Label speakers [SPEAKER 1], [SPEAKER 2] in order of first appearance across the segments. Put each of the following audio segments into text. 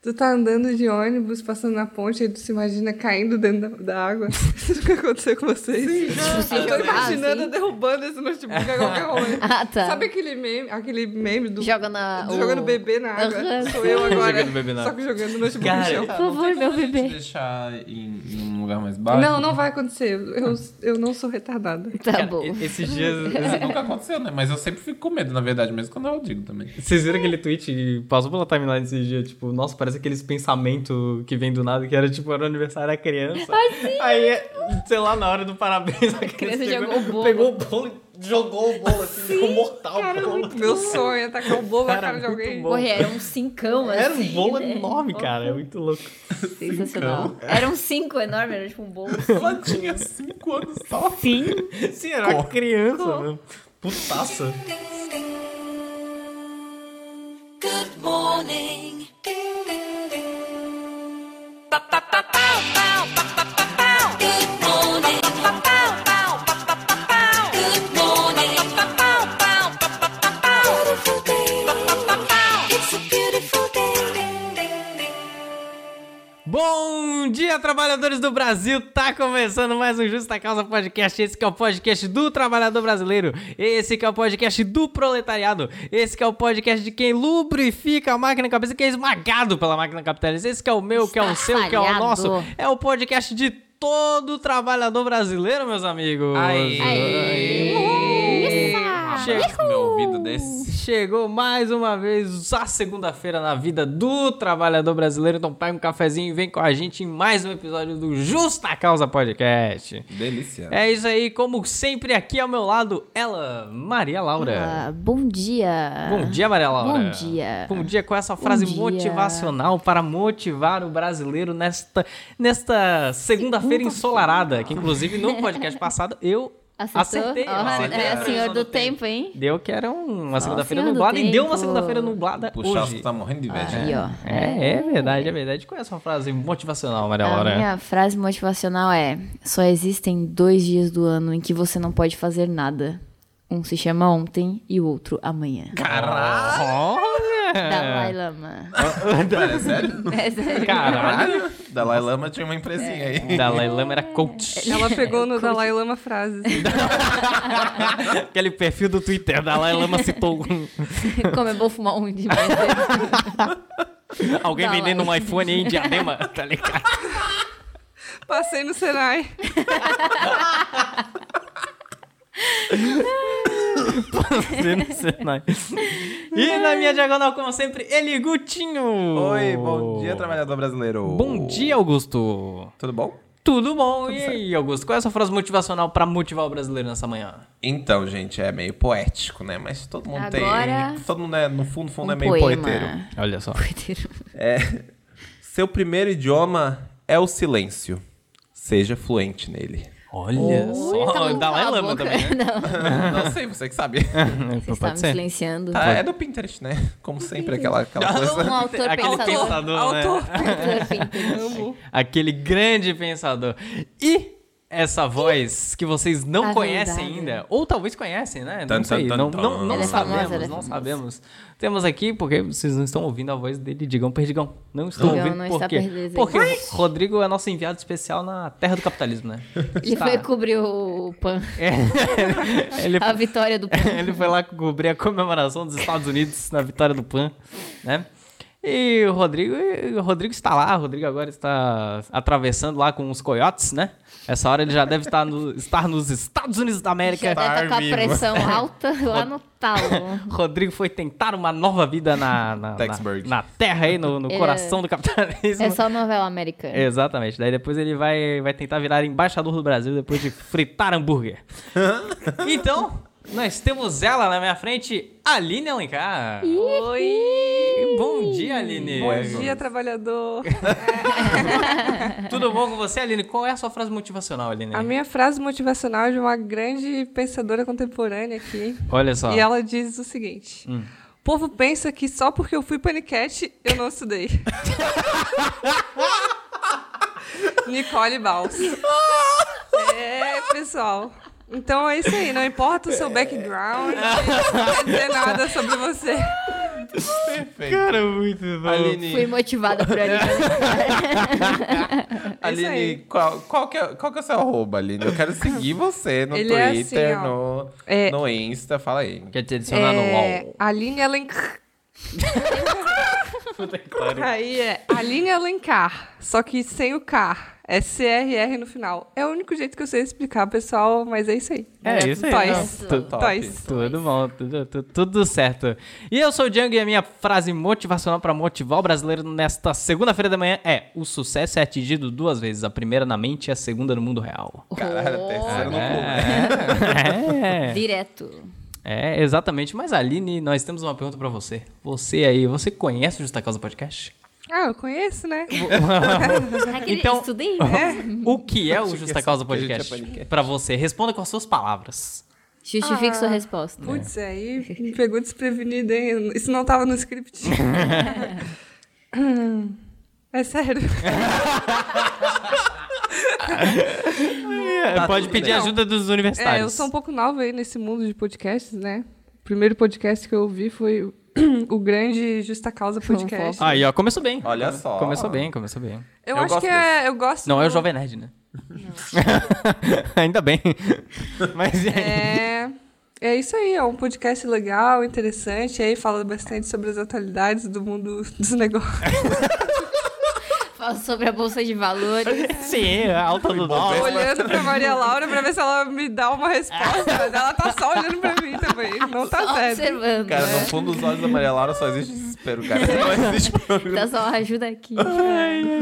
[SPEAKER 1] Tu tá andando de ônibus, passando na ponte, e tu se imagina caindo dentro da, da água. Isso nunca aconteceu com vocês? Sim,
[SPEAKER 2] Sim,
[SPEAKER 1] Eu tô
[SPEAKER 2] jogar,
[SPEAKER 1] imaginando
[SPEAKER 2] assim.
[SPEAKER 1] derrubando esse notebook a qualquer momento.
[SPEAKER 2] Ah, tá.
[SPEAKER 1] Sabe aquele meme, aquele meme do,
[SPEAKER 2] Joga na.
[SPEAKER 1] do jogando
[SPEAKER 2] o-
[SPEAKER 1] bebê na água?
[SPEAKER 2] Aham.
[SPEAKER 1] Sou eu agora.
[SPEAKER 3] Jogando bebê na
[SPEAKER 1] Só que jogando notebook no
[SPEAKER 3] Cara,
[SPEAKER 1] chão.
[SPEAKER 2] Por favor, meu bebê.
[SPEAKER 3] deixar em, em um lugar mais baixo.
[SPEAKER 1] Não, não vai acontecer. Eu, eu não sou retardada.
[SPEAKER 2] Tá
[SPEAKER 3] Cara,
[SPEAKER 2] bom.
[SPEAKER 3] e- Esses dias. Isso nunca aconteceu, né? Mas eu sempre fico com medo, na verdade, mesmo quando eu digo também.
[SPEAKER 4] Vocês viram aquele tweet que passou pela timeline esses dias? Tipo, nossa, parece aqueles pensamentos que vem do nada, que era tipo, era o aniversário da criança.
[SPEAKER 2] Ah,
[SPEAKER 4] Aí, sei lá, na hora do parabéns, a criança,
[SPEAKER 2] é criança
[SPEAKER 4] chegou,
[SPEAKER 2] jogou o bolo.
[SPEAKER 4] pegou o bolo e jogou o bolo assim, ficou mortal. o bolo.
[SPEAKER 1] Meu sonho é tacar o bolo na
[SPEAKER 4] Cara,
[SPEAKER 1] cara de
[SPEAKER 4] muito
[SPEAKER 1] alguém.
[SPEAKER 4] bom.
[SPEAKER 2] Porra, era um cincão, assim.
[SPEAKER 4] Era um bolo
[SPEAKER 2] né?
[SPEAKER 4] enorme, cara. É muito louco.
[SPEAKER 2] Sensacional.
[SPEAKER 4] é.
[SPEAKER 2] Era um cinco enorme, era tipo um bolo. cinco.
[SPEAKER 3] Ela tinha 5 anos só.
[SPEAKER 4] Sim. Sim, era uma criança, mano. Putaça.
[SPEAKER 5] Ding, ding. Good morning. Ding, ding, ding. Ba, ba, ba, pow, pow, ba, ba, ba, pow. Good morning. Ba, ba, pow, pow, ba, ba, ba, pow. Good morning. Ba, ba, pow, pow, ba, ba, ba, pow. Beautiful day. Ba, ba, ba, pow. It's a beautiful day. Ding, ding, ding.
[SPEAKER 4] Bom dia, trabalhadores do Brasil! Tá começando mais um Justa Causa Podcast. Esse que é o podcast do trabalhador brasileiro. Esse que é o podcast do proletariado. Esse que é o podcast de quem lubrifica a máquina cabeça, que é esmagado pela máquina capitalista. Esse que é o meu, que é o seu, que é o
[SPEAKER 2] Estraçalhado.
[SPEAKER 4] nosso. É o podcast de todo trabalhador brasileiro, meus amigos.
[SPEAKER 3] Aê. Aê.
[SPEAKER 4] Chega.
[SPEAKER 3] Abraço no meu ouvido desse.
[SPEAKER 4] Chegou mais uma vez a segunda-feira na vida do trabalhador brasileiro. Então pega um cafezinho e vem com a gente em mais um episódio do Justa Causa Podcast.
[SPEAKER 3] Delícia.
[SPEAKER 4] É isso aí, como sempre, aqui ao meu lado, ela, Maria Laura.
[SPEAKER 2] Ah, bom dia.
[SPEAKER 4] Bom dia, Maria Laura.
[SPEAKER 2] Bom dia.
[SPEAKER 4] Bom dia com essa frase
[SPEAKER 2] dia.
[SPEAKER 4] motivacional para motivar o brasileiro nesta, nesta segunda-feira ensolarada, que inclusive no podcast passado eu
[SPEAKER 2] Acertou?
[SPEAKER 4] acertei.
[SPEAKER 2] Ó,
[SPEAKER 4] acertei
[SPEAKER 2] é
[SPEAKER 4] a
[SPEAKER 2] senhor
[SPEAKER 4] previsão
[SPEAKER 2] do tempo, hein?
[SPEAKER 4] Deu que era um- uma segunda-feira
[SPEAKER 2] senhor do
[SPEAKER 4] nublada e deu uma
[SPEAKER 2] tempo.
[SPEAKER 4] segunda-feira nublada
[SPEAKER 3] Puxa,
[SPEAKER 4] hoje.
[SPEAKER 3] você tá morrendo de inveja.
[SPEAKER 2] Aí, ó.
[SPEAKER 4] É, é verdade, é verdade. Qual é a sua frase motivacional, Maria
[SPEAKER 2] A
[SPEAKER 4] Laura?
[SPEAKER 2] minha frase motivacional é: só existem dois dias do ano em que você não pode fazer nada. Um se chama ontem e o outro amanhã. Dalai
[SPEAKER 4] Olha!
[SPEAKER 2] Lama.
[SPEAKER 3] Cara, é sério?
[SPEAKER 2] É sério.
[SPEAKER 4] Caralho!
[SPEAKER 3] Dalai Lama tinha uma empresinha aí.
[SPEAKER 4] Dalai Lama era coach.
[SPEAKER 1] Ela pegou no Dalai Lama frases.
[SPEAKER 4] Aquele perfil do Twitter, Dalai Lama citou um-
[SPEAKER 2] Como é bom fumar um demais.
[SPEAKER 4] alguém
[SPEAKER 2] Dalai.
[SPEAKER 4] vendendo um iPhone aí em diadema, tá ligado?
[SPEAKER 1] Passei no Senai.
[SPEAKER 4] Fazendo sinais. e na minha diagonal, como sempre, ele Gutinho!
[SPEAKER 3] Oi, bom dia, trabalhador brasileiro.
[SPEAKER 4] Bom dia, Augusto!
[SPEAKER 3] Tudo bom?
[SPEAKER 4] Tudo bom? e aí, Augusto, qual é a sua frase motivacional pra motivar o brasileiro nessa manhã?
[SPEAKER 3] Então, gente, é meio poético, né? Mas todo mundo
[SPEAKER 2] Agora-
[SPEAKER 3] tem. Todo mundo é, no fundo, fundo
[SPEAKER 2] Um
[SPEAKER 3] é meio
[SPEAKER 2] poema.
[SPEAKER 3] poeteiro.
[SPEAKER 4] Olha só.
[SPEAKER 2] Poeteiro.
[SPEAKER 3] É, Seu primeiro idioma é o silêncio. Seja fluente nele.
[SPEAKER 4] Olha
[SPEAKER 2] tá
[SPEAKER 4] só. Dalai Lama também, né?
[SPEAKER 3] Não sei, você que sabe.
[SPEAKER 2] Você está me silenciando.
[SPEAKER 3] Tá, é do Pinterest, né? Como sempre, aquela, aquela
[SPEAKER 2] Um
[SPEAKER 3] coisa.
[SPEAKER 2] autor
[SPEAKER 4] Então, é Aquele
[SPEAKER 2] pensador. Um
[SPEAKER 4] pensador, né?
[SPEAKER 2] Autor pensador.
[SPEAKER 4] Aquele grande pensador. E essa voz que vocês não
[SPEAKER 2] A
[SPEAKER 4] conhecem
[SPEAKER 2] É verdade.
[SPEAKER 4] ainda, ou talvez conhecem, né?
[SPEAKER 3] Tan,
[SPEAKER 4] Não
[SPEAKER 3] tan,
[SPEAKER 4] sei,
[SPEAKER 3] tan,
[SPEAKER 4] não,
[SPEAKER 3] tan.
[SPEAKER 4] não, não
[SPEAKER 2] Ela é famosa,
[SPEAKER 4] sabemos,
[SPEAKER 2] ela é
[SPEAKER 4] não
[SPEAKER 2] famosa.
[SPEAKER 4] sabemos. Temos aqui, porque vocês não estão ouvindo a voz dele, Digão Perdigão. Não estão
[SPEAKER 2] Digão
[SPEAKER 4] ouvindo
[SPEAKER 2] não
[SPEAKER 4] por
[SPEAKER 2] está
[SPEAKER 4] quê?
[SPEAKER 2] perdido.
[SPEAKER 4] Porque o Rodrigo é nosso enviado especial na terra do capitalismo, né?
[SPEAKER 2] Ele
[SPEAKER 4] Está-
[SPEAKER 2] foi cobrir o Pan.
[SPEAKER 4] É, ele
[SPEAKER 2] A vitória do Pan.
[SPEAKER 4] Ele foi lá cobrir a comemoração dos Estados Unidos na vitória do PAN, né? E o Rodrigo, o Rodrigo está lá, o Rodrigo agora está atravessando lá com os coiotes, né? Essa hora ele já deve estar, no- estar nos Estados Unidos
[SPEAKER 2] Já tá.
[SPEAKER 4] da América.
[SPEAKER 2] deve estar com a
[SPEAKER 3] vivo.
[SPEAKER 2] pressão alta lá no talo.
[SPEAKER 4] Rodrigo foi tentar uma nova vida na, na, na,
[SPEAKER 3] Texburg.
[SPEAKER 4] na terra aí, no, no
[SPEAKER 2] É.
[SPEAKER 4] coração do capitalismo.
[SPEAKER 2] É só novela americana.
[SPEAKER 4] Exatamente. Daí depois ele vai, vai tentar virar embaixador do Brasil depois de fritar hambúrguer. então, nós temos ela na minha frente, Aline Alencar.
[SPEAKER 1] Oi!
[SPEAKER 4] Bom dia, Aline.
[SPEAKER 1] Bom dia, trabalhador.
[SPEAKER 4] Tudo bom com você, Aline? Qual é a sua frase motivacional, Aline?
[SPEAKER 1] A minha frase motivacional é de uma grande pensadora contemporânea aqui.
[SPEAKER 4] Olha só.
[SPEAKER 1] E ela diz o seguinte: O povo pensa que só porque eu fui paniquete eu não estudei. Nicole Baus. É, pessoal. Então é isso aí, não importa o seu background, não quer dizer nada sobre você.
[SPEAKER 3] Perfeito.
[SPEAKER 4] Cara, muito bom.
[SPEAKER 3] Aline,
[SPEAKER 2] Fui motivada por ele.
[SPEAKER 3] Aline
[SPEAKER 1] aí.
[SPEAKER 3] qual, qual, que é, qual que é o seu arroba, Aline? Eu quero seguir você no
[SPEAKER 1] Ele é
[SPEAKER 3] Twitter,
[SPEAKER 1] assim, ó.
[SPEAKER 3] no,
[SPEAKER 1] É.
[SPEAKER 3] no Insta, fala aí.
[SPEAKER 4] Quer te adicionar
[SPEAKER 1] É,
[SPEAKER 4] Tá no LOL?
[SPEAKER 1] Aline Alencar. Aí é Aline Alencar, só que sem o K. É CRR no final. É o único jeito que eu sei explicar, pessoal, mas é isso aí.
[SPEAKER 4] É isso aí,
[SPEAKER 1] Toys.
[SPEAKER 2] não,
[SPEAKER 4] tu-
[SPEAKER 3] Top.
[SPEAKER 1] Toys.
[SPEAKER 4] Tudo bom, tudo, tu- tudo certo. E eu sou o Django e a minha frase motivacional para motivar o brasileiro nesta segunda-feira da manhã é: o sucesso é atingido duas vezes, a primeira na mente e a segunda no mundo real.
[SPEAKER 3] Caralho, terceiro no clube.
[SPEAKER 4] É,
[SPEAKER 2] Direto.
[SPEAKER 4] é, exatamente. Mas Aline, nós temos uma pergunta para você. Você aí, você conhece o Justa Causa Podcast?
[SPEAKER 1] Ah, eu conheço, né?
[SPEAKER 4] Então-
[SPEAKER 2] então, estudei.
[SPEAKER 4] né? O que é o Justa Causa
[SPEAKER 3] que a gente é
[SPEAKER 4] Podcast?
[SPEAKER 3] podcast.
[SPEAKER 4] Para você, responda com as suas palavras.
[SPEAKER 2] Justifique
[SPEAKER 4] Ah.
[SPEAKER 2] sua resposta.
[SPEAKER 1] Putz, aí me pegou desprevenida, hein? Isso não tava no script. Hum, é sério.
[SPEAKER 4] É, Pode pedir
[SPEAKER 1] bem.
[SPEAKER 4] ajuda dos universitários.
[SPEAKER 1] É, eu sou um pouco nova aí nesse mundo de podcasts, né? O primeiro podcast que eu ouvi foi o- o grande Justa Causa Podcast.
[SPEAKER 4] Aí, ó, começou bem.
[SPEAKER 3] Olha só.
[SPEAKER 4] Começou bem, começou bem.
[SPEAKER 1] Eu,
[SPEAKER 3] Eu
[SPEAKER 1] acho
[SPEAKER 3] gosto
[SPEAKER 1] que é. Eu gosto.
[SPEAKER 4] Não é o Jovem Nerd, né? Ainda bem. Mas e aí?
[SPEAKER 1] É. É isso aí, é um podcast legal, interessante, aí fala bastante sobre as atualidades do mundo dos negócios.
[SPEAKER 2] Fala sobre a bolsa de valores.
[SPEAKER 4] é, Sim, a alta
[SPEAKER 1] Tô
[SPEAKER 4] do dólar.
[SPEAKER 1] olhando pra Maria Laura pra ver se ela me dá uma resposta, mas ela tá só olhando pra mim também, não tá
[SPEAKER 2] Só
[SPEAKER 1] certo.
[SPEAKER 2] observando.
[SPEAKER 3] Cara,
[SPEAKER 2] né?
[SPEAKER 3] no fundo dos olhos da Maria Laura só existe desespero, cara. Não existe
[SPEAKER 2] Tá
[SPEAKER 3] problema.
[SPEAKER 2] só ajuda aqui.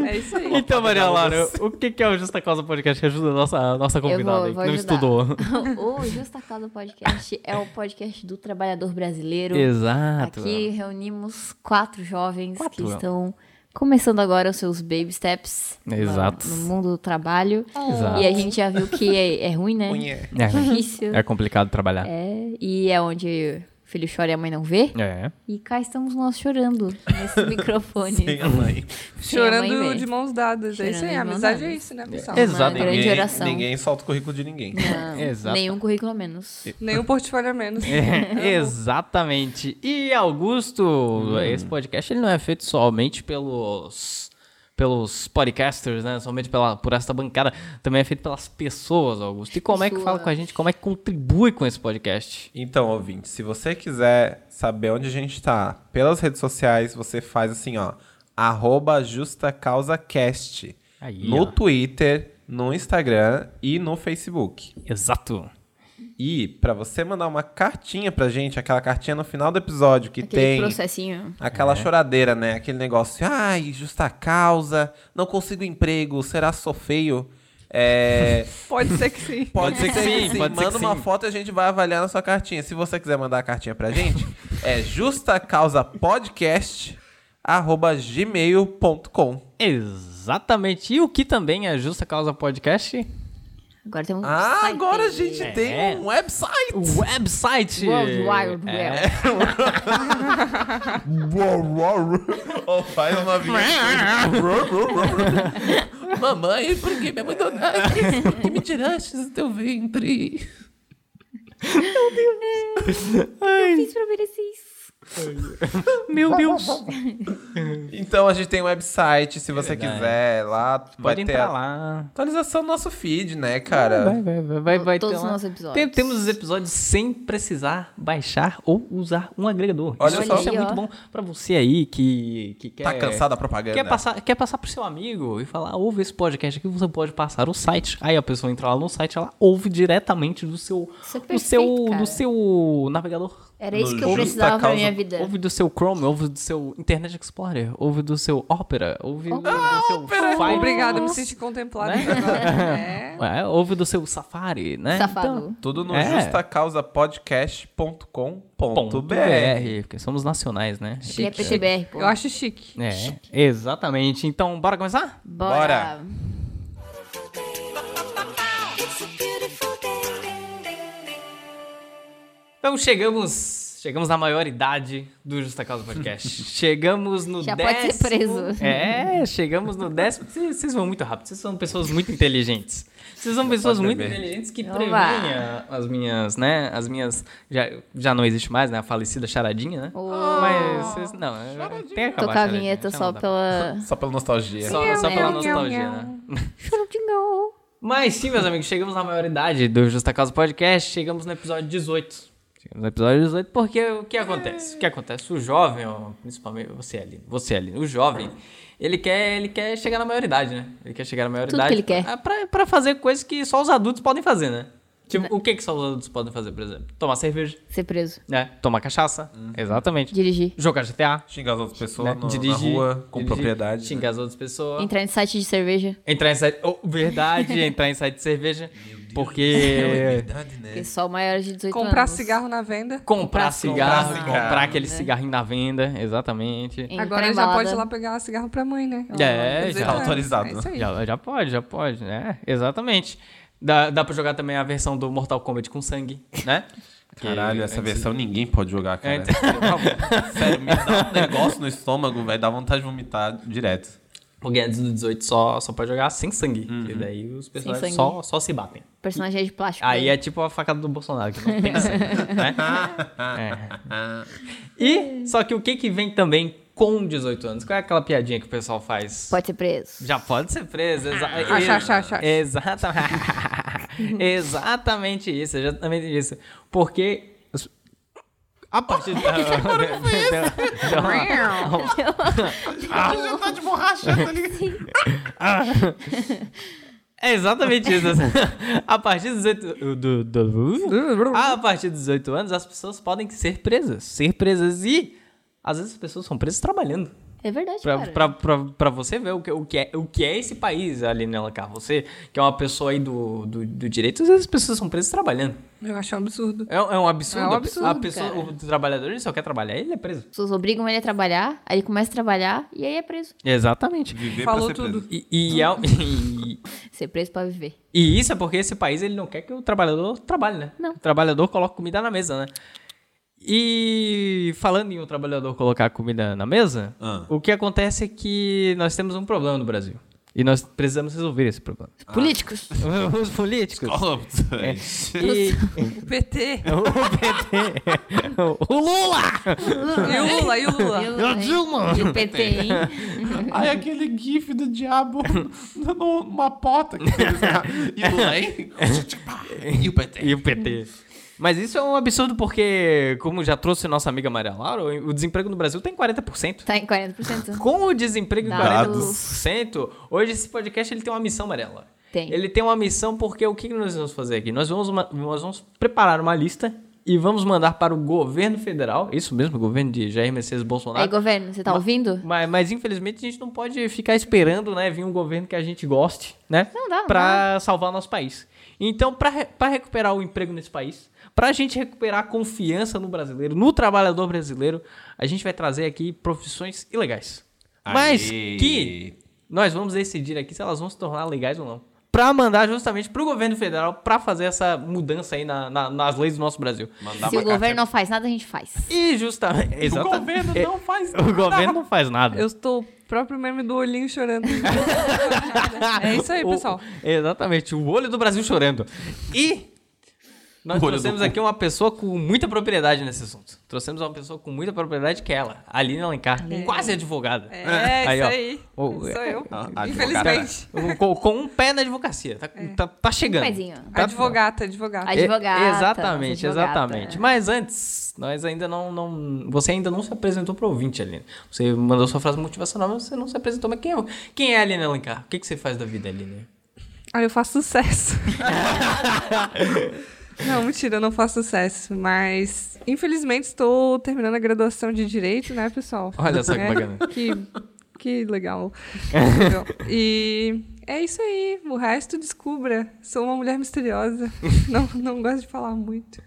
[SPEAKER 1] É isso aí.
[SPEAKER 4] Então, Maria Laura, o que que é o Justa Causa Podcast que ajuda a nossa, a nossa convidada aí, que não
[SPEAKER 2] ajudar.
[SPEAKER 4] estudou?
[SPEAKER 2] O Justa Causa Podcast é o podcast do trabalhador brasileiro.
[SPEAKER 4] Exato.
[SPEAKER 2] Aqui reunimos quatro jovens
[SPEAKER 4] Quatro.
[SPEAKER 2] que estão começando agora os seus baby steps na-
[SPEAKER 4] Exato.
[SPEAKER 2] no mundo do trabalho.
[SPEAKER 4] Exato.
[SPEAKER 2] E a gente já viu que é, é ruim, né?
[SPEAKER 4] É,
[SPEAKER 2] Difícil.
[SPEAKER 4] é complicado trabalhar.
[SPEAKER 2] É, e é onde o filho chora e a mãe não vê.
[SPEAKER 4] É.
[SPEAKER 2] E cá estamos nós chorando nesse microfone.
[SPEAKER 3] Tem a mãe.
[SPEAKER 2] Sem a mãe
[SPEAKER 1] Chorando
[SPEAKER 2] ver.
[SPEAKER 1] de mãos dadas, é isso
[SPEAKER 2] Chorando
[SPEAKER 1] aí,
[SPEAKER 2] de
[SPEAKER 1] a
[SPEAKER 2] mãos
[SPEAKER 1] amizade é
[SPEAKER 2] dadas.
[SPEAKER 1] isso, né, pessoal?
[SPEAKER 4] Exato.
[SPEAKER 2] Uma grande
[SPEAKER 3] Ninguém,
[SPEAKER 2] oração.
[SPEAKER 3] ninguém solta o currículo de ninguém.
[SPEAKER 2] Não,
[SPEAKER 4] Exato.
[SPEAKER 2] Nenhum currículo a menos.
[SPEAKER 1] Nenhum portfólio a menos.
[SPEAKER 4] É. Exatamente. E Augusto, esse podcast ele não é feito somente pelos pelos podcasters, né? Somente pela, por esta bancada. Também é feito pelas pessoas, Augusto. E como é que fala com a gente? Como é que contribui com esse podcast?
[SPEAKER 3] Então, ouvinte, se você quiser saber onde a gente tá pelas redes sociais, você faz assim, ó. Arroba Justa Causa Cast.
[SPEAKER 4] Aí,
[SPEAKER 3] no
[SPEAKER 4] ó.
[SPEAKER 3] Twitter, no Instagram e no Facebook.
[SPEAKER 4] Exato.
[SPEAKER 3] E pra você mandar uma cartinha pra gente, aquela cartinha no final do episódio que
[SPEAKER 2] Aquele
[SPEAKER 3] tem
[SPEAKER 2] processinho.
[SPEAKER 3] aquela
[SPEAKER 4] É.
[SPEAKER 3] choradeira, né? Aquele negócio, ai, justa causa, não consigo emprego, será sou feio? É,
[SPEAKER 1] Pode ser que sim.
[SPEAKER 3] Pode ser que assim.
[SPEAKER 4] Sim,
[SPEAKER 3] sim,
[SPEAKER 4] pode ser
[SPEAKER 3] Manda
[SPEAKER 4] que
[SPEAKER 3] uma
[SPEAKER 4] sim.
[SPEAKER 3] foto e a gente vai avaliar na sua cartinha. Se você quiser mandar a cartinha pra gente, é justacausapodcast.gmail.com.
[SPEAKER 4] Exatamente. E o que também é Justa Causa Podcast?
[SPEAKER 2] Agora temos um
[SPEAKER 3] Ah,
[SPEAKER 2] site.
[SPEAKER 3] agora a gente
[SPEAKER 4] É.
[SPEAKER 3] tem um website.
[SPEAKER 4] O website.
[SPEAKER 2] World Wide
[SPEAKER 4] É.
[SPEAKER 2] Web.
[SPEAKER 3] oh, faz uma
[SPEAKER 4] É.
[SPEAKER 3] vinheta. Mamãe, por que me abandonaste? Por que me tiraste do teu ventre?
[SPEAKER 2] Eu fiz pra merecer isso.
[SPEAKER 4] Meu Deus.
[SPEAKER 3] Então a gente tem um website, se você
[SPEAKER 4] verdade.
[SPEAKER 3] quiser lá, vai
[SPEAKER 4] Pode
[SPEAKER 3] ter
[SPEAKER 4] entrar lá.
[SPEAKER 3] atualização do nosso feed, né, cara?
[SPEAKER 4] Vai, vai, vai, vai, vai
[SPEAKER 2] Todos
[SPEAKER 4] ter
[SPEAKER 2] os
[SPEAKER 4] lá.
[SPEAKER 2] nossos episódios.
[SPEAKER 4] Tem- temos os episódios sem precisar baixar ou usar um agregador.
[SPEAKER 3] Olha
[SPEAKER 4] isso,
[SPEAKER 3] só.
[SPEAKER 4] isso
[SPEAKER 2] Olha
[SPEAKER 4] é
[SPEAKER 2] aí,
[SPEAKER 4] muito
[SPEAKER 2] ó.
[SPEAKER 4] bom pra você aí que, que quer.
[SPEAKER 3] Tá cansado da propaganda?
[SPEAKER 4] Quer passar, quer passar pro seu amigo e falar, ouve esse podcast aqui, você pode passar o site. Aí a pessoa entra lá no site, ela ouve diretamente do seu.
[SPEAKER 2] Isso é
[SPEAKER 4] do
[SPEAKER 2] perfeito,
[SPEAKER 4] seu.
[SPEAKER 2] cara.
[SPEAKER 4] Do seu navegador.
[SPEAKER 2] Era isso que eu
[SPEAKER 3] Justa
[SPEAKER 2] precisava pra
[SPEAKER 3] causa-
[SPEAKER 2] minha vida.
[SPEAKER 4] Ouve do seu Chrome, ouve do seu Internet Explorer, ouve do seu Opera, ouve do, seu Firefox.
[SPEAKER 1] Obrigada, me senti contemplada.
[SPEAKER 4] Né?
[SPEAKER 1] É.
[SPEAKER 4] É, ouve do seu Safari, né?
[SPEAKER 2] Safado.
[SPEAKER 4] Então,
[SPEAKER 3] Tudo no
[SPEAKER 4] É. ponto
[SPEAKER 3] justacausapodcast.com.br.
[SPEAKER 4] .br, porque somos nacionais, né?
[SPEAKER 2] E é PTBR, pô.
[SPEAKER 1] Eu acho chique.
[SPEAKER 4] É, exatamente. Então, bora começar?
[SPEAKER 2] Bora.
[SPEAKER 5] It's a beautiful day.
[SPEAKER 4] Então, chegamos Chegamos na maioridade do Justa Causa Podcast. chegamos no
[SPEAKER 2] Já
[SPEAKER 4] décimo...
[SPEAKER 2] pode ser preso.
[SPEAKER 4] É, chegamos no décimo... Vocês vocês vão muito rápido, vocês são pessoas muito inteligentes. Vocês são pessoas
[SPEAKER 3] pode
[SPEAKER 4] muito
[SPEAKER 3] beber.
[SPEAKER 4] inteligentes que
[SPEAKER 2] Oba.
[SPEAKER 4] prevêm a- as minhas, né? As minhas... Já, já não existe mais, né? A falecida charadinha, né?
[SPEAKER 2] Oh.
[SPEAKER 4] Mas vocês... Não, tem que acabar
[SPEAKER 2] Tocar a
[SPEAKER 4] charadinha,
[SPEAKER 2] vinheta
[SPEAKER 4] já
[SPEAKER 2] só
[SPEAKER 4] não dá
[SPEAKER 2] pela.
[SPEAKER 3] Só pela nostalgia.
[SPEAKER 4] Só, só pela
[SPEAKER 2] miau,
[SPEAKER 4] nostalgia,
[SPEAKER 1] miau.
[SPEAKER 4] né?
[SPEAKER 2] Schrödinger.
[SPEAKER 4] Mas sim, meus amigos, chegamos na maioridade do Justa Causa Podcast, chegamos no episódio 18. Chegamos no episódio 18, porque o que acontece? O que acontece? O jovem, ó, principalmente você ali, você ali, o jovem, ele quer, ele quer chegar na maioridade, né? Ele quer chegar na maioridade.
[SPEAKER 2] que ele quer.
[SPEAKER 4] pra- Pra, pra fazer coisas que só os adultos podem fazer, né? Tipo, o que, que só os adultos podem fazer, por exemplo? Tomar cerveja,
[SPEAKER 2] Ser preso.
[SPEAKER 4] né? Tomar cachaça. Exatamente.
[SPEAKER 2] Dirigir.
[SPEAKER 4] Jogar GTA.
[SPEAKER 3] Xingar as outras pessoas
[SPEAKER 4] Né?
[SPEAKER 3] Uhum. no- na rua, com
[SPEAKER 4] dirigir,
[SPEAKER 3] propriedade. né?
[SPEAKER 4] Xingar as outras pessoas.
[SPEAKER 2] Entrar em site de cerveja.
[SPEAKER 4] Entrar em site. Oh, verdade, entrar em site de cerveja. Porque.
[SPEAKER 3] Verdade, né?
[SPEAKER 2] Porque só maiores de 18
[SPEAKER 1] Comprar
[SPEAKER 2] anos.
[SPEAKER 1] cigarro na venda.
[SPEAKER 4] Comprar cigarro, comprar,
[SPEAKER 3] cigarro, né?
[SPEAKER 4] aquele cigarrinho na venda, exatamente.
[SPEAKER 2] Entrar
[SPEAKER 1] Agora
[SPEAKER 2] em
[SPEAKER 1] já
[SPEAKER 2] balada.
[SPEAKER 1] pode ir lá pegar um cigarro pra mãe, né?
[SPEAKER 4] É, já.
[SPEAKER 3] Tá autorizado.
[SPEAKER 1] É isso aí.
[SPEAKER 4] Já, já pode, já pode, né? Exatamente. Dá, dá pra jogar também a versão do Mortal Kombat com sangue, né? Que-
[SPEAKER 3] Caralho, essa
[SPEAKER 4] antes-
[SPEAKER 3] versão é ninguém pode jogar, cara.
[SPEAKER 4] Antes-
[SPEAKER 3] Sério, me dá um negócio no estômago, velho. Dá vontade de vomitar direto.
[SPEAKER 4] Porque antes do 18 só, só pode jogar sem sangue.
[SPEAKER 3] Uhum.
[SPEAKER 4] E daí os personagens
[SPEAKER 2] sangue.
[SPEAKER 4] só, só se batem.
[SPEAKER 2] Personagem é de plástico.
[SPEAKER 4] Aí
[SPEAKER 2] né?
[SPEAKER 4] é tipo a facada do Bolsonaro, que não tem sangue, né? É. E, só que o que que vem também com 18 anos? Qual é aquela piadinha que o pessoal faz?
[SPEAKER 2] Pode ser preso.
[SPEAKER 4] Já pode ser preso. Exa
[SPEAKER 1] Acha, acha, acha.
[SPEAKER 4] Exatamente. exatamente isso, exatamente isso. Porque... os- A partir da... Deu uma-
[SPEAKER 3] Já tá de borracha, tá ligado?
[SPEAKER 4] É exatamente isso. a partir dos 18 do- do- a partir dos 18 anos, as pessoas podem ser presas. Ser presas e. Às vezes as pessoas são presas trabalhando.
[SPEAKER 2] É verdade,
[SPEAKER 4] Pra,
[SPEAKER 2] cara.
[SPEAKER 4] pra, pra, pra você ver o que, o, que é, o que é esse país, Aline Alencar. Você, que é uma pessoa aí do, do, do direito, às vezes as pessoas são presas trabalhando.
[SPEAKER 1] Eu acho um absurdo.
[SPEAKER 4] É, um- é um absurdo.
[SPEAKER 1] É um
[SPEAKER 4] A pessoa- a
[SPEAKER 1] absurdo,
[SPEAKER 4] pessoa-
[SPEAKER 2] cara.
[SPEAKER 4] o trabalhador ele só quer trabalhar, ele é preso.
[SPEAKER 2] As pessoas obrigam ele a trabalhar, aí ele começa a trabalhar e aí é preso.
[SPEAKER 4] Exatamente.
[SPEAKER 3] Viver
[SPEAKER 1] Falou
[SPEAKER 3] pra ser preso.
[SPEAKER 1] tudo.
[SPEAKER 4] E, e, é um- e-
[SPEAKER 2] Ser preso pra viver.
[SPEAKER 4] E isso é porque esse país ele não quer que o trabalhador trabalhe, né?
[SPEAKER 2] Não.
[SPEAKER 4] O trabalhador coloca comida na mesa, né? E falando em o trabalhador colocar comida na mesa,
[SPEAKER 3] Ah.
[SPEAKER 4] o que acontece é que nós temos um problema no Brasil. E nós precisamos resolver esse problema.
[SPEAKER 2] Os políticos.
[SPEAKER 4] Os políticos. É.
[SPEAKER 3] Corruptos.
[SPEAKER 4] E
[SPEAKER 1] O PT.
[SPEAKER 4] o PT. O Lula!
[SPEAKER 1] E o Lula, e o Lula.
[SPEAKER 2] Lula, hein? E o PT, hein?
[SPEAKER 3] Ai, aquele gif do diabo dando uma pota. Que eles... E Lula, hein? E o PT.
[SPEAKER 4] É. E o PT. Mas isso é um absurdo porque, como já trouxe nossa amiga Maria Laura, o desemprego no Brasil tem 40%.
[SPEAKER 2] Tá em 40%.
[SPEAKER 4] Com o desemprego em
[SPEAKER 2] Dados.
[SPEAKER 4] 40%, hoje esse podcast ele tem uma missão, Marela.
[SPEAKER 2] Tem.
[SPEAKER 4] Ele tem uma missão porque o que que nós vamos fazer aqui? Nós vamos, uma- nós vamos preparar uma lista e vamos mandar para o governo federal, isso mesmo, o governo de Jair Messias Bolsonaro.
[SPEAKER 2] Aí, governo, você tá ouvindo?
[SPEAKER 4] Mas, mas, infelizmente a gente não pode ficar esperando, né, vir um governo que a gente goste, né?
[SPEAKER 2] Não dá, não
[SPEAKER 4] Pra salvar nosso país. Então, pra, re- pra recuperar o emprego nesse país, pra gente recuperar a confiança no brasileiro, no trabalhador brasileiro, a gente vai trazer aqui profissões ilegais. Mas
[SPEAKER 3] Aê.
[SPEAKER 4] que nós vamos decidir aqui se elas vão se tornar legais ou não. Pra mandar justamente pro governo federal pra fazer essa mudança aí na- na- nas leis do nosso Brasil.
[SPEAKER 3] Mandar
[SPEAKER 2] Se o governo não faz nada, a gente faz.
[SPEAKER 4] E justamente.
[SPEAKER 3] O governo
[SPEAKER 4] É,
[SPEAKER 3] não faz
[SPEAKER 4] O governo não faz nada.
[SPEAKER 1] Eu estou o próprio meme do olhinho chorando. é isso aí,
[SPEAKER 4] O-
[SPEAKER 1] pessoal.
[SPEAKER 4] Exatamente, o olho do Brasil chorando. E nós
[SPEAKER 3] O olho
[SPEAKER 4] trouxemos
[SPEAKER 3] do cu.
[SPEAKER 4] aqui uma pessoa com muita propriedade nesse assunto. Trouxemos uma pessoa com muita propriedade que é ela, a Aline Alencar, quase advogada.
[SPEAKER 1] É, isso
[SPEAKER 4] ó.
[SPEAKER 1] aí.
[SPEAKER 4] O-
[SPEAKER 1] Sou eu.
[SPEAKER 3] Ah, advogada.
[SPEAKER 1] Infelizmente.
[SPEAKER 4] com, com um pé na advogacia, tá,
[SPEAKER 1] É.
[SPEAKER 4] tá, tá chegando.
[SPEAKER 2] pezinho.
[SPEAKER 4] Tá-
[SPEAKER 1] Advogata, advogata.
[SPEAKER 2] Ad- Advogata,
[SPEAKER 4] E- Exatamente,
[SPEAKER 2] advogata.
[SPEAKER 4] exatamente. Mas antes, nós ainda não, não. Você ainda não se apresentou pro ouvinte, Aline. Você mandou sua frase motivacional, mas você não se apresentou. Mas quem é, quem é a Aline Alencar? O que, que você faz da vida, Aline?
[SPEAKER 1] Aí eu faço sucesso. não, mentira, eu não faço sucesso. Mas, infelizmente, estou terminando a graduação de Direito, né, pessoal?
[SPEAKER 4] Olha só que
[SPEAKER 1] É,
[SPEAKER 4] bacana.
[SPEAKER 1] Que, que legal. Que legal. E é isso aí. O resto descubra. Sou uma mulher misteriosa. Não, não gosto de falar muito.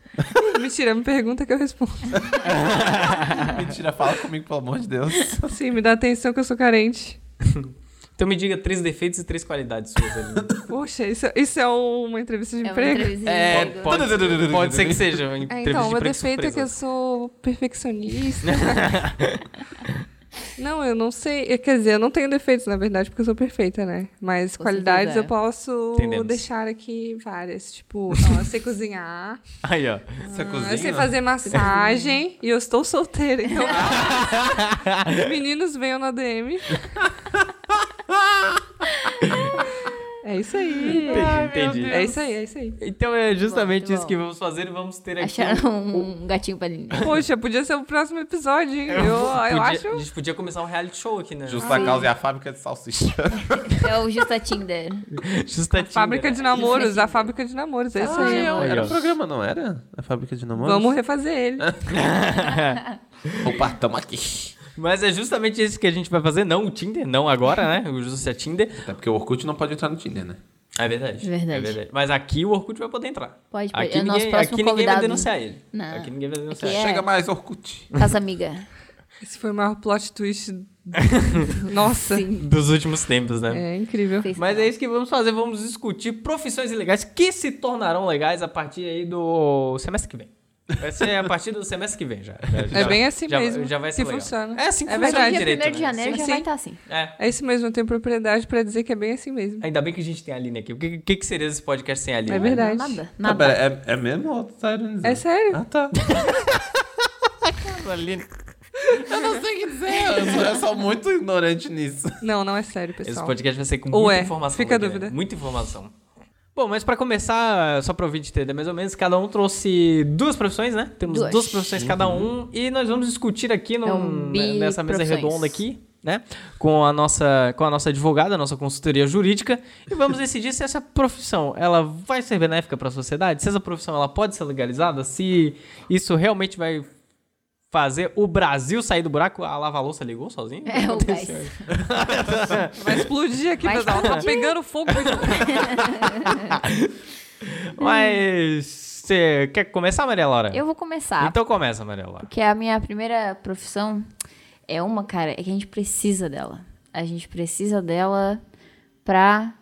[SPEAKER 1] Mentira, me pergunta que eu respondo.
[SPEAKER 3] Mentira, fala comigo, pelo amor de Deus.
[SPEAKER 1] Sim, me dá atenção que eu sou carente.
[SPEAKER 4] Então me diga três defeitos e três qualidades suas ali.
[SPEAKER 1] Poxa, isso, isso é uma entrevista de
[SPEAKER 2] É uma
[SPEAKER 1] emprego?
[SPEAKER 2] entrevista de
[SPEAKER 4] É,
[SPEAKER 2] emprego.
[SPEAKER 4] pode, pode ser que seja. uma
[SPEAKER 1] É,
[SPEAKER 4] entrevista
[SPEAKER 1] então,
[SPEAKER 4] de
[SPEAKER 1] meu
[SPEAKER 4] emprego
[SPEAKER 1] defeito é que eu
[SPEAKER 4] surpresa.
[SPEAKER 1] sou perfeccionista. não, eu não sei. eh, Quer dizer, eu não tenho defeitos, na verdade, porque eu sou perfeita, né? Mas
[SPEAKER 2] Com
[SPEAKER 1] qualidades
[SPEAKER 2] certeza.
[SPEAKER 1] eu
[SPEAKER 2] é.
[SPEAKER 1] posso
[SPEAKER 4] Entendemos.
[SPEAKER 1] deixar aqui várias. Tipo, ó, eu sei cozinhar,
[SPEAKER 4] Aí, ó.
[SPEAKER 3] Você
[SPEAKER 1] eu sei
[SPEAKER 3] cozinha?
[SPEAKER 1] fazer massagem e eu estou solteira. Então, meninos venham na DM. é isso aí.
[SPEAKER 4] Entendi, entendi.
[SPEAKER 1] É isso aí, é isso aí.
[SPEAKER 4] Então é justamente
[SPEAKER 2] Muito bom.
[SPEAKER 4] isso que vamos fazer e vamos ter aqui.
[SPEAKER 2] Acharam um gatinho pra ele.
[SPEAKER 1] Poxa, podia ser o próximo episódio, hein? Eu, eu
[SPEAKER 4] Podia-
[SPEAKER 1] acho.
[SPEAKER 4] A gente podia começar um reality show aqui, né?
[SPEAKER 3] Justa Causa é a fábrica de salsicha.
[SPEAKER 2] É o Justa Tinder.
[SPEAKER 4] Justa
[SPEAKER 1] Fábrica de namoros, a fábrica de namoros, é
[SPEAKER 2] Ah,
[SPEAKER 1] isso aí.
[SPEAKER 4] eu-
[SPEAKER 3] Era um programa, não era? A fábrica de namoros?
[SPEAKER 1] Vamos refazer ele.
[SPEAKER 3] Opa, tamo aqui.
[SPEAKER 4] Mas é justamente isso que a gente vai fazer. Não o Tinder, não agora, né? O Justa Tinder.
[SPEAKER 3] Até porque o Orkut não pode entrar no Tinder, né?
[SPEAKER 4] É verdade.
[SPEAKER 2] Verdade.
[SPEAKER 4] É verdade. Mas aqui o Orkut vai poder entrar.
[SPEAKER 2] Pode,
[SPEAKER 1] Tipo,
[SPEAKER 2] pode.
[SPEAKER 4] Aqui
[SPEAKER 2] É o
[SPEAKER 4] ninguém,
[SPEAKER 2] nosso próximo
[SPEAKER 4] aqui ninguém vai
[SPEAKER 2] convidado.
[SPEAKER 4] denunciar ele.
[SPEAKER 2] Não.
[SPEAKER 4] Aqui ninguém vai denunciar
[SPEAKER 2] Aqui
[SPEAKER 4] ele.
[SPEAKER 2] É.
[SPEAKER 3] Chega mais, Orkut.
[SPEAKER 2] Casa amiga.
[SPEAKER 1] Esse foi o maior plot twist. Nossa.
[SPEAKER 4] Dos últimos tempos, né?
[SPEAKER 1] É incrível.
[SPEAKER 2] Vocês
[SPEAKER 4] Mas é isso que vamos fazer, vamos discutir profissões ilegais que se tornarão legais a partir aí do semestre que vem. Vai ser a partir do semestre que vem já. Já-
[SPEAKER 1] É bem assim
[SPEAKER 4] já-
[SPEAKER 1] mesmo.
[SPEAKER 4] Já vai ser
[SPEAKER 1] Se
[SPEAKER 4] legal.
[SPEAKER 1] funciona.
[SPEAKER 4] É assim que
[SPEAKER 1] É
[SPEAKER 4] funciona
[SPEAKER 1] verdade.
[SPEAKER 2] Dia
[SPEAKER 4] direito.
[SPEAKER 2] 1 de
[SPEAKER 4] né?
[SPEAKER 2] janeiro já
[SPEAKER 1] Sim.
[SPEAKER 2] vai estar assim.
[SPEAKER 4] É.
[SPEAKER 1] É isso mesmo, eu tenho propriedade pra dizer que é bem assim mesmo.
[SPEAKER 4] Ainda bem que a gente tem a Aline aqui. O que, que, que seria esse podcast sem a Aline?
[SPEAKER 1] É verdade.
[SPEAKER 2] Nada,
[SPEAKER 3] Não,
[SPEAKER 2] nada.
[SPEAKER 3] pera, é, é mesmo ou tu tá ironizando?
[SPEAKER 1] É sério?
[SPEAKER 3] Ah, tá.
[SPEAKER 4] A Aline.
[SPEAKER 3] Eu não sei o que dizer. Eu sou, eu sou muito ignorante nisso.
[SPEAKER 1] Não, não é sério,
[SPEAKER 4] Esse
[SPEAKER 1] pessoal.
[SPEAKER 4] podcast vai ser com
[SPEAKER 1] Ou
[SPEAKER 4] muita
[SPEAKER 1] é,
[SPEAKER 4] informação.
[SPEAKER 1] fica a
[SPEAKER 4] aqui, né?
[SPEAKER 1] dúvida.
[SPEAKER 4] Muita informação. Bom, mas pra começar, só pra ouvir de mais ou menos, cada um trouxe duas profissões, né? Temos duas,
[SPEAKER 2] Duas.
[SPEAKER 4] profissões cada um e nós vamos discutir aqui num- né,
[SPEAKER 2] É um bi-
[SPEAKER 4] nessa mesa
[SPEAKER 2] profissões.
[SPEAKER 4] redonda aqui, né? Com a nossa, com a nossa advogada, a nossa consultoria jurídica e vamos decidir se essa profissão, ela vai ser benéfica pra sociedade, se essa profissão ela pode ser legalizada, se isso realmente vai fazer o Brasil sair do buraco, a lava-louça ligou sozinha?
[SPEAKER 2] É o gás.
[SPEAKER 1] Vai explodir aqui,
[SPEAKER 2] Vai
[SPEAKER 1] pessoal. Tá
[SPEAKER 2] explodir.
[SPEAKER 1] pegando fogo.
[SPEAKER 4] Mas você quer começar, Maria Laura?
[SPEAKER 2] Eu vou começar.
[SPEAKER 4] Então começa, Maria Laura.
[SPEAKER 2] Porque é a minha primeira profissão é uma, cara, é que a gente precisa dela. A gente precisa dela pra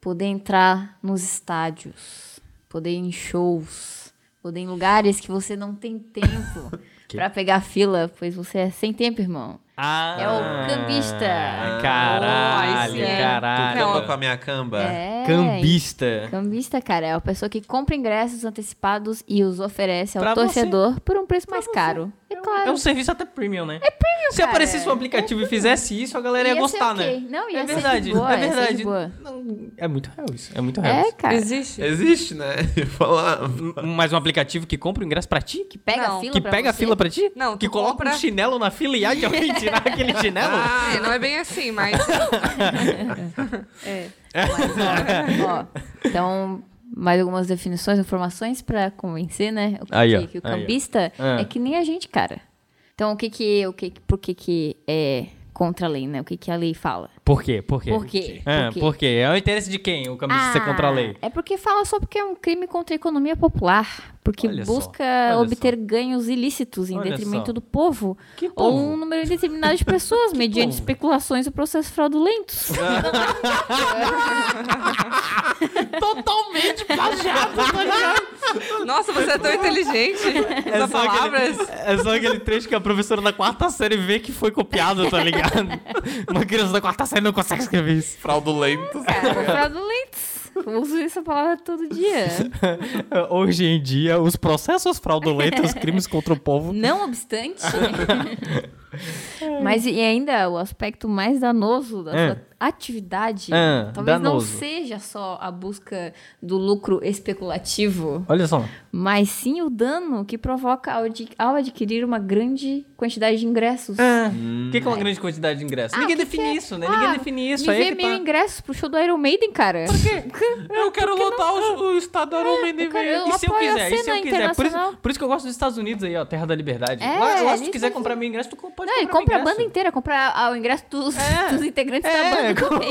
[SPEAKER 2] poder entrar nos estádios, poder ir em shows, poder ir em lugares que você não tem tempo pra pegar fila, pois você é sem tempo, irmão.
[SPEAKER 4] Ah,
[SPEAKER 2] É o cambista.
[SPEAKER 4] Caralho,
[SPEAKER 1] Oh, aí sim.
[SPEAKER 4] caralho.
[SPEAKER 3] Camba com a minha camba.
[SPEAKER 2] É.
[SPEAKER 4] Cambista.
[SPEAKER 2] Cambista, cara, é a pessoa que compra ingressos antecipados e os oferece ao
[SPEAKER 4] Pra você.
[SPEAKER 2] torcedor por um preço mais caro. É claro.
[SPEAKER 4] É um serviço até premium, né? É premium, Se
[SPEAKER 2] cara.
[SPEAKER 4] aparecesse um aplicativo e fizesse isso, a galera ia,
[SPEAKER 2] Ia ser
[SPEAKER 4] gostar,
[SPEAKER 2] ok.
[SPEAKER 4] né?
[SPEAKER 2] Não, ia
[SPEAKER 4] é
[SPEAKER 2] ser de
[SPEAKER 4] verdade,
[SPEAKER 2] boa,
[SPEAKER 4] é
[SPEAKER 2] ia ser de
[SPEAKER 4] verdade.
[SPEAKER 2] boa.
[SPEAKER 4] Não, é muito real isso. É muito real.
[SPEAKER 2] É,
[SPEAKER 4] isso.
[SPEAKER 2] cara.
[SPEAKER 1] Existe?
[SPEAKER 3] Existe, né? Eu ah, ia falar.
[SPEAKER 4] Mas um aplicativo que compra o ingresso pra ti? Que,
[SPEAKER 2] Pega
[SPEAKER 1] Não.
[SPEAKER 2] a fila
[SPEAKER 4] que
[SPEAKER 2] pra
[SPEAKER 4] pega a
[SPEAKER 2] você.
[SPEAKER 4] fila pra ti?
[SPEAKER 1] Não, tu
[SPEAKER 4] que coloca um
[SPEAKER 1] compra-
[SPEAKER 4] chinelo na fila e aí alguém tirar aquele chinelo?
[SPEAKER 1] É, não é bem assim, mas.
[SPEAKER 2] É. Mas, ó, ó, então, mais algumas definições, informações pra convencer, né? O que,
[SPEAKER 4] Aí, ó,
[SPEAKER 2] que o
[SPEAKER 4] aí, ó.
[SPEAKER 2] cambista
[SPEAKER 4] Ah.
[SPEAKER 2] é que nem a gente, cara. Então, o que que, o que, que- por que que é contra a lei, né? O que que a lei fala?
[SPEAKER 4] Por quê? Por quê?
[SPEAKER 2] Por quê?
[SPEAKER 4] Ah,
[SPEAKER 2] Por quê?
[SPEAKER 4] por quê? É o interesse de quem o cambista ser contra a lei?
[SPEAKER 2] É porque fala só porque é um crime contra a economia popular, porque
[SPEAKER 4] Olha só,
[SPEAKER 2] busca
[SPEAKER 4] olha
[SPEAKER 2] obter ganhos ilícitos em
[SPEAKER 4] Olha
[SPEAKER 2] detrimento
[SPEAKER 4] só.
[SPEAKER 2] do povo,
[SPEAKER 4] Que
[SPEAKER 2] ou
[SPEAKER 4] povo?
[SPEAKER 2] um número indeterminado de pessoas, mediante
[SPEAKER 4] povo?
[SPEAKER 2] especulações ou processos fraudulentos.
[SPEAKER 4] Totalmente plagiado, tá ligado?
[SPEAKER 1] Nossa, você é tão inteligente.
[SPEAKER 4] É
[SPEAKER 1] Usa
[SPEAKER 4] só,
[SPEAKER 1] palavras.
[SPEAKER 4] aquele, é só aquele trecho que a professora da quarta série vê que foi copiado, tá ligado? Uma criança da quarta série não consegue escrever isso.
[SPEAKER 3] Fraudulentos.
[SPEAKER 4] é.
[SPEAKER 2] Cara, fraudulentos. Eu uso essa palavra todo dia.
[SPEAKER 4] Hoje em dia, os processos fraudulentos, os crimes contra o povo.
[SPEAKER 2] Não obstante. Mas e ainda o aspecto mais danoso da
[SPEAKER 4] É.
[SPEAKER 2] sua atividade
[SPEAKER 4] É,
[SPEAKER 2] talvez
[SPEAKER 4] danoso.
[SPEAKER 2] não seja só a busca do lucro especulativo,
[SPEAKER 4] Olha só.
[SPEAKER 2] mas sim o dano que provoca ao, adqui- ao adquirir uma grande quantidade de ingressos.
[SPEAKER 4] O que, que é uma grande quantidade de ingressos? Ninguém define isso, né?
[SPEAKER 2] Ah,
[SPEAKER 4] Ninguém define isso.
[SPEAKER 2] Me
[SPEAKER 4] Aí
[SPEAKER 2] vê
[SPEAKER 4] é que
[SPEAKER 2] mil
[SPEAKER 4] tá...
[SPEAKER 2] ingressos pro show do Iron Maiden, cara. Por quê?
[SPEAKER 4] Eu quero lotar o, o estado da Iron Maiden,
[SPEAKER 2] É, eu quero-
[SPEAKER 4] velho.
[SPEAKER 2] eu
[SPEAKER 4] E se eu
[SPEAKER 2] apoio a
[SPEAKER 4] quiser? E se
[SPEAKER 2] cena
[SPEAKER 4] eu quiser? Por isso,
[SPEAKER 2] internacional.
[SPEAKER 4] por isso que eu gosto dos Estados Unidos aí, ó, Terra da Liberdade.
[SPEAKER 2] É,
[SPEAKER 4] lá, lá, se tu
[SPEAKER 2] eles
[SPEAKER 4] quiser
[SPEAKER 2] são-
[SPEAKER 4] comprar meu ingresso, tu pode
[SPEAKER 2] Não, ele
[SPEAKER 4] comprar meu
[SPEAKER 2] compra a
[SPEAKER 4] ingresso.
[SPEAKER 2] banda inteira, compra a- o ingresso dos,
[SPEAKER 4] É.
[SPEAKER 2] dos integrantes
[SPEAKER 4] É,
[SPEAKER 2] da banda
[SPEAKER 4] com-
[SPEAKER 2] também.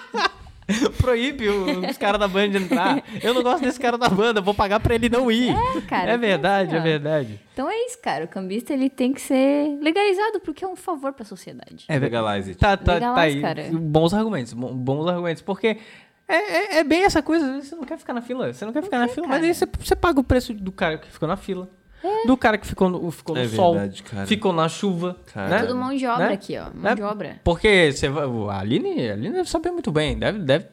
[SPEAKER 4] Proíbe o- os caras da banda de entrar. Eu não gosto desse cara da banda, vou pagar pra ele não ir.
[SPEAKER 2] É, cara,
[SPEAKER 4] É
[SPEAKER 2] que
[SPEAKER 4] verdade, é
[SPEAKER 2] legal.
[SPEAKER 4] verdade.
[SPEAKER 2] Então é isso, cara. O cambista ele tem que ser legalizado porque é um favor pra sociedade.
[SPEAKER 4] É
[SPEAKER 3] Legalize it.
[SPEAKER 4] Tá, tá,
[SPEAKER 2] Legal,
[SPEAKER 4] tá aí.
[SPEAKER 2] cara.
[SPEAKER 4] Bons argumentos, bom- bons argumentos. Porque é, é- é bem essa coisa, às vezes você não quer ficar na fila. Você não quer ficar na fila, mas
[SPEAKER 2] cara. É.
[SPEAKER 4] aí você, você paga o preço do cara que ficou na fila. Do cara que ficou no, ficou no
[SPEAKER 3] É
[SPEAKER 4] sol,
[SPEAKER 3] verdade, cara.
[SPEAKER 4] ficou na chuva.
[SPEAKER 3] Cara.
[SPEAKER 4] né?
[SPEAKER 2] Tudo mão de obra
[SPEAKER 4] Né?
[SPEAKER 2] aqui, ó. Mão
[SPEAKER 4] Né?
[SPEAKER 2] de obra.
[SPEAKER 4] Porque você vai- o- a Aline, a Aline deve saber muito bem. Deve, deve,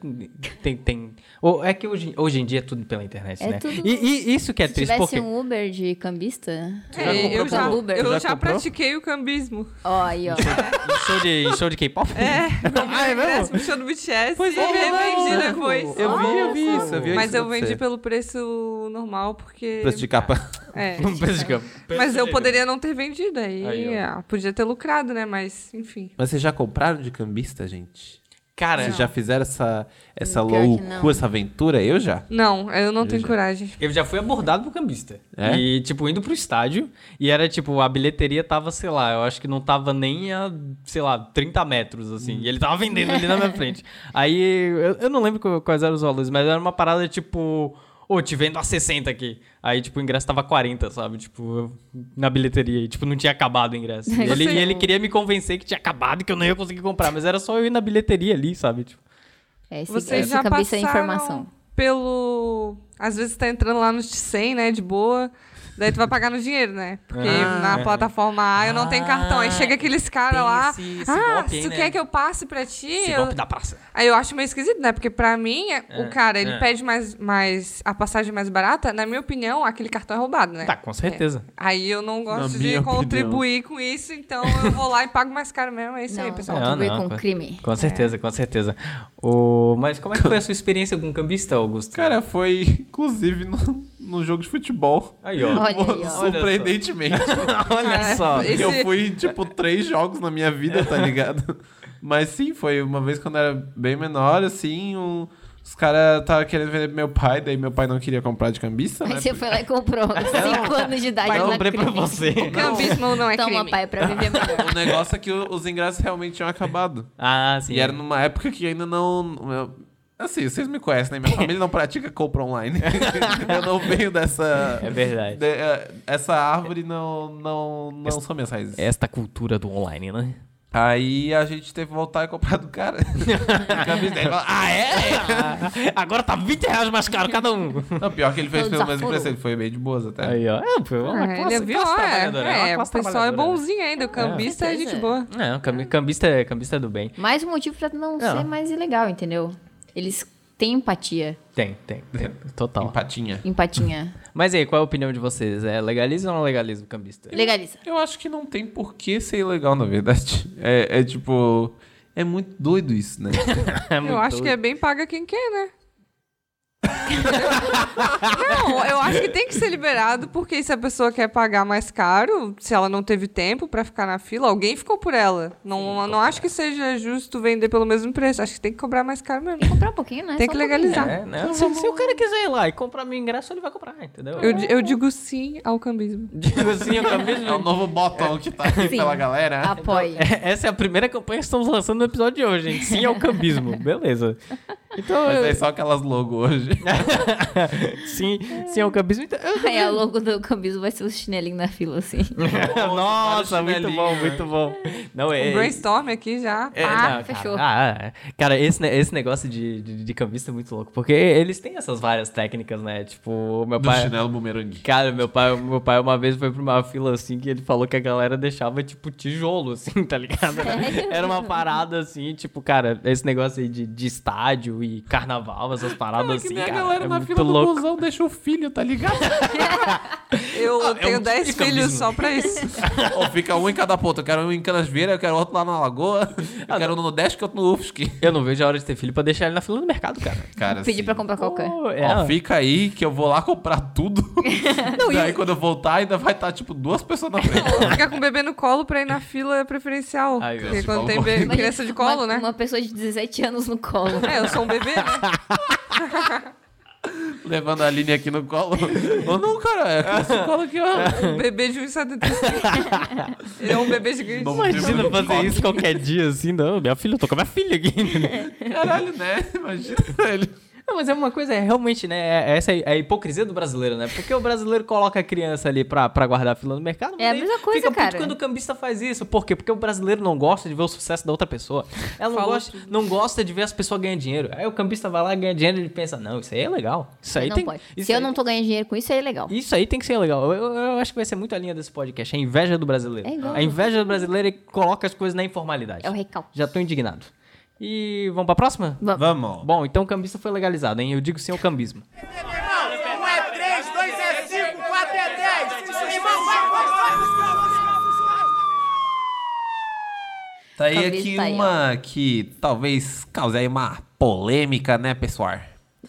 [SPEAKER 4] tem, tem, ou é que hoje, hoje em dia é tudo pela internet,
[SPEAKER 2] É
[SPEAKER 4] né?
[SPEAKER 2] tudo-
[SPEAKER 4] E, e isso que é
[SPEAKER 2] Se
[SPEAKER 4] triste,
[SPEAKER 2] tivesse
[SPEAKER 4] porque...
[SPEAKER 2] um Uber de cambista.
[SPEAKER 3] já
[SPEAKER 1] É,
[SPEAKER 3] comprou
[SPEAKER 1] eu já,
[SPEAKER 2] pelo Uber?
[SPEAKER 1] eu
[SPEAKER 3] Já
[SPEAKER 1] já,
[SPEAKER 3] comprou?
[SPEAKER 1] pratiquei o cambismo.
[SPEAKER 2] Ó, aí, ó.
[SPEAKER 4] Em Um show de, em show de K-pop?
[SPEAKER 1] É,
[SPEAKER 4] ah, é mesmo?
[SPEAKER 1] no show do BTS
[SPEAKER 4] Pois
[SPEAKER 1] e
[SPEAKER 4] é,
[SPEAKER 1] revendi
[SPEAKER 4] não.
[SPEAKER 1] depois.
[SPEAKER 3] Eu vi, eu vi isso, eu vi
[SPEAKER 1] Mas
[SPEAKER 3] isso
[SPEAKER 1] eu vendi
[SPEAKER 3] acontecer.
[SPEAKER 1] pelo preço normal, porque.
[SPEAKER 3] Preço de capa.
[SPEAKER 1] É.
[SPEAKER 4] Não precisa de campo.
[SPEAKER 1] Mas eu poderia não ter vendido, aí,
[SPEAKER 4] Aí, ó.
[SPEAKER 1] ah, podia ter lucrado, né? Mas, enfim.
[SPEAKER 3] Mas vocês já compraram de cambista, gente?
[SPEAKER 4] Cara,
[SPEAKER 3] Vocês já fizeram essa, essa
[SPEAKER 2] Pior que não.
[SPEAKER 3] loucura, essa aventura? Eu já.
[SPEAKER 1] Não, eu não tenho
[SPEAKER 3] já-
[SPEAKER 1] coragem.
[SPEAKER 4] Eu já fui abordado por cambista.
[SPEAKER 3] É?
[SPEAKER 4] E, tipo, indo pro estádio. E era, tipo, a bilheteria tava, sei lá, eu acho que não tava nem a, sei lá, 30 metros, assim. E ele tava vendendo ali na minha frente. Aí, eu, eu não lembro qu- quais eram os valores, mas era uma parada, tipo... Ô, te vendo a 60 aqui. Aí, tipo, o ingresso tava 40, sabe? Tipo, eu- na bilheteria. E, tipo, não tinha acabado o ingresso. E ele,
[SPEAKER 2] Você-
[SPEAKER 4] e ele queria me convencer que tinha acabado e que eu não ia conseguir comprar. Mas era só eu ir na bilheteria ali, sabe? Tipo,
[SPEAKER 2] É, esse,
[SPEAKER 1] Vocês
[SPEAKER 2] esse
[SPEAKER 1] já
[SPEAKER 2] cambista
[SPEAKER 1] passaram
[SPEAKER 2] é informação.
[SPEAKER 1] pelo... Às vezes tá entrando lá no 100, né, de boa. Daí tu vai pagar no dinheiro, né? Porque
[SPEAKER 4] Ah,
[SPEAKER 1] na
[SPEAKER 4] é.
[SPEAKER 1] plataforma A Ah, eu não tenho cartão. Aí chega aqueles caras lá.
[SPEAKER 4] Ah, esse- esse
[SPEAKER 1] ah,
[SPEAKER 4] golpe aí,
[SPEAKER 1] se tu
[SPEAKER 4] né?
[SPEAKER 1] quer que eu passe pra ti?
[SPEAKER 4] esse
[SPEAKER 1] eu-
[SPEAKER 4] golpe da praça.
[SPEAKER 1] Aí eu acho meio esquisito, né? Porque pra mim, o cara, ele
[SPEAKER 4] é.
[SPEAKER 1] pede mais, mais a passagem mais barata. Na minha opinião, aquele cartão é roubado, né?
[SPEAKER 4] Tá, com certeza.
[SPEAKER 1] Aí eu não gosto
[SPEAKER 3] minha
[SPEAKER 1] de
[SPEAKER 3] opinião.
[SPEAKER 1] contribuir com isso, então eu vou lá e pago mais caro mesmo. É isso aí,
[SPEAKER 2] Não,
[SPEAKER 1] pessoal.
[SPEAKER 2] não. contribuir com o crime.
[SPEAKER 4] Com certeza, com certeza. O... Mas como é que foi a sua experiência com o cambista, Augusto?
[SPEAKER 3] Cara, foi inclusive no, no jogo de futebol.
[SPEAKER 4] aí, ó.
[SPEAKER 2] Olha aí, ó.
[SPEAKER 3] Surpreendentemente.
[SPEAKER 4] Olha só.
[SPEAKER 1] Esse-
[SPEAKER 3] Eu fui, tipo, três jogos na minha vida, tá ligado? Mas sim, foi uma vez quando eu era bem menor, assim, um- os caras estavam querendo vender pro meu pai, daí meu pai não queria comprar de cambista,
[SPEAKER 2] Aí
[SPEAKER 3] né?
[SPEAKER 2] você foi lá e comprou 5 anos de idade
[SPEAKER 4] Pai,
[SPEAKER 2] na
[SPEAKER 4] comprei pra
[SPEAKER 2] crime.
[SPEAKER 4] você. né?
[SPEAKER 1] Cambismo não é
[SPEAKER 2] Toma,
[SPEAKER 1] crime.
[SPEAKER 2] pai, pra viver melhor.
[SPEAKER 3] O negócio é que o- os ingressos realmente tinham acabado.
[SPEAKER 4] Ah, sim.
[SPEAKER 3] E era numa época que ainda não. eu- Assim, vocês me conhecem, né? Minha família não pratica compra online. eu não venho dessa.
[SPEAKER 4] É verdade.
[SPEAKER 3] de- eh, essa árvore não, não, não são minhas raízes.
[SPEAKER 4] Esta cultura do online, né?
[SPEAKER 3] Aí a gente teve que voltar e comprar do cara. Camisa dele. ah, é?
[SPEAKER 4] Agora tá 20 reais mais caro cada um.
[SPEAKER 3] Não, pior que ele fez
[SPEAKER 2] Todo
[SPEAKER 3] pelo mesmo
[SPEAKER 2] desaforo.
[SPEAKER 3] preço. Ele foi bem de boas até.
[SPEAKER 4] Aí, ó. É, pô, é uma
[SPEAKER 1] Ah,
[SPEAKER 4] classe,
[SPEAKER 1] ele viu,
[SPEAKER 4] classe
[SPEAKER 1] ó, é,
[SPEAKER 4] trabalhadora, é uma
[SPEAKER 1] é, o
[SPEAKER 4] classe
[SPEAKER 1] pessoal é
[SPEAKER 4] trabalhadora, né?
[SPEAKER 1] bonzinho ainda, o cambista é,
[SPEAKER 2] certeza.
[SPEAKER 1] gente boa.
[SPEAKER 4] Não, cambi- cambista, é- cambista é do bem.
[SPEAKER 2] Mais um motivo pra não, ser mais ilegal, entendeu? Eles têm empatia.
[SPEAKER 4] Tem, tem. tem. Total.
[SPEAKER 3] Empatinha.
[SPEAKER 2] Empatinha.
[SPEAKER 4] Mas e aí, qual é a opinião de vocês? É legaliza ou não legaliza o cambista?
[SPEAKER 2] Legaliza.
[SPEAKER 3] Eu acho que não tem por que ser ilegal, na verdade. É, é tipo. É muito doido isso, né?
[SPEAKER 4] É
[SPEAKER 1] Eu acho que é bem paga quem quer, né? não, eu acho que tem que ser liberado, porque se a pessoa quer pagar mais caro, se ela não teve tempo pra ficar na fila, alguém ficou por ela. Não, não acho que seja justo vender pelo mesmo preço. Acho que tem que cobrar mais caro mesmo.
[SPEAKER 2] Comprar um pouquinho, né?
[SPEAKER 1] Tem
[SPEAKER 2] Só
[SPEAKER 1] que
[SPEAKER 2] um pouquinho.
[SPEAKER 1] legalizar.
[SPEAKER 4] É, né? Se, se o cara quiser ir lá e comprar meu ingresso, ele vai comprar, entendeu?
[SPEAKER 1] Eu, di- eu digo sim ao cambismo.
[SPEAKER 4] digo assim, eu acabei de
[SPEAKER 3] É o novo botão que tá aqui
[SPEAKER 2] Sim.
[SPEAKER 3] pela galera.
[SPEAKER 2] Apoie.
[SPEAKER 4] É, Essa é a primeira campanha que estamos lançando no episódio de hoje, gente. Sim ao cambismo. Beleza. Então,
[SPEAKER 3] Mas é
[SPEAKER 4] eu-
[SPEAKER 3] só aquelas logo hoje.
[SPEAKER 4] sim, sim ao cambismo. Então, eu-
[SPEAKER 2] Aí a logo do cambismo vai ser os chinelinhos na fila, assim.
[SPEAKER 4] Nossa, muito
[SPEAKER 3] chinelinho,
[SPEAKER 4] bom,
[SPEAKER 3] né?
[SPEAKER 4] muito bom. Não, é.
[SPEAKER 1] Um brainstorm aqui já.
[SPEAKER 4] é-
[SPEAKER 2] Ah,
[SPEAKER 4] não, cara.
[SPEAKER 2] fechou.
[SPEAKER 4] Ah, é. cara, esse, ne- esse negócio de, de, de cambista é muito louco. Porque eles têm essas várias técnicas, né? Tipo, meu
[SPEAKER 3] Do
[SPEAKER 4] pai.
[SPEAKER 3] chinelo bumerangue.
[SPEAKER 4] Cara, meu pai, meu pai uma vez foi pra uma fila assim que ele falou que a galera deixava, tipo, tijolo, assim, tá ligado? Era uma parada assim, tipo, cara, esse negócio aí de, de estádio e carnaval, essas paradas
[SPEAKER 3] Cara, que
[SPEAKER 4] assim.
[SPEAKER 3] nem a
[SPEAKER 4] cara,
[SPEAKER 3] galera
[SPEAKER 4] é
[SPEAKER 3] na
[SPEAKER 4] muito
[SPEAKER 3] fila do
[SPEAKER 4] louco.
[SPEAKER 3] busão deixa o filho, tá ligado?
[SPEAKER 1] Eu tenho
[SPEAKER 4] tipo
[SPEAKER 1] 10
[SPEAKER 4] de
[SPEAKER 1] filhos
[SPEAKER 4] cambismo.
[SPEAKER 1] só pra isso.
[SPEAKER 3] Ou fica um em cada ponta. Eu quero um em Canasveira, eu quero outro lá na Lagoa, eu quero um no Nordeste e outro no UFSC.
[SPEAKER 4] Eu não vejo a hora de ter filho pra deixar ele na fila do mercado, cara.
[SPEAKER 3] Cara, assim,
[SPEAKER 2] Pedir pra comprar coca.
[SPEAKER 4] Pô, é,
[SPEAKER 3] Ó, fica aí que eu vou lá comprar tudo. Daí quando eu voltar ainda vai estar, tipo, duas pessoas na frente.
[SPEAKER 1] Ficar com o bebê no colo pra ir na fila é preferencial.
[SPEAKER 4] Ai, meu
[SPEAKER 1] porque
[SPEAKER 3] Deus.
[SPEAKER 1] quando tem be-
[SPEAKER 2] Imagina
[SPEAKER 1] criança de colo,
[SPEAKER 2] uma,
[SPEAKER 1] né?
[SPEAKER 2] Uma pessoa de 17 anos no colo.
[SPEAKER 1] É, eu sou um bebê, né?
[SPEAKER 3] Levando a Aline aqui no colo. Ou não, cara, é com esse colo aqui, ó.
[SPEAKER 1] Um bebê de 1,75. Ele é um bebê gigante.
[SPEAKER 3] Bom,
[SPEAKER 4] Imagina
[SPEAKER 3] filme do
[SPEAKER 4] fazer isso qualquer dia assim, não. Minha filha, eu tô com a minha filha aqui.
[SPEAKER 3] Caralho, né? Imagina ele.
[SPEAKER 4] Não, mas é uma coisa, é realmente, né? é- Essa é a hipocrisia do brasileiro, né? Porque o brasileiro coloca a criança ali pra, pra guardar a fila no mercado. mas
[SPEAKER 2] É a
[SPEAKER 4] daí
[SPEAKER 2] mesma coisa,
[SPEAKER 4] fica puto
[SPEAKER 2] cara.
[SPEAKER 4] quando o cambista faz isso. Por quê? Porque o brasileiro não gosta de ver o sucesso da outra pessoa. Ela não
[SPEAKER 1] Falou
[SPEAKER 4] gosta, não gosta de ver as pessoas ganhando dinheiro. Aí o cambista vai lá, ganha dinheiro e ele pensa: não, isso aí é legal. Isso aí
[SPEAKER 2] não
[SPEAKER 4] tem.
[SPEAKER 2] pode.
[SPEAKER 4] Isso
[SPEAKER 2] Se eu
[SPEAKER 4] aí
[SPEAKER 2] não tô ganhando dinheiro com isso, aí é legal.
[SPEAKER 4] isso aí tem que ser legal. Eu, eu- eu acho que vai ser muito a linha desse podcast. É a inveja do brasileiro.
[SPEAKER 2] É igual.
[SPEAKER 4] a inveja do brasileiro é que coloca as coisas na informalidade.
[SPEAKER 2] É o recalque.
[SPEAKER 4] Já tô indignado. E vamos pra próxima?
[SPEAKER 2] Vamos.
[SPEAKER 3] Vamos.
[SPEAKER 4] Bom, então o cambista foi legalizado, hein? Eu digo sim ao cambismo.
[SPEAKER 6] Um é 3, 2 é 5, 4 é 10. Irmão, vai, vai, vai.
[SPEAKER 3] Tá aí
[SPEAKER 2] Talvez
[SPEAKER 3] aqui
[SPEAKER 2] tá aí,
[SPEAKER 3] uma que talvez cause aí uma polêmica, né, pessoal?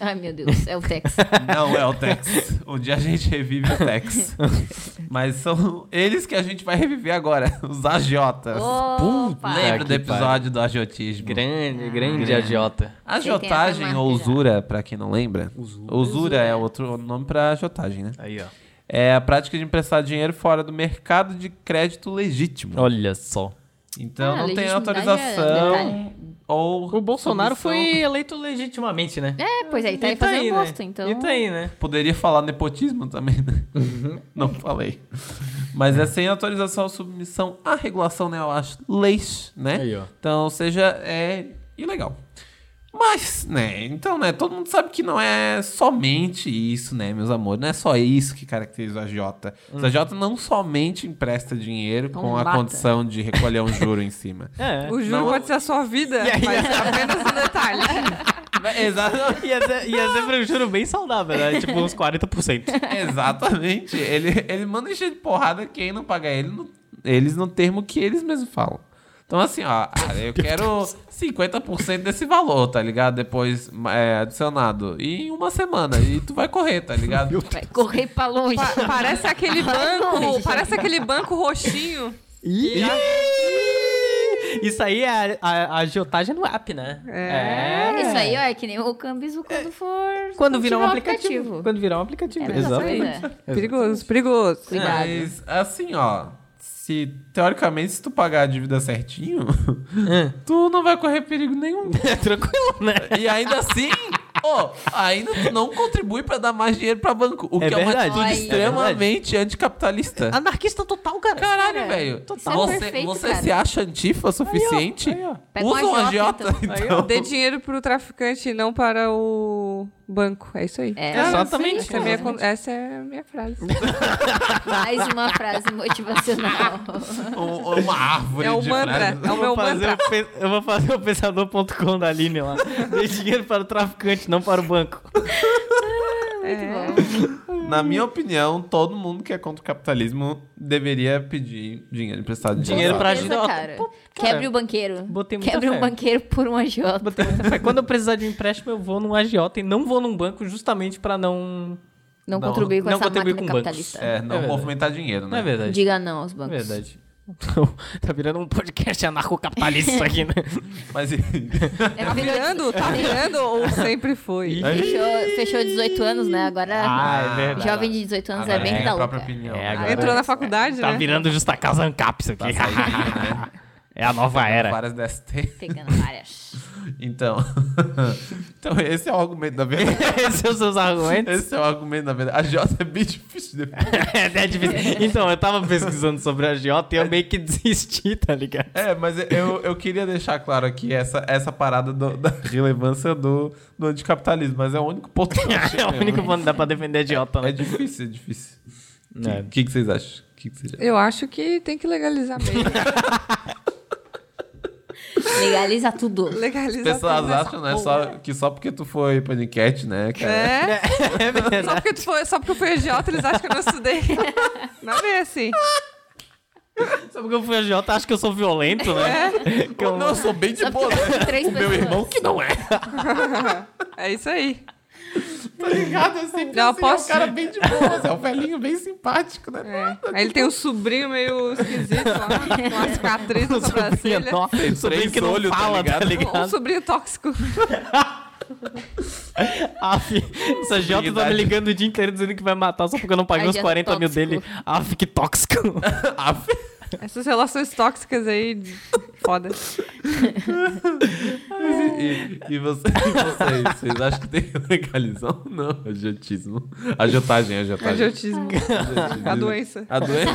[SPEAKER 2] Ai, meu Deus, é o Tex.
[SPEAKER 3] Não é o Tex. Um dia a gente revive o Tex. Mas são eles que a gente vai reviver agora, os agiotas.
[SPEAKER 2] Opa!
[SPEAKER 3] Lembra
[SPEAKER 4] que
[SPEAKER 3] do episódio do agiotismo?
[SPEAKER 4] Grande, Ah, grande agiota.
[SPEAKER 2] Sei, tem
[SPEAKER 3] Agiotagem
[SPEAKER 2] até
[SPEAKER 3] ou
[SPEAKER 2] marca já.
[SPEAKER 3] usura, pra quem não lembra. Usura, é outro nome pra agiotagem, né?
[SPEAKER 4] Aí, ó.
[SPEAKER 3] É a prática de emprestar dinheiro fora do mercado de crédito legítimo.
[SPEAKER 4] Olha só.
[SPEAKER 3] Então
[SPEAKER 2] Ah,
[SPEAKER 3] não tem
[SPEAKER 2] legitimidade é
[SPEAKER 3] autorização
[SPEAKER 2] detalhe.
[SPEAKER 3] ou
[SPEAKER 4] O Bolsonaro
[SPEAKER 3] submissão.
[SPEAKER 4] foi eleito legitimamente, né?
[SPEAKER 2] É, pois aí, tá aí fazendo bosta, então.
[SPEAKER 4] E tá aí, né?
[SPEAKER 3] Poderia falar nepotismo também,
[SPEAKER 4] Uhum.
[SPEAKER 3] né? Não falei. Mas é sem autorização ou submissão à regulação, né? Eu acho. Leis, né?
[SPEAKER 4] Aí, ó.
[SPEAKER 3] Então, ou seja, é ilegal. Mas, né? Então, né? Todo mundo sabe que não é somente isso, né, meus amores? Não é só isso que caracteriza o agiota.
[SPEAKER 4] Hum.
[SPEAKER 3] O agiota não somente empresta dinheiro com a
[SPEAKER 2] Combata.
[SPEAKER 3] condição de recolher um juro em cima.
[SPEAKER 4] É.
[SPEAKER 1] O juro
[SPEAKER 3] Não.
[SPEAKER 1] pode ser a sua vida,
[SPEAKER 4] E aí-
[SPEAKER 1] mas apenas um detalhe.
[SPEAKER 3] Exatamente.
[SPEAKER 4] Ia ser, ia ser pra um juro bem saudável, né? Tipo uns 40%.
[SPEAKER 3] Exatamente. Ele, ele manda encher de porrada quem não pagar ele, no- eles no termo que eles mesmos falam. Então, assim, ó, ah, eu quero 50% desse valor, tá ligado? Depois é, adicionado. E em uma semana. E tu vai correr, tá ligado?
[SPEAKER 2] Vai correr pra longe.
[SPEAKER 1] Pa- parece aquele banco, parece aquele banco roxinho.
[SPEAKER 4] Ih! Isso aí é a, a, a agiotagem no app, né?
[SPEAKER 1] É.
[SPEAKER 2] Isso aí, ó, é que nem o cambiso quando for.
[SPEAKER 4] Quando virar um
[SPEAKER 2] tiver
[SPEAKER 4] aplicativo. Quando virar um aplicativo.
[SPEAKER 2] É a mesma coisa.
[SPEAKER 1] Perigoso, perigoso.
[SPEAKER 2] Cuidado.
[SPEAKER 3] Mas, assim, ó. Se, teoricamente, se tu pagar a dívida certinho, tu não vai correr perigo nenhum.
[SPEAKER 4] É tranquilo, né?
[SPEAKER 3] E ainda assim, ó, ainda tu não contribui pra dar mais dinheiro pra banco. O
[SPEAKER 4] É
[SPEAKER 3] que é
[SPEAKER 4] verdade.
[SPEAKER 3] uma
[SPEAKER 2] Olha
[SPEAKER 3] atitude
[SPEAKER 2] aí.
[SPEAKER 3] extremamente anticapitalista.
[SPEAKER 4] Anarquista total, cara.
[SPEAKER 3] Caralho,
[SPEAKER 2] Cara,
[SPEAKER 3] velho.
[SPEAKER 2] isso é
[SPEAKER 3] você
[SPEAKER 2] perfeito,
[SPEAKER 3] você
[SPEAKER 2] cara.
[SPEAKER 3] se acha antifa o suficiente?
[SPEAKER 4] aí, ó.
[SPEAKER 2] Pega
[SPEAKER 3] Usa um
[SPEAKER 2] um
[SPEAKER 3] agiota,
[SPEAKER 2] agiota,
[SPEAKER 3] então.
[SPEAKER 1] Dê dinheiro pro traficante e não para o banco. É isso aí.
[SPEAKER 2] É,
[SPEAKER 4] Exatamente.
[SPEAKER 1] Essa é, a minha, con- essa é a minha frase.
[SPEAKER 2] Mais uma frase motivacional.
[SPEAKER 3] Um- uma árvore
[SPEAKER 1] É o
[SPEAKER 3] de
[SPEAKER 1] mantra.
[SPEAKER 3] frases.
[SPEAKER 1] É o
[SPEAKER 4] Eu
[SPEAKER 1] meu
[SPEAKER 4] vou fazer
[SPEAKER 1] mantra.
[SPEAKER 4] o pe- eu vou fazer o pensador.com da Aline lá. Dê dinheiro para o traficante, não para o banco.
[SPEAKER 1] É.
[SPEAKER 2] Muito bom.
[SPEAKER 3] Na minha opinião, todo mundo que é contra o capitalismo deveria pedir dinheiro emprestado. de
[SPEAKER 4] Dinheiro pra
[SPEAKER 3] volta.
[SPEAKER 2] Beleza,
[SPEAKER 4] agiota.
[SPEAKER 2] cara.
[SPEAKER 4] Pô, cara,
[SPEAKER 2] Quebre o banqueiro.
[SPEAKER 4] botei muita
[SPEAKER 2] Quebre
[SPEAKER 4] fé.
[SPEAKER 2] um banqueiro por um agiota.
[SPEAKER 4] Botei muita fé. Quando eu precisar de um empréstimo, eu vou num agiota e não vou num banco justamente pra não...
[SPEAKER 2] Não,
[SPEAKER 3] Não,
[SPEAKER 2] contribuir com
[SPEAKER 4] não
[SPEAKER 2] essa
[SPEAKER 4] contribuir
[SPEAKER 2] máquina
[SPEAKER 4] com bancos.
[SPEAKER 2] capitalista.
[SPEAKER 3] É, não
[SPEAKER 4] É verdade.
[SPEAKER 3] movimentar dinheiro,
[SPEAKER 4] Não é
[SPEAKER 3] né?
[SPEAKER 4] verdade.
[SPEAKER 2] Diga não aos bancos.
[SPEAKER 4] Verdade. tá virando um podcast anarcocapitalista isso aqui, né?
[SPEAKER 3] Mas
[SPEAKER 2] É
[SPEAKER 1] Tá virando? Tá virando ou sempre foi?
[SPEAKER 2] Fechou, fechou 18 anos, né? Agora,
[SPEAKER 4] Ah, é verdade.
[SPEAKER 2] jovem de 18 anos é
[SPEAKER 3] Agora
[SPEAKER 2] bem
[SPEAKER 3] Ah, tem
[SPEAKER 2] da
[SPEAKER 3] a própria
[SPEAKER 2] louca.
[SPEAKER 3] opinião. né?
[SPEAKER 4] É, agora-
[SPEAKER 1] Entrou na faculdade,
[SPEAKER 4] Tá
[SPEAKER 1] né?
[SPEAKER 4] virando justa causa ancap isso
[SPEAKER 3] Tá
[SPEAKER 4] aqui. é a nova era.
[SPEAKER 3] né? Várias DST.
[SPEAKER 2] Pegando várias.
[SPEAKER 3] Então. então, esse é o argumento da verdade.
[SPEAKER 4] Esses são os seus argumentos.
[SPEAKER 3] Esse é o argumento da verdade. A Jota é bem difícil de
[SPEAKER 4] É, é difícil. Então, eu tava pesquisando sobre a Giota e eu meio que desisti, tá ligado?
[SPEAKER 3] É, mas eu, eu queria deixar claro aqui essa, essa parada do- da relevância do, do anticapitalismo, mas é o único ponto que eu achei
[SPEAKER 4] É o
[SPEAKER 3] mesmo.
[SPEAKER 4] único ponto que dá pra defender a Giota,
[SPEAKER 3] É
[SPEAKER 4] né?
[SPEAKER 3] difícil, é difícil. O
[SPEAKER 4] É.
[SPEAKER 3] que, que, que vocês acham? Que que vocês acham?
[SPEAKER 1] Eu acho que tem que legalizar mesmo.
[SPEAKER 2] Legaliza tudo.
[SPEAKER 1] Legalizar.
[SPEAKER 3] Pessoas
[SPEAKER 1] tudo essa
[SPEAKER 3] acham, né,
[SPEAKER 1] porra.
[SPEAKER 3] só, que só porque tu foi paniquete, né, cara?
[SPEAKER 1] É.
[SPEAKER 4] É verdade.
[SPEAKER 1] Só porque, tu foi, só porque eu fui idiota, eles acham que eu não estudei. Não é bem assim.
[SPEAKER 4] Só porque eu fui a Giota, acho que eu sou violento, né? Que eu-
[SPEAKER 3] Não, eu sou bem de
[SPEAKER 2] Só
[SPEAKER 3] boa,
[SPEAKER 2] porque
[SPEAKER 3] né?
[SPEAKER 2] tem três
[SPEAKER 3] O meu
[SPEAKER 2] pessoas.
[SPEAKER 3] irmão que não é.
[SPEAKER 1] É isso aí.
[SPEAKER 3] Tá ligado? Eu sempre
[SPEAKER 1] Já
[SPEAKER 3] assim,
[SPEAKER 1] posso-
[SPEAKER 3] é um cara bem de boa, é um velhinho bem simpático, né?
[SPEAKER 1] É. Aí ele tem um sobrinho meio esquisito, ó, com uma cicatriz na
[SPEAKER 4] sobrinho
[SPEAKER 1] é sobrancelha.
[SPEAKER 4] nó- sobrinho que não
[SPEAKER 3] olhos, tá
[SPEAKER 4] fala, tá
[SPEAKER 3] ligado?
[SPEAKER 1] Um
[SPEAKER 4] ligado?
[SPEAKER 1] sobrinho tóxico.
[SPEAKER 4] Aff, essa Jota tá me
[SPEAKER 3] Sublimidade.
[SPEAKER 4] ligando o dia inteiro dizendo que vai matar só porque eu não paguei
[SPEAKER 2] Ai,
[SPEAKER 4] os
[SPEAKER 2] Jota
[SPEAKER 4] 40 mil
[SPEAKER 2] tóxico.
[SPEAKER 4] dele. Aff, que tóxico.
[SPEAKER 3] Aff.
[SPEAKER 1] Essas relações tóxicas aí, foda.
[SPEAKER 3] E, e você- e vocês? Vocês acham que tem legalização? Não, agiotismo. Agiotagem, agiotagem.
[SPEAKER 1] Agiotismo.
[SPEAKER 3] Agiotismo.
[SPEAKER 1] É A doença.
[SPEAKER 3] A doença.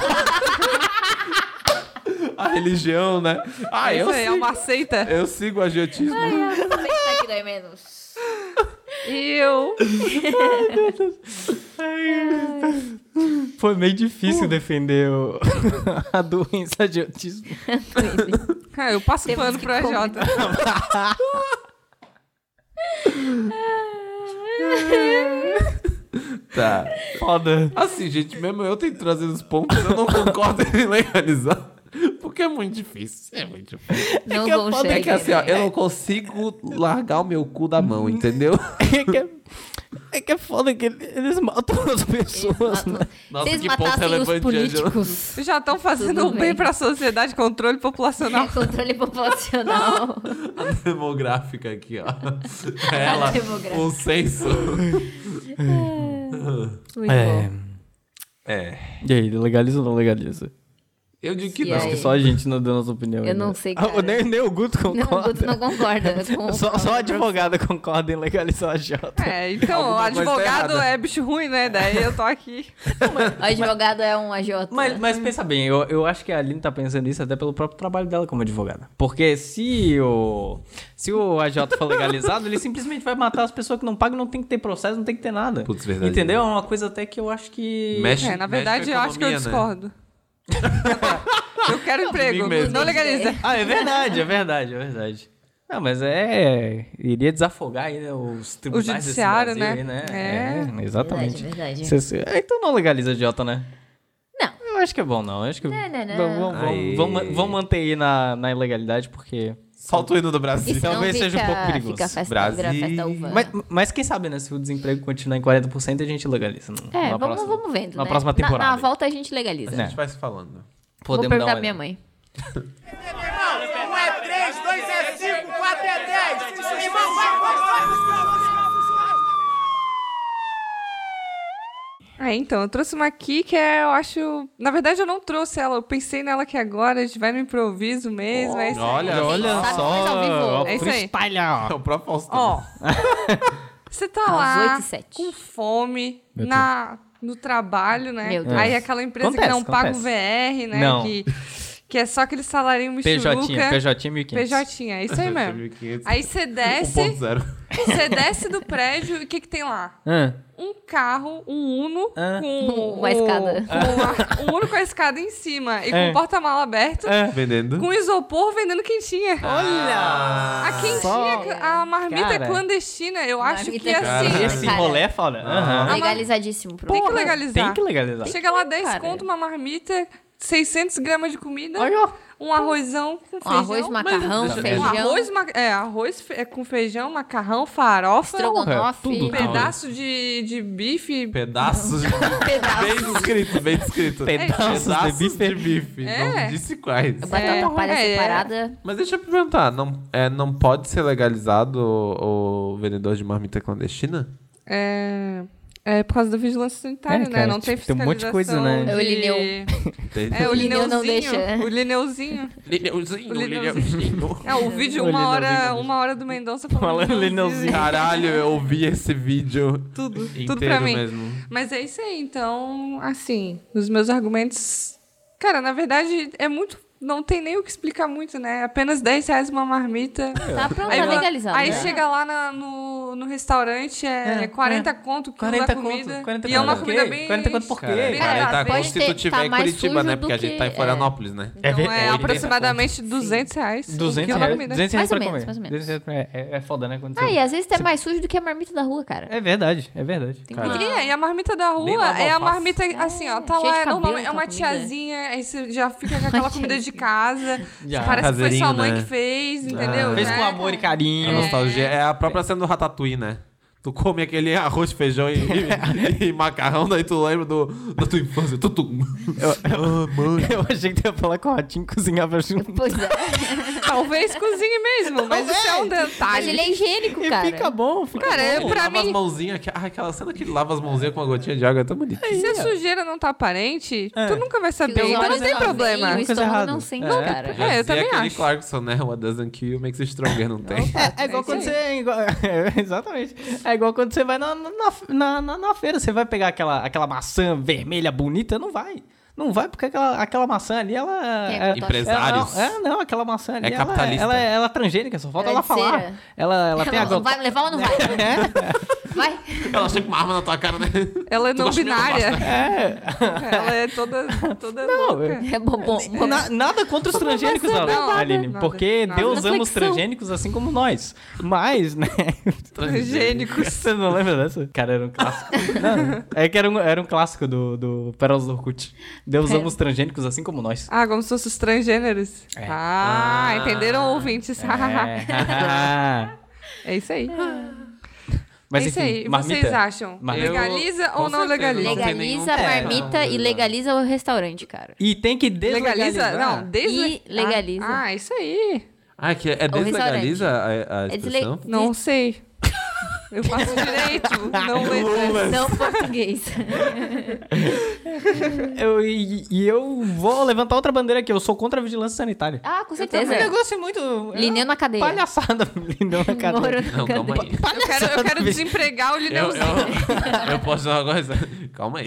[SPEAKER 3] A religião, né? Ah, eu
[SPEAKER 1] Isso aí é
[SPEAKER 3] sigo,
[SPEAKER 1] uma seita.
[SPEAKER 3] eu sigo o agiotismo.
[SPEAKER 2] Tá que dói menos.
[SPEAKER 1] E eu.
[SPEAKER 4] Foi meio difícil defender o- a doença de autismo.
[SPEAKER 1] Cara, eu passo
[SPEAKER 2] Temos
[SPEAKER 1] pano
[SPEAKER 2] que
[SPEAKER 1] pra Jota.
[SPEAKER 3] Tá.
[SPEAKER 4] Foda.
[SPEAKER 3] Assim, gente, mesmo eu tenho trazido os pontos, eu não concordo em legalizar. Porque é muito difícil. É muito difícil.
[SPEAKER 2] Não né?
[SPEAKER 4] que eu
[SPEAKER 2] vão
[SPEAKER 4] falo- é
[SPEAKER 3] É que assim, ó,
[SPEAKER 2] chegar.
[SPEAKER 3] eu não consigo largar o meu cu da mão, entendeu?
[SPEAKER 4] É que é, é que é foda que ele- eles matam as pessoas, né?
[SPEAKER 3] Nossa,
[SPEAKER 2] Se eles
[SPEAKER 3] que ponto
[SPEAKER 2] matassem os
[SPEAKER 3] relevante,
[SPEAKER 2] políticos.
[SPEAKER 1] Já estão fazendo
[SPEAKER 2] Tudo
[SPEAKER 1] um bem
[SPEAKER 2] bem.
[SPEAKER 1] pra sociedade, controle populacional.
[SPEAKER 2] É controle populacional.
[SPEAKER 3] A demográfica aqui, ó. Ela,
[SPEAKER 2] demográfica.
[SPEAKER 3] um senso.
[SPEAKER 2] Muito
[SPEAKER 4] É.
[SPEAKER 2] bom.
[SPEAKER 3] É.
[SPEAKER 4] E aí, legaliza ou não legaliza?
[SPEAKER 3] Eu digo que
[SPEAKER 2] E
[SPEAKER 3] não.
[SPEAKER 2] aí?
[SPEAKER 4] Acho que só a gente não deu nossa opinião.
[SPEAKER 2] Eu
[SPEAKER 4] ainda.
[SPEAKER 2] não sei,
[SPEAKER 4] Ah,
[SPEAKER 2] cara.
[SPEAKER 4] nem, nem o Guto
[SPEAKER 2] Não, o
[SPEAKER 4] concorda.
[SPEAKER 2] Guto não concorda com o
[SPEAKER 4] Só, só
[SPEAKER 2] Paulo.
[SPEAKER 4] a advogada concorda em legalizar a Jota.
[SPEAKER 1] É, então,
[SPEAKER 3] Alguma coisa tá
[SPEAKER 1] advogado
[SPEAKER 3] errada.
[SPEAKER 1] é bicho ruim, né? Daí eu tô aqui.
[SPEAKER 2] O advogado é um agiota.
[SPEAKER 4] Mas, mas pensa bem, eu, eu acho que a Aline tá pensando nisso até pelo próprio trabalho dela como advogada. Porque se o, se o AJ for legalizado, ele simplesmente vai matar as pessoas que não pagam, não tem que ter processo, não tem que ter nada.
[SPEAKER 3] Putz, verdade.
[SPEAKER 4] Entendeu? É uma coisa até que eu acho que.
[SPEAKER 3] Mexe,
[SPEAKER 1] É, na
[SPEAKER 3] mexe com a
[SPEAKER 1] verdade, eu acho que eu
[SPEAKER 3] economia, né?
[SPEAKER 1] discordo. Eu quero emprego,
[SPEAKER 3] mesmo.
[SPEAKER 1] não legaliza.
[SPEAKER 4] Ah, é verdade, é verdade, é verdade. Não, mas é. Iria desafogar aí, né, os tribunais desse
[SPEAKER 1] judiciário,
[SPEAKER 4] Brasil
[SPEAKER 1] né?
[SPEAKER 4] aí, né? É, exatamente.
[SPEAKER 2] Verdade, verdade.
[SPEAKER 4] Cê- cê- ah, Então não legaliza idiota, né?
[SPEAKER 2] Não.
[SPEAKER 4] Eu acho que é bom, não. Eu acho que.
[SPEAKER 2] Não, não, não.
[SPEAKER 4] Vamos- Vamos,
[SPEAKER 3] Aê.
[SPEAKER 4] vamos man- vamos manter aí na, na ilegalidade, porque.
[SPEAKER 3] Solta o hino do Brasil.
[SPEAKER 2] Isso é
[SPEAKER 4] talvez
[SPEAKER 2] não
[SPEAKER 4] seja um
[SPEAKER 2] fica-
[SPEAKER 4] pouco perigoso.
[SPEAKER 2] Fica festa,
[SPEAKER 3] Brasil.
[SPEAKER 2] vira festa uva.
[SPEAKER 4] Mas, mas quem sabe, né? Se o desemprego continuar em 40%, a gente legaliza. no-
[SPEAKER 2] é,
[SPEAKER 4] na
[SPEAKER 2] vamos,
[SPEAKER 4] próxima.
[SPEAKER 2] vamos vendo.
[SPEAKER 4] Na
[SPEAKER 2] né?
[SPEAKER 4] próxima temporada.
[SPEAKER 2] Na, na volta a gente legaliza.
[SPEAKER 4] É.
[SPEAKER 3] A gente vai se falando.
[SPEAKER 2] Vou
[SPEAKER 4] dar
[SPEAKER 2] perguntar
[SPEAKER 4] uma
[SPEAKER 2] pra minha
[SPEAKER 4] olhada.
[SPEAKER 2] mãe.
[SPEAKER 6] Irmão, um é 3, 2 é 5, 4 é 10. Irmão, vai, vai, vai.
[SPEAKER 1] É, então, eu trouxe uma aqui que é, eu acho. Na verdade, eu não trouxe ela, eu pensei nela aqui agora, a gente vai no improviso mesmo. é isso aí.
[SPEAKER 3] Olha,
[SPEAKER 4] Olha
[SPEAKER 2] Sabe, faz ao vivo.
[SPEAKER 4] só.
[SPEAKER 1] É isso aí.
[SPEAKER 4] freestyle,
[SPEAKER 3] É
[SPEAKER 4] ó.
[SPEAKER 3] o próprio Faustão.
[SPEAKER 1] Ó. Você tá
[SPEAKER 2] Às
[SPEAKER 1] lá
[SPEAKER 2] oito e sete.
[SPEAKER 1] com fome na, no trabalho, né?
[SPEAKER 2] Meu Deus.
[SPEAKER 1] Aí aquela empresa que
[SPEAKER 4] Acontece,
[SPEAKER 1] não paga o
[SPEAKER 4] acontece.
[SPEAKER 1] VR, né?
[SPEAKER 4] Não.
[SPEAKER 1] Que, que é só aquele salarinho
[SPEAKER 4] PJ,
[SPEAKER 1] michuruca.
[SPEAKER 4] PJ 1500.
[SPEAKER 1] PJ, é isso aí mesmo.
[SPEAKER 3] 1.500.
[SPEAKER 1] Aí você desce,
[SPEAKER 3] 1.0.
[SPEAKER 1] você desce do prédio e o que que tem lá?
[SPEAKER 4] Ah,
[SPEAKER 1] Um carro, um Uno
[SPEAKER 4] Ah.
[SPEAKER 1] com o-
[SPEAKER 2] Uma escada.
[SPEAKER 1] com a- um Uno com a escada em cima e com
[SPEAKER 4] É.
[SPEAKER 1] o porta-mala aberto,
[SPEAKER 4] É.
[SPEAKER 3] Vendendo. Ah,
[SPEAKER 1] com isopor vendendo quentinha.
[SPEAKER 4] Olha!
[SPEAKER 1] A
[SPEAKER 4] Só-
[SPEAKER 1] quentinha, a marmita é
[SPEAKER 4] Cara.
[SPEAKER 1] clandestina, eu acho que
[SPEAKER 2] Marmita é
[SPEAKER 1] assim.
[SPEAKER 4] Esse
[SPEAKER 2] Cara.
[SPEAKER 4] rolê é foda. Aham.
[SPEAKER 2] Legalizadíssimo.
[SPEAKER 1] Tem que
[SPEAKER 2] pronto.
[SPEAKER 1] legalizar.
[SPEAKER 4] Tem que legalizar.
[SPEAKER 1] Chega lá,
[SPEAKER 2] que,
[SPEAKER 1] 10
[SPEAKER 2] cara.
[SPEAKER 1] conto, uma marmita, 600 gramas de comida,
[SPEAKER 4] Olha, ó.
[SPEAKER 1] um arrozão com
[SPEAKER 2] Um
[SPEAKER 1] feijão.
[SPEAKER 2] arroz, macarrão,
[SPEAKER 3] Mas-
[SPEAKER 1] um
[SPEAKER 2] feijão,
[SPEAKER 1] arroz, ma- é, arroz fe- é, com feijão, macarrão, farofa,
[SPEAKER 2] estrogonofe.
[SPEAKER 4] tudo.
[SPEAKER 1] um pedaço de, de bife.
[SPEAKER 3] Pedaços. de- bem descrito, bem descrito.
[SPEAKER 4] Pedaços de bife.
[SPEAKER 3] de bife.
[SPEAKER 1] É.
[SPEAKER 3] Não disse quais.
[SPEAKER 2] Batata
[SPEAKER 1] É.
[SPEAKER 2] palha
[SPEAKER 1] É, é.
[SPEAKER 2] separada.
[SPEAKER 3] Mas deixa eu perguntar, não, é, não pode ser legalizado o, o vendedor de marmita clandestina?
[SPEAKER 1] É, é por causa da vigilância sanitária,
[SPEAKER 4] É,
[SPEAKER 1] né?
[SPEAKER 4] cara,
[SPEAKER 1] Não tem
[SPEAKER 4] tipo, tem
[SPEAKER 1] fiscalização.
[SPEAKER 4] um monte de coisa, né?
[SPEAKER 1] de-
[SPEAKER 2] É o Lineu.
[SPEAKER 3] Entende?
[SPEAKER 1] É, o
[SPEAKER 2] O Lineu
[SPEAKER 1] lineuzinho.
[SPEAKER 2] não deixa. é.
[SPEAKER 1] O lineuzinho.
[SPEAKER 3] Lineuzinho,
[SPEAKER 1] O Lineuzinho.
[SPEAKER 3] Lineuzinho.
[SPEAKER 1] É, o vídeo,
[SPEAKER 4] O
[SPEAKER 1] uma
[SPEAKER 4] Lineuzinho
[SPEAKER 1] hora,
[SPEAKER 4] não
[SPEAKER 1] uma hora do Mendonça
[SPEAKER 4] Falando
[SPEAKER 1] falando
[SPEAKER 4] Lineuzinho.
[SPEAKER 3] Caralho, eu ouvi esse vídeo
[SPEAKER 1] Tudo,
[SPEAKER 3] inteiro
[SPEAKER 1] tudo pra mim.
[SPEAKER 3] mesmo.
[SPEAKER 1] Mas é isso aí, então, assim, os meus argumentos. Cara, na verdade, é muito. Não tem nem o que explicar muito, né? Apenas 10 reais uma marmita.
[SPEAKER 2] Tá pronto,
[SPEAKER 1] Aí,
[SPEAKER 2] tá
[SPEAKER 1] ela-
[SPEAKER 2] legalizado.
[SPEAKER 1] aí
[SPEAKER 2] né?
[SPEAKER 1] chega lá na- no, no restaurante, é,
[SPEAKER 4] É,
[SPEAKER 1] 40 conto o quilo da
[SPEAKER 4] 40
[SPEAKER 1] comida.
[SPEAKER 4] conto, 40
[SPEAKER 1] e é uma
[SPEAKER 4] conto,
[SPEAKER 1] comida
[SPEAKER 4] ok.
[SPEAKER 1] bem...
[SPEAKER 4] 40 conto por quê?
[SPEAKER 3] Cara,
[SPEAKER 1] Bem
[SPEAKER 3] cara, tá
[SPEAKER 1] barato,
[SPEAKER 3] como
[SPEAKER 1] hein?
[SPEAKER 2] Pode
[SPEAKER 3] se tu
[SPEAKER 2] ter- tá
[SPEAKER 3] tiver em
[SPEAKER 2] mais
[SPEAKER 3] Curitiba,
[SPEAKER 2] sujo
[SPEAKER 3] né?
[SPEAKER 2] do
[SPEAKER 3] Porque a gente
[SPEAKER 2] que-
[SPEAKER 3] tá
[SPEAKER 1] é.
[SPEAKER 3] em Florianópolis, né?
[SPEAKER 1] Então é,
[SPEAKER 4] é 80
[SPEAKER 1] aproximadamente 200 reais. o
[SPEAKER 4] 200
[SPEAKER 1] quilo da
[SPEAKER 4] reais,
[SPEAKER 1] comida.
[SPEAKER 4] 200 reais
[SPEAKER 2] Mais ou
[SPEAKER 4] pra
[SPEAKER 2] menos,
[SPEAKER 4] comer.
[SPEAKER 2] mais ou menos.
[SPEAKER 4] 200 reais pra- é, é foda, né? Quando
[SPEAKER 2] Ah,
[SPEAKER 4] você-
[SPEAKER 2] e às vezes é mais sujo do que a marmita da rua, cara.
[SPEAKER 4] É verdade, é verdade.
[SPEAKER 1] E, aí, a marmita da
[SPEAKER 4] Nem
[SPEAKER 1] rua
[SPEAKER 4] lava
[SPEAKER 1] é a
[SPEAKER 4] alface.
[SPEAKER 1] marmita, assim, ó, tá
[SPEAKER 2] cheio de
[SPEAKER 1] lá, é,
[SPEAKER 2] cabelo
[SPEAKER 1] normal, é
[SPEAKER 2] aquela
[SPEAKER 1] uma
[SPEAKER 2] comida.
[SPEAKER 1] tiazinha, aí você já fica com aquela comida de casa,
[SPEAKER 4] Já. Ah,
[SPEAKER 1] parece que foi
[SPEAKER 3] Caseirinho,
[SPEAKER 1] sua mãe
[SPEAKER 3] né?
[SPEAKER 1] que fez, entendeu?
[SPEAKER 4] Fez
[SPEAKER 1] né?
[SPEAKER 4] com amor e carinho.
[SPEAKER 3] A nostalgia é a própria cena do Ratatouille, né? Tu come aquele arroz, feijão e, e- e macarrão, daí tu lembra do, da tua infância. Tu, tu. Ah, mãe.
[SPEAKER 4] Eu achei que tu ia falar que o ratinho cozinhava junto.
[SPEAKER 2] Pois é.
[SPEAKER 1] Talvez cozinhe mesmo, mas isso é um
[SPEAKER 2] Mas
[SPEAKER 1] detalhe.
[SPEAKER 2] ele é higiênico,
[SPEAKER 4] E
[SPEAKER 2] cara.
[SPEAKER 4] fica bom, fica
[SPEAKER 1] Cara,
[SPEAKER 4] bom.
[SPEAKER 1] é
[SPEAKER 3] Pô,
[SPEAKER 1] pra
[SPEAKER 3] lava
[SPEAKER 1] mim.
[SPEAKER 3] as mãozinhas. aqui. Ah, aquela cena que ele lava as mãozinhas com uma gotinha de água é tão bonitinha.
[SPEAKER 1] Se a sujeira não tá aparente,
[SPEAKER 4] É.
[SPEAKER 1] tu nunca vai
[SPEAKER 2] Que
[SPEAKER 1] saber.
[SPEAKER 2] os
[SPEAKER 1] Então não
[SPEAKER 2] olhos
[SPEAKER 1] tem
[SPEAKER 2] não
[SPEAKER 1] problema.
[SPEAKER 2] veem, O
[SPEAKER 4] Coisa
[SPEAKER 2] estômago
[SPEAKER 4] errada.
[SPEAKER 2] não sente,
[SPEAKER 4] É.
[SPEAKER 2] cara.
[SPEAKER 1] É, eu
[SPEAKER 3] dizia
[SPEAKER 1] também
[SPEAKER 3] aquele
[SPEAKER 1] acho.
[SPEAKER 3] Clarkson, né? What doesn't kill makes stronger, não tem.
[SPEAKER 4] É, é
[SPEAKER 1] É
[SPEAKER 4] igual
[SPEAKER 1] isso
[SPEAKER 4] quando
[SPEAKER 1] aí.
[SPEAKER 4] você. é igual- é, exatamente. É igual quando você vai na, na, na, na- na feira, você vai pegar aquela, aquela maçã vermelha bonita, não vai. Não vai, porque aquela, aquela maçã ali, ela.
[SPEAKER 2] Tem
[SPEAKER 4] é-
[SPEAKER 2] a
[SPEAKER 4] ela-
[SPEAKER 3] Empresários.
[SPEAKER 4] É, não, aquela maçã ali.
[SPEAKER 3] É
[SPEAKER 4] ela,
[SPEAKER 3] capitalista.
[SPEAKER 4] Ela, ela é transgênica, só falta
[SPEAKER 2] Ela
[SPEAKER 4] ela
[SPEAKER 2] é
[SPEAKER 4] falar.
[SPEAKER 2] terceira.
[SPEAKER 4] Ela, ela tem a
[SPEAKER 2] Ela- Vai levar ou não vai? Vai.
[SPEAKER 3] Ela chega com uma arma na tua cara, né?
[SPEAKER 1] Ela é
[SPEAKER 3] Tu
[SPEAKER 1] não
[SPEAKER 3] gosta de mim, eu gosto,
[SPEAKER 1] binária.
[SPEAKER 4] É.
[SPEAKER 1] Ela é toda. toda
[SPEAKER 4] Não,
[SPEAKER 1] louca.
[SPEAKER 2] É bobom.
[SPEAKER 4] Na- nada contra os transgênicos,
[SPEAKER 1] maçã,
[SPEAKER 4] Ale-
[SPEAKER 1] não,
[SPEAKER 4] Aline,
[SPEAKER 1] nada,
[SPEAKER 4] porque
[SPEAKER 1] nada.
[SPEAKER 4] Deus ama os
[SPEAKER 2] Reflexão.
[SPEAKER 4] transgênicos assim como nós. Mas, né?
[SPEAKER 1] Transgênicos.
[SPEAKER 4] Você não lembra dessa? Cara, era um clássico. Não, é que era um, era um clássico do, do Pérolas do Orkut. Deus ama os transgênicos assim como nós.
[SPEAKER 1] Ah, como se fossem os transgêneros. Ah, entenderam, ouvintes?
[SPEAKER 4] É.
[SPEAKER 1] É, isso aí.
[SPEAKER 4] Mas
[SPEAKER 1] é isso
[SPEAKER 4] enfim,
[SPEAKER 1] aí. E
[SPEAKER 4] marmita.
[SPEAKER 1] Vocês acham?
[SPEAKER 4] marmita.
[SPEAKER 1] Legaliza
[SPEAKER 3] Eu-
[SPEAKER 1] ou
[SPEAKER 3] com
[SPEAKER 1] não
[SPEAKER 3] certeza,
[SPEAKER 1] legaliza?
[SPEAKER 3] não tem
[SPEAKER 2] Legaliza a
[SPEAKER 3] nenhum- É,
[SPEAKER 2] marmita
[SPEAKER 3] não,
[SPEAKER 2] e
[SPEAKER 3] não.
[SPEAKER 2] legaliza o restaurante, cara.
[SPEAKER 4] E tem Ah. que deslegalizar.
[SPEAKER 1] Legaliza? Não, desle...
[SPEAKER 2] E legaliza.
[SPEAKER 1] Ah, ah, isso aí.
[SPEAKER 3] Ah, que é deslegaliza a, a
[SPEAKER 2] É desle-
[SPEAKER 3] expressão?
[SPEAKER 1] Não sei. Eu faço direito. Não legaliza.
[SPEAKER 2] Não português.
[SPEAKER 4] Eu- e, e eu vou levantar outra bandeira aqui. Eu sou contra a vigilância sanitária.
[SPEAKER 2] Ah, com
[SPEAKER 4] É um
[SPEAKER 2] certeza.
[SPEAKER 4] negócio muito.
[SPEAKER 2] Lineu na cadeia.
[SPEAKER 4] Palhaçada. Lineu na cadeia.
[SPEAKER 2] Moro na
[SPEAKER 3] Não, calma
[SPEAKER 2] cadeia.
[SPEAKER 3] aí.
[SPEAKER 1] Eu quero, eu quero desempregar o
[SPEAKER 3] Eu,
[SPEAKER 1] Lineuzinho.
[SPEAKER 3] eu, eu posso dar uma coisa? Calma aí.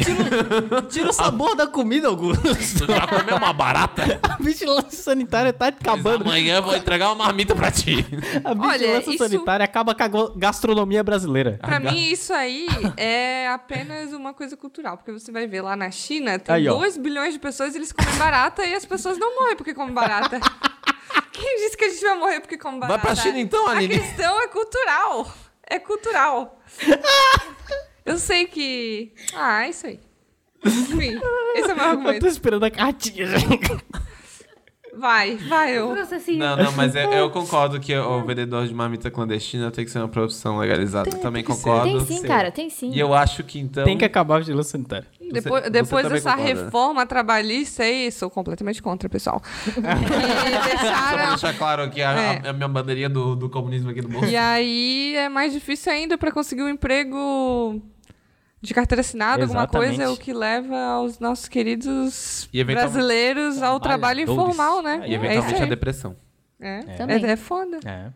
[SPEAKER 4] Tira o sabor da comida, Augusto.
[SPEAKER 3] Tu já comeu uma barata?
[SPEAKER 4] A vigilância sanitária tá acabando.
[SPEAKER 3] Amanhã eu vou entregar uma marmita pra ti.
[SPEAKER 4] A
[SPEAKER 1] Olha,
[SPEAKER 4] vigilância
[SPEAKER 1] isso-
[SPEAKER 4] sanitária acaba com a go- gastronomia brasileira.
[SPEAKER 1] Pra mim, isso aí é apenas uma coisa cultural, porque você vai ver lá na China,
[SPEAKER 4] Aí,
[SPEAKER 1] tem
[SPEAKER 4] ó.
[SPEAKER 1] 2 bilhões de pessoas, eles comem barata e as pessoas não morrem porque comem barata. Quem disse que a gente vai morrer porque come barata?
[SPEAKER 3] pra China então, Aline.
[SPEAKER 1] A questão é cultural. É cultural. Eu sei que... Ah, é isso aí. Enfim, esse é o meu
[SPEAKER 4] Eu tô
[SPEAKER 1] argumento.
[SPEAKER 4] esperando a cartinha. gente.
[SPEAKER 1] Vai, vai, eu...
[SPEAKER 3] Não, não, mas eu, eu concordo que o vendedor de marmita clandestina tem que ser uma profissão legalizada. Também concordo.
[SPEAKER 2] Tem sim, cara, tem sim.
[SPEAKER 3] E eu acho que então.
[SPEAKER 4] Tem que acabar a vigilância sanitária.
[SPEAKER 3] Você-
[SPEAKER 1] Depois,
[SPEAKER 3] você
[SPEAKER 1] depois
[SPEAKER 3] também
[SPEAKER 1] dessa
[SPEAKER 3] concorda, né?
[SPEAKER 1] reforma trabalhista aí, sou completamente contra, pessoal. E
[SPEAKER 3] Só pra
[SPEAKER 1] deixaram...
[SPEAKER 3] deixar claro aqui a,
[SPEAKER 1] É.
[SPEAKER 3] a- a minha bandeirinha do, do comunismo aqui do bolso.
[SPEAKER 1] E aí é mais difícil ainda pra conseguir um emprego de carteira assinada, alguma
[SPEAKER 4] Exatamente.
[SPEAKER 1] coisa, o que leva aos nossos queridos
[SPEAKER 3] E eventualmente-
[SPEAKER 1] brasileiros ao trabalho
[SPEAKER 4] Trabalhadores.
[SPEAKER 1] informal, né?
[SPEAKER 3] E
[SPEAKER 1] é isso
[SPEAKER 3] eventualmente a
[SPEAKER 1] aí.
[SPEAKER 3] depressão.
[SPEAKER 1] É.
[SPEAKER 2] Também.
[SPEAKER 1] É- é foda.
[SPEAKER 4] É.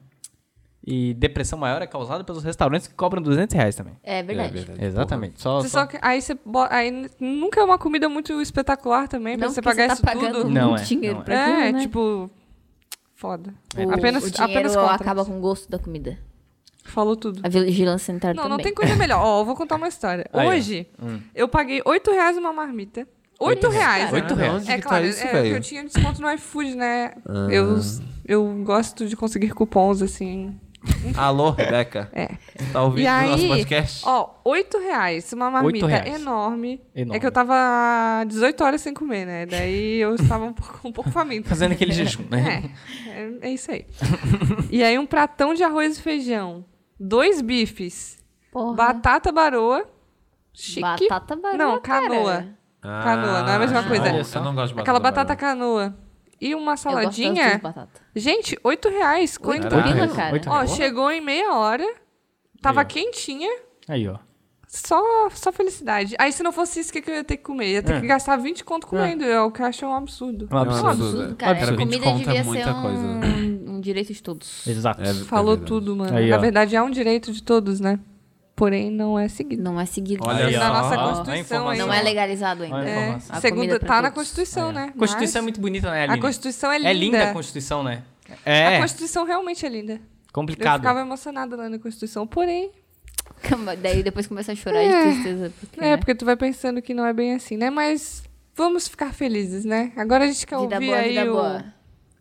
[SPEAKER 4] E depressão maior é causada pelos restaurantes que cobram 200 reais também.
[SPEAKER 2] É verdade.
[SPEAKER 4] Exatamente. Só,
[SPEAKER 1] Você só que- aí você bo- aí n- nunca é uma comida muito espetacular também pra
[SPEAKER 2] Não
[SPEAKER 1] você
[SPEAKER 2] porque
[SPEAKER 1] pagar
[SPEAKER 2] tá
[SPEAKER 1] isso
[SPEAKER 2] pagando
[SPEAKER 1] tudo.
[SPEAKER 2] muito
[SPEAKER 4] Não é,
[SPEAKER 2] dinheiro
[SPEAKER 4] não é.
[SPEAKER 2] pra
[SPEAKER 1] é,
[SPEAKER 2] aquilo, né?
[SPEAKER 1] tipo foda.
[SPEAKER 2] o,
[SPEAKER 1] apenas
[SPEAKER 2] o dinheiro
[SPEAKER 1] apenas contra.
[SPEAKER 2] acaba com o gosto da comida.
[SPEAKER 1] Falou tudo.
[SPEAKER 2] A vigilância sanitária
[SPEAKER 1] Não,
[SPEAKER 2] também.
[SPEAKER 1] não tem coisa melhor. Ó, eu vou contar uma história.
[SPEAKER 4] Aí, ó. Hum.
[SPEAKER 1] Hoje, eu paguei 8 reais uma marmita. 8 reais.
[SPEAKER 3] Oito
[SPEAKER 1] né?
[SPEAKER 3] reais. Onde
[SPEAKER 1] É
[SPEAKER 3] que tá
[SPEAKER 1] claro,
[SPEAKER 3] isso,
[SPEAKER 1] é,
[SPEAKER 3] velho?
[SPEAKER 1] porque eu tinha desconto no iFood, né?
[SPEAKER 4] Ah.
[SPEAKER 1] Eu, eu gosto de conseguir cupons, assim.
[SPEAKER 3] Alô, Rebeca.
[SPEAKER 1] É.
[SPEAKER 3] Tá
[SPEAKER 1] E
[SPEAKER 3] ouvindo o nosso
[SPEAKER 1] aí,
[SPEAKER 3] podcast?
[SPEAKER 1] ó, 8 reais, uma marmita
[SPEAKER 4] reais.
[SPEAKER 1] Enorme.
[SPEAKER 4] Enorme.
[SPEAKER 1] É que eu tava 18 horas sem comer, né? Daí eu estava um pouco, um pouco faminta.
[SPEAKER 4] Fazendo aquele jejum, né?
[SPEAKER 1] É, é, é isso aí. e aí um pratão de arroz e feijão, dois bifes,
[SPEAKER 2] Porra.
[SPEAKER 1] batata baroa, chique.
[SPEAKER 2] Batata barata.
[SPEAKER 1] Não, canoa.
[SPEAKER 2] Cara.
[SPEAKER 1] canoa, não é a mesma
[SPEAKER 3] Ah,
[SPEAKER 1] coisa.
[SPEAKER 3] olha só. Eu não gosto de
[SPEAKER 1] Aquela batata
[SPEAKER 3] barata.
[SPEAKER 1] canoa. E uma
[SPEAKER 2] Eu gosto das
[SPEAKER 1] saladinha.
[SPEAKER 2] duas batatas. Tá
[SPEAKER 1] Gente, 8 reais. Com
[SPEAKER 2] Oito
[SPEAKER 1] entulho.
[SPEAKER 3] Caraca.
[SPEAKER 2] pila, cara.
[SPEAKER 4] Oito
[SPEAKER 1] Ó,
[SPEAKER 4] reais.
[SPEAKER 1] chegou em meia hora. Tava
[SPEAKER 4] Aí, ó.
[SPEAKER 1] quentinha.
[SPEAKER 4] Aí, ó.
[SPEAKER 1] Só, só felicidade. Aí se não fosse isso, o que, que eu ia ter que comer? Ia ter
[SPEAKER 4] É.
[SPEAKER 1] que gastar 20 conto comendo. É o que eu acho um absurdo.
[SPEAKER 4] É um absurdo.
[SPEAKER 3] É um
[SPEAKER 2] Absurdo, cara.
[SPEAKER 4] Absurdo.
[SPEAKER 2] Comida
[SPEAKER 3] Conta
[SPEAKER 2] devia
[SPEAKER 3] muita
[SPEAKER 2] ser um,
[SPEAKER 3] coisa, né?
[SPEAKER 2] um direito de todos.
[SPEAKER 4] Exato.
[SPEAKER 3] É-
[SPEAKER 1] Falou
[SPEAKER 3] verdade.
[SPEAKER 1] tudo, mano.
[SPEAKER 4] Aí, ó.
[SPEAKER 1] Na verdade, é um direito de todos, né? Porém, não é seguido.
[SPEAKER 2] Não é seguido.
[SPEAKER 3] Olha
[SPEAKER 1] Na
[SPEAKER 3] só.
[SPEAKER 1] nossa
[SPEAKER 4] Ó, a
[SPEAKER 1] Constituição
[SPEAKER 4] informação.
[SPEAKER 1] ainda.
[SPEAKER 2] Não é legalizado ainda.
[SPEAKER 4] Olha a
[SPEAKER 1] É,
[SPEAKER 4] informação.
[SPEAKER 2] A
[SPEAKER 1] segundo,
[SPEAKER 2] comida pra
[SPEAKER 1] tá na
[SPEAKER 2] todos.
[SPEAKER 1] Constituição, né?
[SPEAKER 4] A Constituição
[SPEAKER 1] Mas
[SPEAKER 4] é muito bonita, né,
[SPEAKER 1] A
[SPEAKER 4] Aline?
[SPEAKER 1] Constituição é linda.
[SPEAKER 4] É linda a Constituição, né?
[SPEAKER 1] A
[SPEAKER 4] É,
[SPEAKER 1] Constituição realmente é linda. Eu
[SPEAKER 4] complicado.
[SPEAKER 1] ficava emocionada lá na Constituição, porém.
[SPEAKER 2] Calma, Daí depois começa a chorar
[SPEAKER 1] É.
[SPEAKER 2] de tristeza. Porque,
[SPEAKER 1] É,
[SPEAKER 2] né?
[SPEAKER 1] porque tu vai pensando que não é bem assim, né? Mas vamos ficar felizes, né? Agora a gente quer
[SPEAKER 2] Vida
[SPEAKER 1] ouvir
[SPEAKER 2] boa,
[SPEAKER 1] aí
[SPEAKER 2] vida
[SPEAKER 1] o-
[SPEAKER 2] boa.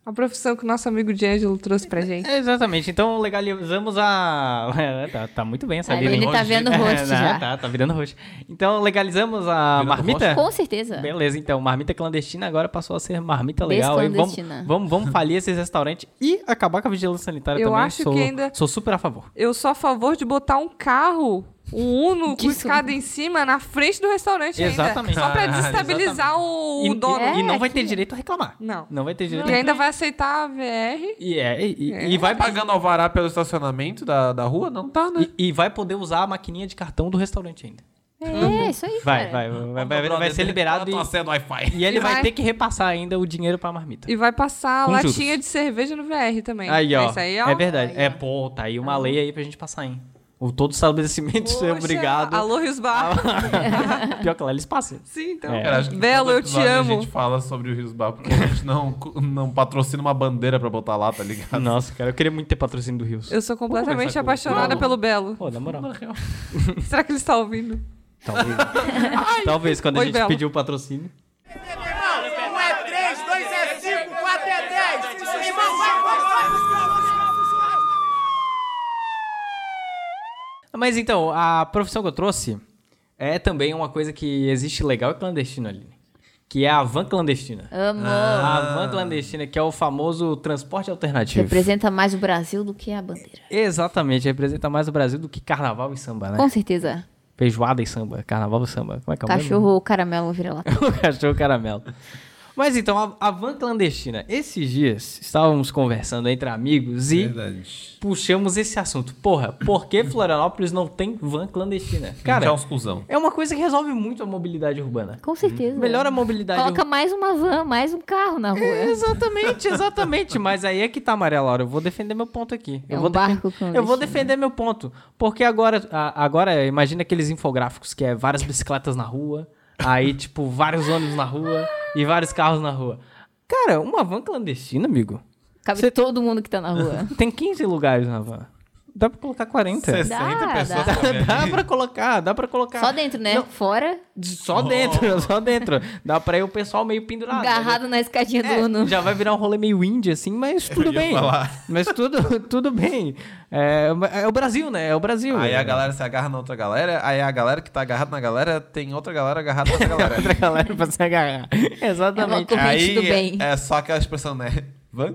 [SPEAKER 1] a profissão que o nosso amigo D'Angelo trouxe pra gente.
[SPEAKER 4] É, exatamente. Então legalizamos a. É, tá, tá muito bem essa
[SPEAKER 2] A
[SPEAKER 4] Aline.
[SPEAKER 2] Aline tá
[SPEAKER 3] Hoje-
[SPEAKER 2] vendo o
[SPEAKER 4] É,
[SPEAKER 2] rosto
[SPEAKER 4] né?
[SPEAKER 2] já.
[SPEAKER 4] Tá, tá virando roxo. Então legalizamos a
[SPEAKER 3] Virando
[SPEAKER 4] marmita?
[SPEAKER 2] Com certeza.
[SPEAKER 4] Beleza, então, marmita clandestina agora passou a ser marmita legal. hein? Vamos,
[SPEAKER 2] Desclandestina.
[SPEAKER 4] vamos, vamos falir esses restaurantes e acabar com a vigilância sanitária
[SPEAKER 1] Eu
[SPEAKER 4] também.
[SPEAKER 1] acho
[SPEAKER 4] sou,
[SPEAKER 1] que ainda-
[SPEAKER 4] sou super a favor.
[SPEAKER 1] Eu sou a favor de botar um carro o Uno com
[SPEAKER 2] Disso.
[SPEAKER 1] escada em cima na frente do restaurante
[SPEAKER 4] Exatamente.
[SPEAKER 1] ainda. Só pra
[SPEAKER 4] Caralho,
[SPEAKER 1] desestabilizar o,
[SPEAKER 4] E,
[SPEAKER 1] o dono.
[SPEAKER 4] e- e não
[SPEAKER 2] É,
[SPEAKER 4] vai ter direito a reclamar.
[SPEAKER 1] Não.
[SPEAKER 4] Não vai ter direito
[SPEAKER 1] E
[SPEAKER 4] a
[SPEAKER 1] ainda vai aceitar a VR.
[SPEAKER 4] E, é, e, e-
[SPEAKER 1] É.
[SPEAKER 4] e vai
[SPEAKER 3] Tá pagando alvará pelo estacionamento da, da rua? Não tá, né?
[SPEAKER 4] e, e vai poder usar a maquininha de cartão do restaurante ainda.
[SPEAKER 2] É, isso aí.
[SPEAKER 4] Vai,
[SPEAKER 2] cara.
[SPEAKER 4] vai, vai, vai, vai
[SPEAKER 3] né?
[SPEAKER 4] ser liberado e,
[SPEAKER 3] Tô acendo tá Wi-Fi.
[SPEAKER 4] e ele
[SPEAKER 1] E
[SPEAKER 4] vai
[SPEAKER 1] vai-
[SPEAKER 4] ter que repassar ainda o dinheiro pra marmita.
[SPEAKER 1] E vai passar
[SPEAKER 4] Com
[SPEAKER 1] latinha
[SPEAKER 4] juros.
[SPEAKER 1] de cerveja no VR também.
[SPEAKER 4] Aí, ó.
[SPEAKER 1] Isso aí, ó.
[SPEAKER 4] É verdade. é, pô, tá aí uma lei aí pra gente passar, hein? O todo estabelecimento
[SPEAKER 1] Poxa,
[SPEAKER 4] é obrigado.
[SPEAKER 1] Alô, Rios Bar.
[SPEAKER 4] Pior que lá eles passam.
[SPEAKER 1] Sim, então.
[SPEAKER 4] É.
[SPEAKER 3] Cara, acho que
[SPEAKER 1] Belo,
[SPEAKER 3] todo
[SPEAKER 1] eu te
[SPEAKER 3] episódio A
[SPEAKER 1] amo.
[SPEAKER 3] gente fala sobre o Rios Bar, porque a gente não, não patrocina uma bandeira pra botar lá, tá ligado?
[SPEAKER 4] Nossa, cara, eu queria muito ter patrocínio do Rios.
[SPEAKER 1] Eu sou completamente
[SPEAKER 3] conversar com o
[SPEAKER 1] apaixonada
[SPEAKER 3] Belo.
[SPEAKER 1] pelo Belo.
[SPEAKER 4] Pô, na moral.
[SPEAKER 3] Na real.
[SPEAKER 1] Será que ele está ouvindo?
[SPEAKER 4] Talvez. Talvez quando a
[SPEAKER 1] Oi,
[SPEAKER 4] gente
[SPEAKER 1] Belo.
[SPEAKER 4] pedir o patrocínio.
[SPEAKER 6] Um é 3, 2 é 5, 4 é 10. Irmão, vai, vai, vai, vai.
[SPEAKER 4] Mas então, a profissão que eu trouxe é também uma coisa que existe legal e clandestino ali. Que é a van clandestina.
[SPEAKER 2] Amo.
[SPEAKER 4] A van clandestina, que é o famoso transporte alternativo.
[SPEAKER 2] Representa mais o Brasil do que a bandeira.
[SPEAKER 4] Exatamente, representa mais o Brasil do que carnaval e samba, né?
[SPEAKER 2] Com Tá certeza.
[SPEAKER 4] Feijoada e samba, carnaval e samba. Como é que é o nome?
[SPEAKER 2] Cachorro, caramelo, vira lá.
[SPEAKER 4] o cachorro caramelo. Mas então, a, a van clandestina. Esses dias estávamos conversando entre amigos e
[SPEAKER 3] Verdade.
[SPEAKER 4] puxamos esse assunto. Porra, por que Florianópolis não tem van clandestina?
[SPEAKER 3] Cara,
[SPEAKER 4] Cara,
[SPEAKER 3] é uns cuzão.
[SPEAKER 4] é uma coisa que resolve muito a mobilidade urbana.
[SPEAKER 2] Com certeza.
[SPEAKER 4] Melhora a mobilidade urbana.
[SPEAKER 2] Coloca mais uma van, mais um carro na rua.
[SPEAKER 4] Exatamente, exatamente. Mas aí é que tá, Maria Laura. Eu vou defender meu ponto aqui.
[SPEAKER 2] É
[SPEAKER 4] eu
[SPEAKER 2] um
[SPEAKER 4] vou defen-
[SPEAKER 2] barco com né?
[SPEAKER 4] Eu vou
[SPEAKER 2] destino.
[SPEAKER 4] defender meu ponto. Porque agora, a- agora imagina aqueles infográficos que é várias bicicletas na rua, aí, tipo, vários ônibus na rua e vários carros na rua. Cara, uma van clandestina, amigo.
[SPEAKER 2] Cabe
[SPEAKER 4] Cê-
[SPEAKER 2] todo mundo que tá na rua.
[SPEAKER 4] Tem 15 lugares na van. Dá pra colocar 40.
[SPEAKER 3] 60 pessoas.
[SPEAKER 2] dá.
[SPEAKER 3] cabem
[SPEAKER 4] Dá
[SPEAKER 3] ali.
[SPEAKER 4] pra colocar, dá pra colocar.
[SPEAKER 2] Só dentro, né?
[SPEAKER 4] Não,
[SPEAKER 2] Fora,
[SPEAKER 4] só dentro, só dentro. Dá pra ir o pessoal meio
[SPEAKER 1] Ah,
[SPEAKER 4] pendurado.
[SPEAKER 2] agarrado na escadinha
[SPEAKER 4] É,
[SPEAKER 2] do Uno.
[SPEAKER 4] Já vai virar um rolê meio indie, assim, mas tudo
[SPEAKER 3] ia
[SPEAKER 4] bem.
[SPEAKER 3] falar.
[SPEAKER 4] Mas tudo, tudo bem. É, é o Brasil, né? É o Brasil.
[SPEAKER 3] Aí a galera se agarra na outra galera, aí a galera que tá agarrada na galera tem outra galera agarrada na outra galera.
[SPEAKER 4] Outra galera pra se agarrar. Exatamente.
[SPEAKER 2] É uma corrente
[SPEAKER 3] aí
[SPEAKER 2] do bem.
[SPEAKER 3] É, é só aquela expressão, né? Van?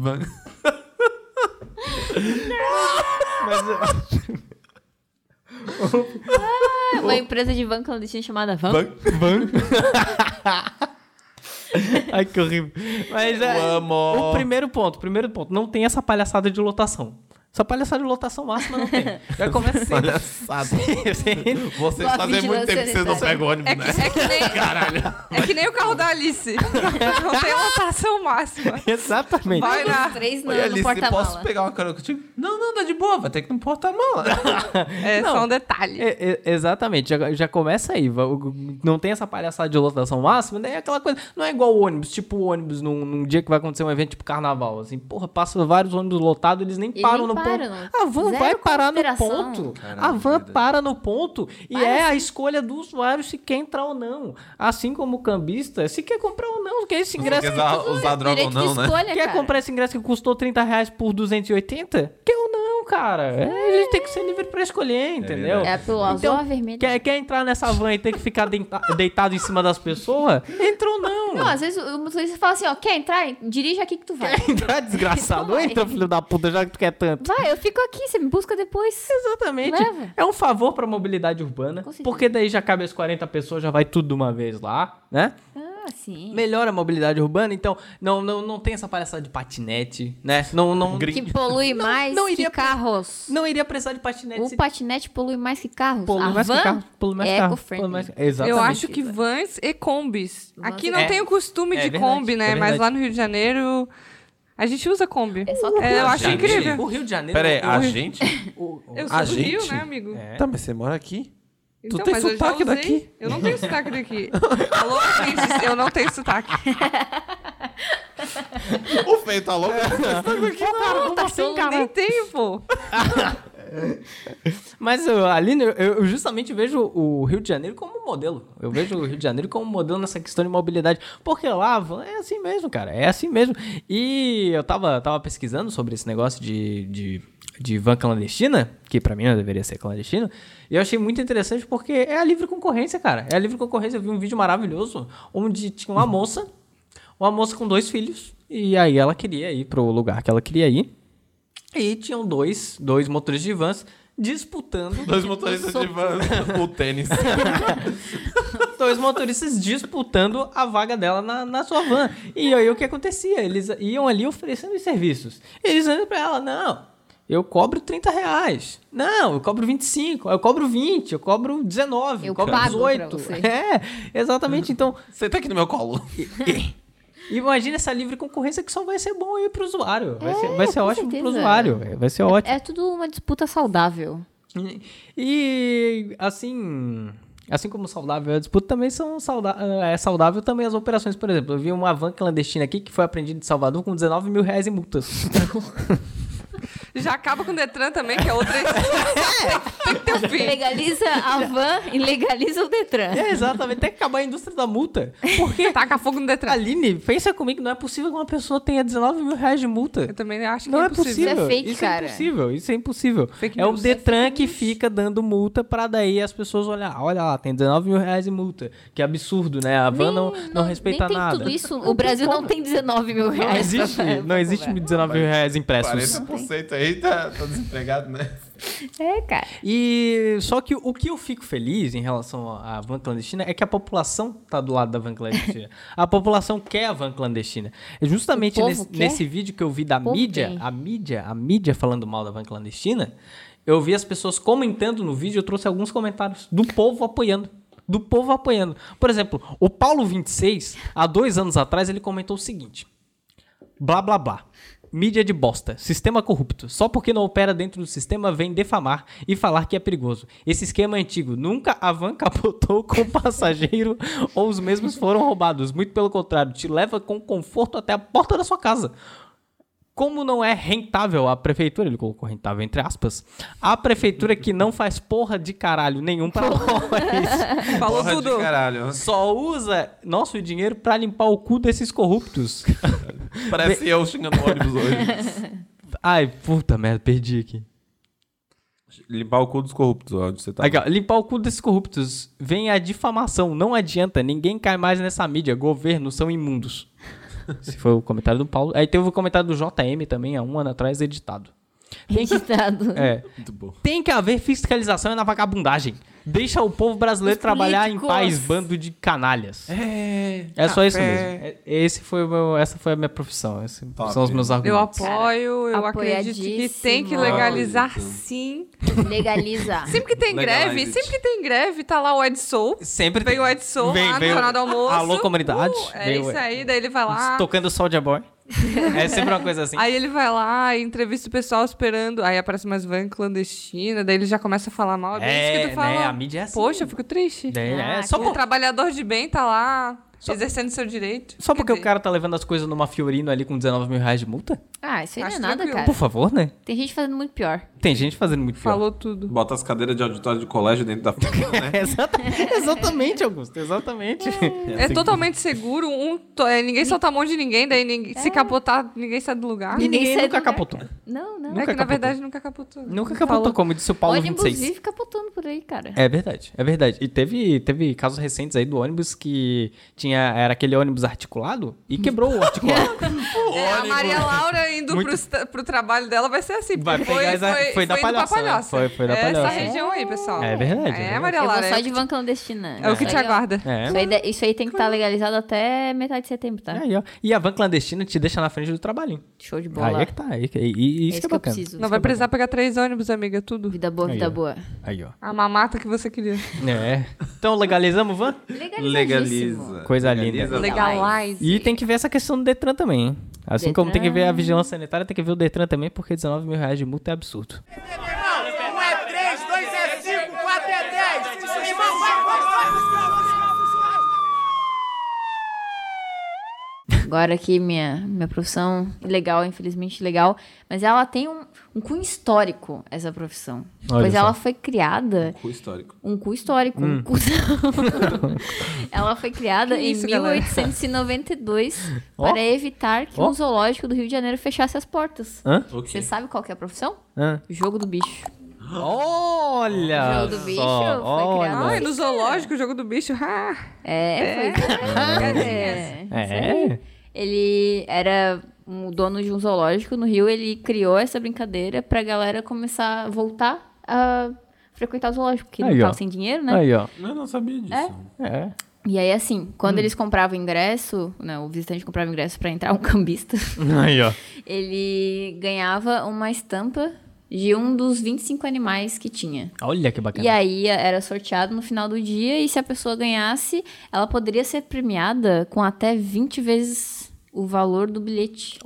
[SPEAKER 3] Van.
[SPEAKER 2] É uma empresa de van clandestina chamada Van.
[SPEAKER 3] Van. Van.
[SPEAKER 4] Ai, que horrível. Mas é,
[SPEAKER 3] Eu amo.
[SPEAKER 4] o primeiro ponto, primeiro ponto, não tem essa palhaçada de lotação. Essa palhaçada de lotação máxima não tem. Já começa assim. sempre.
[SPEAKER 3] Palhaçada.
[SPEAKER 4] sempre-
[SPEAKER 3] Vocês
[SPEAKER 2] Sua
[SPEAKER 3] fazem
[SPEAKER 2] vigilância
[SPEAKER 3] muito tempo que vocês não
[SPEAKER 2] sanitária.
[SPEAKER 3] pegam ônibus,
[SPEAKER 1] É que,
[SPEAKER 3] né?
[SPEAKER 1] é que nem, é que nem o carro da Alice. Não tem lotação máxima.
[SPEAKER 4] Exatamente.
[SPEAKER 1] Vai na.
[SPEAKER 2] Os três no,
[SPEAKER 3] Oi,
[SPEAKER 2] no
[SPEAKER 3] Alice, posso
[SPEAKER 2] porta-mala.
[SPEAKER 3] pegar uma carona contigo? Não, não, tá de boa, vai ter que ir no porta-mala.
[SPEAKER 1] É só um detalhe.
[SPEAKER 4] É, é, exatamente, já, já começa aí. va- o- Não tem essa palhaçada de lotação máxima, né? É aquela coisa. Não é igual o ônibus, tipo o ônibus num, num dia que vai acontecer um evento tipo carnaval. Assim, porra, passa vários ônibus lotados, eles nem
[SPEAKER 2] Eles
[SPEAKER 4] param
[SPEAKER 2] nem
[SPEAKER 4] no
[SPEAKER 2] param, né?
[SPEAKER 4] ponto. A van
[SPEAKER 2] zero
[SPEAKER 4] vai parar no
[SPEAKER 2] consideração.
[SPEAKER 4] ponto. a
[SPEAKER 3] Caralho,
[SPEAKER 4] van
[SPEAKER 3] verdade.
[SPEAKER 4] para no ponto e é a escolha do usuário se quer entrar ou não. Assim como o cambista, se quer comprar ou não, quer esse ingresso.
[SPEAKER 3] Quer
[SPEAKER 4] que
[SPEAKER 3] usar, usar droga ou
[SPEAKER 2] Direito
[SPEAKER 3] não,
[SPEAKER 2] de
[SPEAKER 3] né?
[SPEAKER 2] escolha,
[SPEAKER 4] Quer
[SPEAKER 2] cara.
[SPEAKER 4] comprar esse ingresso que custou 30 reais por 280? Quer ou não, cara? É, a gente tem que ser livre pra escolher, entendeu?
[SPEAKER 2] É pelo azul ou a vermelha.
[SPEAKER 4] Então, Quer, quer entrar nessa van e ter que ficar deita- deitado em cima das pessoas? Entra ou não?
[SPEAKER 2] Não, às vezes o motorista fala assim, ó, quer entrar? Dirige aqui que tu vai.
[SPEAKER 4] Entra, desgraçado.
[SPEAKER 2] Vai.
[SPEAKER 4] Entra, filho da puta, já que tu quer tanto.
[SPEAKER 2] Vai, eu fico aqui, você me busca depois.
[SPEAKER 4] Exatamente.
[SPEAKER 2] Leva.
[SPEAKER 4] É um favor pra mobilidade urbana,
[SPEAKER 2] Com certeza.
[SPEAKER 4] porque daí já cabe as 40 pessoas, já vai tudo de uma vez lá, né?
[SPEAKER 2] Ah, sim.
[SPEAKER 4] Melhora a mobilidade urbana, então não, não, não tem essa palhaçada de patinete, né? Não, não,
[SPEAKER 2] Que polui mais
[SPEAKER 4] não
[SPEAKER 2] que
[SPEAKER 4] iria-
[SPEAKER 2] carros.
[SPEAKER 4] não iria precisar de patinete.
[SPEAKER 2] O
[SPEAKER 4] se-
[SPEAKER 2] patinete polui mais que carros.
[SPEAKER 4] Polui
[SPEAKER 2] a
[SPEAKER 4] mais que
[SPEAKER 2] van
[SPEAKER 4] carro, polui mais
[SPEAKER 2] é
[SPEAKER 4] carro,
[SPEAKER 2] eco-friendly.
[SPEAKER 4] polui mais- Exatamente.
[SPEAKER 1] Eu acho que vans e combis.
[SPEAKER 2] Vans
[SPEAKER 1] Aqui
[SPEAKER 2] e
[SPEAKER 1] não
[SPEAKER 4] combis.
[SPEAKER 1] tem o costume
[SPEAKER 4] É
[SPEAKER 1] de
[SPEAKER 4] verdade,
[SPEAKER 1] Kombi,
[SPEAKER 4] é
[SPEAKER 1] né?
[SPEAKER 4] verdade.
[SPEAKER 1] Mas lá no Rio de Janeiro, a gente usa Kombi.
[SPEAKER 2] É só no Rio
[SPEAKER 1] eu
[SPEAKER 2] de
[SPEAKER 1] acho
[SPEAKER 3] Janeiro.
[SPEAKER 1] incrível.
[SPEAKER 4] O Rio de Janeiro. é um-
[SPEAKER 3] Pera aí,
[SPEAKER 4] o
[SPEAKER 3] a
[SPEAKER 4] Rio-
[SPEAKER 3] gente?
[SPEAKER 4] o- o-
[SPEAKER 1] Eu
[SPEAKER 3] A
[SPEAKER 1] sou do Rio,
[SPEAKER 3] gente?
[SPEAKER 1] né, amigo?
[SPEAKER 4] É.
[SPEAKER 3] Tá, mas você mora aqui?
[SPEAKER 1] Então,
[SPEAKER 3] tem
[SPEAKER 1] mas eu já
[SPEAKER 3] sotaque
[SPEAKER 1] usei.
[SPEAKER 3] daqui?
[SPEAKER 1] Eu não tenho sotaque daqui. Alô, gente, eu não tenho sotaque.
[SPEAKER 3] O feio tá louco?
[SPEAKER 2] Não, tá assim,
[SPEAKER 1] Nem tenho, pô.
[SPEAKER 4] Mas, eu, Aline, eu, eu justamente vejo o Rio de Janeiro como um modelo. Eu vejo o Rio de Janeiro como um modelo nessa questão de mobilidade. Porque lá van, é assim mesmo, cara. É assim mesmo. E eu tava, tava pesquisando sobre esse negócio de, de, de van clandestina, que pra mim não deveria ser clandestino. E eu achei muito interessante porque é a livre concorrência, cara. É a livre concorrência. Eu vi um vídeo maravilhoso onde tinha uma moça, uma moça com dois filhos. E aí ela queria ir pro lugar que ela queria ir. E tinham dois, dois motoristas de vans disputando
[SPEAKER 3] Dois motoristas de van, o tênis.
[SPEAKER 4] dois motoristas disputando a vaga dela na, na sua van. E aí o que acontecia? Eles iam ali oferecendo os serviços. Eles iam pra ela, não, eu cobro 30 reais. Não, eu cobro 25, eu cobro 20, eu cobro 19, eu,
[SPEAKER 2] Eu
[SPEAKER 4] cobro
[SPEAKER 2] pago pra
[SPEAKER 4] 18.
[SPEAKER 2] você.
[SPEAKER 4] É, exatamente. Então,
[SPEAKER 3] Senta aqui no meu colo.
[SPEAKER 4] imagina essa livre concorrência que só vai ser bom aí pro usuário. Vai ser,
[SPEAKER 2] É,
[SPEAKER 4] vai ser
[SPEAKER 2] com
[SPEAKER 4] ótimo pro
[SPEAKER 2] certeza.
[SPEAKER 4] usuário. velho. Vai ser ótimo.
[SPEAKER 2] É tudo uma disputa saudável.
[SPEAKER 4] E- E assim, assim como saudável a disputa, também são sauda é saudável também as operações. Por exemplo, eu vi uma van clandestina aqui que foi apreendida em Salvador com 19 mil reais em multas.
[SPEAKER 1] Já acaba com o Detran também, que é outra.
[SPEAKER 3] É.
[SPEAKER 1] tem que ter um fim.
[SPEAKER 2] Legaliza a van e legaliza o Detran.
[SPEAKER 4] é, exatamente, tem que acabar a indústria da multa.
[SPEAKER 2] É.
[SPEAKER 1] Porque taca fogo no Detran.
[SPEAKER 4] Aline, pensa comigo, não é possível que uma pessoa tenha 19 mil reais de multa.
[SPEAKER 1] Eu também acho que
[SPEAKER 4] Não
[SPEAKER 1] é
[SPEAKER 4] é
[SPEAKER 1] impossível.
[SPEAKER 4] possível.
[SPEAKER 2] Isso é fake, cara.
[SPEAKER 4] é impossível, isso é impossível.
[SPEAKER 1] Fake
[SPEAKER 4] É o
[SPEAKER 1] news.
[SPEAKER 4] Detran que fica dando multa pra daí as pessoas olhar, "Ah, olha lá, tem 19 mil reais em multa. Que absurdo, né? A van não, não, respeita
[SPEAKER 2] nem
[SPEAKER 4] nada.
[SPEAKER 2] Tem tudo isso. o Brasil não tem 19 mil
[SPEAKER 4] Não
[SPEAKER 2] reais. pra-
[SPEAKER 4] existe,
[SPEAKER 2] pra
[SPEAKER 4] não existe
[SPEAKER 2] comprar.
[SPEAKER 4] 19 mil reais impressos.
[SPEAKER 3] 40% aí tá, tá desempregado, né?
[SPEAKER 2] É, cara.
[SPEAKER 4] E só que o que eu fico feliz em relação à van clandestina é que a população tá do lado da van clandestina. a população quer a van clandestina. É Justamente
[SPEAKER 2] O povo
[SPEAKER 4] nesse,
[SPEAKER 2] quer?
[SPEAKER 4] nesse vídeo que eu vi da
[SPEAKER 2] povo
[SPEAKER 4] mídia,
[SPEAKER 2] tem.
[SPEAKER 4] a mídia, a mídia falando mal da van clandestina, eu vi as pessoas comentando no vídeo, eu trouxe alguns comentários do povo apoiando. Do povo apoiando. Por exemplo, o Paulo 26, há dois anos atrás, ele comentou o seguinte. Blá blá blá. Mídia de bosta, sistema corrupto. Só porque não opera dentro do sistema vem defamar e falar que é perigoso. Esse esquema é antigo. Nunca a van capotou com o passageiro ou os mesmos foram roubados. Muito pelo contrário, te leva com conforto até a porta da sua casa. Como não é rentável a prefeitura, ele colocou rentável entre aspas, a prefeitura que não faz porra de caralho nenhum pra nós.
[SPEAKER 1] Falou
[SPEAKER 3] Porra
[SPEAKER 1] tudo.
[SPEAKER 3] de caralho.
[SPEAKER 4] Só usa nosso dinheiro pra limpar o cu desses corruptos.
[SPEAKER 3] Parece eu xingando o ônibus hoje.
[SPEAKER 4] Ai, puta merda, perdi aqui.
[SPEAKER 3] Limpar o cu dos corruptos, onde você tá.
[SPEAKER 4] Aqui, ó, limpar o cu desses corruptos. Vem a difamação, não adianta, ninguém cai mais nessa mídia. Governos são imundos. Esse foi o comentário do Paulo. Aí teve o comentário do JM também, há um ano atrás, editado. Tem que,
[SPEAKER 2] Ditado.
[SPEAKER 4] é,
[SPEAKER 3] Muito bom.
[SPEAKER 4] tem que haver fiscalização e na vagabundagem. Deixa o povo brasileiro
[SPEAKER 2] Os
[SPEAKER 4] trabalhar em
[SPEAKER 2] políticos.
[SPEAKER 4] paz, bando de canalhas.
[SPEAKER 3] É,
[SPEAKER 4] É só isso mesmo. É- Esse foi o meu- essa foi a minha profissão. Esse
[SPEAKER 3] Top.
[SPEAKER 4] são os meus
[SPEAKER 1] Eu
[SPEAKER 4] argumentos.
[SPEAKER 1] apoio, eu acredito que tem que
[SPEAKER 2] apoiadíssimo.
[SPEAKER 1] legalizar
[SPEAKER 3] Olha, então.
[SPEAKER 1] sim.
[SPEAKER 2] Legaliza.
[SPEAKER 1] Sempre que tem
[SPEAKER 3] Legalize
[SPEAKER 1] greve,
[SPEAKER 3] it.
[SPEAKER 1] sempre que tem greve, tá lá o Ed Soul.
[SPEAKER 4] Sempre
[SPEAKER 1] Vem
[SPEAKER 4] tem.
[SPEAKER 1] o Ed Soul
[SPEAKER 4] Vem-
[SPEAKER 1] lá no
[SPEAKER 4] vem o-
[SPEAKER 1] canal do almoço.
[SPEAKER 4] Alô, comunidade.
[SPEAKER 1] Uh, é
[SPEAKER 4] Vem o-
[SPEAKER 1] isso aí, daí ele vai lá.
[SPEAKER 4] Tocando Soulja Boy. É sempre uma coisa assim.
[SPEAKER 1] Aí ele vai lá, entrevista o pessoal esperando. Aí aparece umas van clandestina, daí ele já começa a falar mal. É, bem isso que tu fala.
[SPEAKER 4] né? A mídia é assim.
[SPEAKER 1] Poxa, eu fico triste.
[SPEAKER 4] Daí, né?
[SPEAKER 2] Ah,
[SPEAKER 4] só,
[SPEAKER 1] o
[SPEAKER 4] por-
[SPEAKER 1] trabalhador de bem tá lá exercendo seu direito.
[SPEAKER 4] só porque
[SPEAKER 1] Quer
[SPEAKER 4] o cara tá levando as coisas numa Fiorino ali com 19 mil reais de multa?
[SPEAKER 2] Ah, isso aí não é
[SPEAKER 1] Acho
[SPEAKER 2] nada,
[SPEAKER 1] tranquilo.
[SPEAKER 2] cara.
[SPEAKER 4] Por favor, né?
[SPEAKER 2] Tem gente fazendo muito pior.
[SPEAKER 4] Tem gente fazendo muito
[SPEAKER 1] dizer,
[SPEAKER 4] pior.
[SPEAKER 1] Falou tudo.
[SPEAKER 3] Bota as cadeiras de auditório de colégio dentro da né?
[SPEAKER 4] Exata- exatamente, Augusto. Exatamente.
[SPEAKER 1] É totalmente seguro. Um, to- é, ninguém solta a mão de ninguém, daí ninguém,
[SPEAKER 4] É.
[SPEAKER 1] se capotar, ninguém sai do lugar.
[SPEAKER 4] E
[SPEAKER 2] Ninguém
[SPEAKER 4] ninguém
[SPEAKER 2] sai do
[SPEAKER 4] nunca
[SPEAKER 2] lugar.
[SPEAKER 4] capotou.
[SPEAKER 1] É
[SPEAKER 2] Não, não.
[SPEAKER 1] que
[SPEAKER 4] nunca
[SPEAKER 1] na
[SPEAKER 4] capotou.
[SPEAKER 1] verdade nunca capotou.
[SPEAKER 4] Nunca capotou, como disse o Paulo
[SPEAKER 2] ônibus
[SPEAKER 4] 26.
[SPEAKER 2] vive capotando por aí, cara.
[SPEAKER 4] É verdade, é verdade. E teve, teve casos recentes aí do ônibus que tinha era aquele ônibus articulado e quebrou o articulado.
[SPEAKER 1] É, a Maria Laura indo
[SPEAKER 4] Muito.
[SPEAKER 1] pro, esta- pro trabalho dela vai ser assim. porque
[SPEAKER 4] Vai pegar essa- foi da
[SPEAKER 1] do
[SPEAKER 4] palhaça, né? Foi- foi da
[SPEAKER 1] É Essa
[SPEAKER 4] palhaça.
[SPEAKER 1] região aí, pessoal.
[SPEAKER 4] É verdade, é
[SPEAKER 1] É,
[SPEAKER 4] verdade.
[SPEAKER 1] Maria
[SPEAKER 2] Eu vou
[SPEAKER 1] Laura.
[SPEAKER 2] só
[SPEAKER 1] É,
[SPEAKER 2] de né? van clandestina.
[SPEAKER 1] é o que
[SPEAKER 2] Isso
[SPEAKER 1] te
[SPEAKER 2] aí, ó.
[SPEAKER 1] aguarda.
[SPEAKER 4] é.
[SPEAKER 2] Isso aí, de- isso aí tem que estar legalizado até metade de setembro, tá?
[SPEAKER 4] Aí, ó. E a van clandestina te deixa na frente do trabalhinho.
[SPEAKER 2] Show de
[SPEAKER 4] Aí
[SPEAKER 2] bola.
[SPEAKER 4] é que tá. Aí, que- e, e
[SPEAKER 2] É
[SPEAKER 4] isso que é
[SPEAKER 2] eu
[SPEAKER 4] bacana.
[SPEAKER 2] preciso.
[SPEAKER 1] Não vai precisar pegar três ônibus, amiga, tudo.
[SPEAKER 2] Vida boa,
[SPEAKER 4] Aí,
[SPEAKER 2] vida
[SPEAKER 4] ó.
[SPEAKER 2] boa.
[SPEAKER 4] Aí, ó.
[SPEAKER 1] A mamata que você queria.
[SPEAKER 4] É. Então legalizamos van?
[SPEAKER 3] Legaliza.
[SPEAKER 4] Coisa
[SPEAKER 3] Legaliza.
[SPEAKER 4] linda.
[SPEAKER 2] Legalize.
[SPEAKER 4] E tem que ver essa questão do Detran também, hein? Assim como tem que ver a
[SPEAKER 2] Detran.
[SPEAKER 4] vigilância sanitária, tem que ver o Detran também, porque 19 mil reais de multa é absurdo.
[SPEAKER 6] Irmão, um é 3, 2 é 5, 4 é 10. Irmão, vai, vai, vai.
[SPEAKER 2] Agora aqui, minha, minha profissão legal, infelizmente legal, mas ela tem um, um cunho histórico, essa profissão.
[SPEAKER 4] Olha
[SPEAKER 2] pois
[SPEAKER 4] só.
[SPEAKER 2] ela foi criada,
[SPEAKER 3] Cu histórico.
[SPEAKER 2] um cu histórico,
[SPEAKER 4] Hum.
[SPEAKER 2] um cu... ela foi criada
[SPEAKER 1] Que
[SPEAKER 2] em
[SPEAKER 1] isso, galera?
[SPEAKER 2] 1892
[SPEAKER 4] Ó.
[SPEAKER 2] para evitar que
[SPEAKER 4] Ó.
[SPEAKER 2] um zoológico do Rio de Janeiro fechasse as portas.
[SPEAKER 4] Hã?
[SPEAKER 2] Você
[SPEAKER 3] Ok.
[SPEAKER 2] sabe qual que é a profissão?
[SPEAKER 4] Hã?
[SPEAKER 2] Jogo do bicho.
[SPEAKER 4] Olha!
[SPEAKER 2] O jogo do bicho
[SPEAKER 4] só,
[SPEAKER 2] foi
[SPEAKER 4] olha.
[SPEAKER 2] criado.
[SPEAKER 1] Ai, no zoológico, o jogo do bicho. Ah,
[SPEAKER 2] É, foi. É,
[SPEAKER 4] É?
[SPEAKER 2] Ele era um dono de um zoológico no Rio, ele criou essa brincadeira pra galera começar a voltar a frequentar o zoológico, porque
[SPEAKER 4] Aí,
[SPEAKER 2] não
[SPEAKER 4] ó.
[SPEAKER 2] tava sem dinheiro, né?
[SPEAKER 4] Aí, ó.
[SPEAKER 3] Eu não sabia disso.
[SPEAKER 4] É.
[SPEAKER 2] E aí, assim, quando
[SPEAKER 4] Hum.
[SPEAKER 2] eles compravam ingresso, né, o visitante comprava ingresso pra entrar, um cambista,
[SPEAKER 4] Aí, ó.
[SPEAKER 2] ele ganhava uma estampa de um dos 25 animais que tinha.
[SPEAKER 4] Olha que bacana.
[SPEAKER 2] E aí era sorteado no final do dia e se a pessoa ganhasse, ela poderia ser premiada com até 20 vezes o valor do bilhete.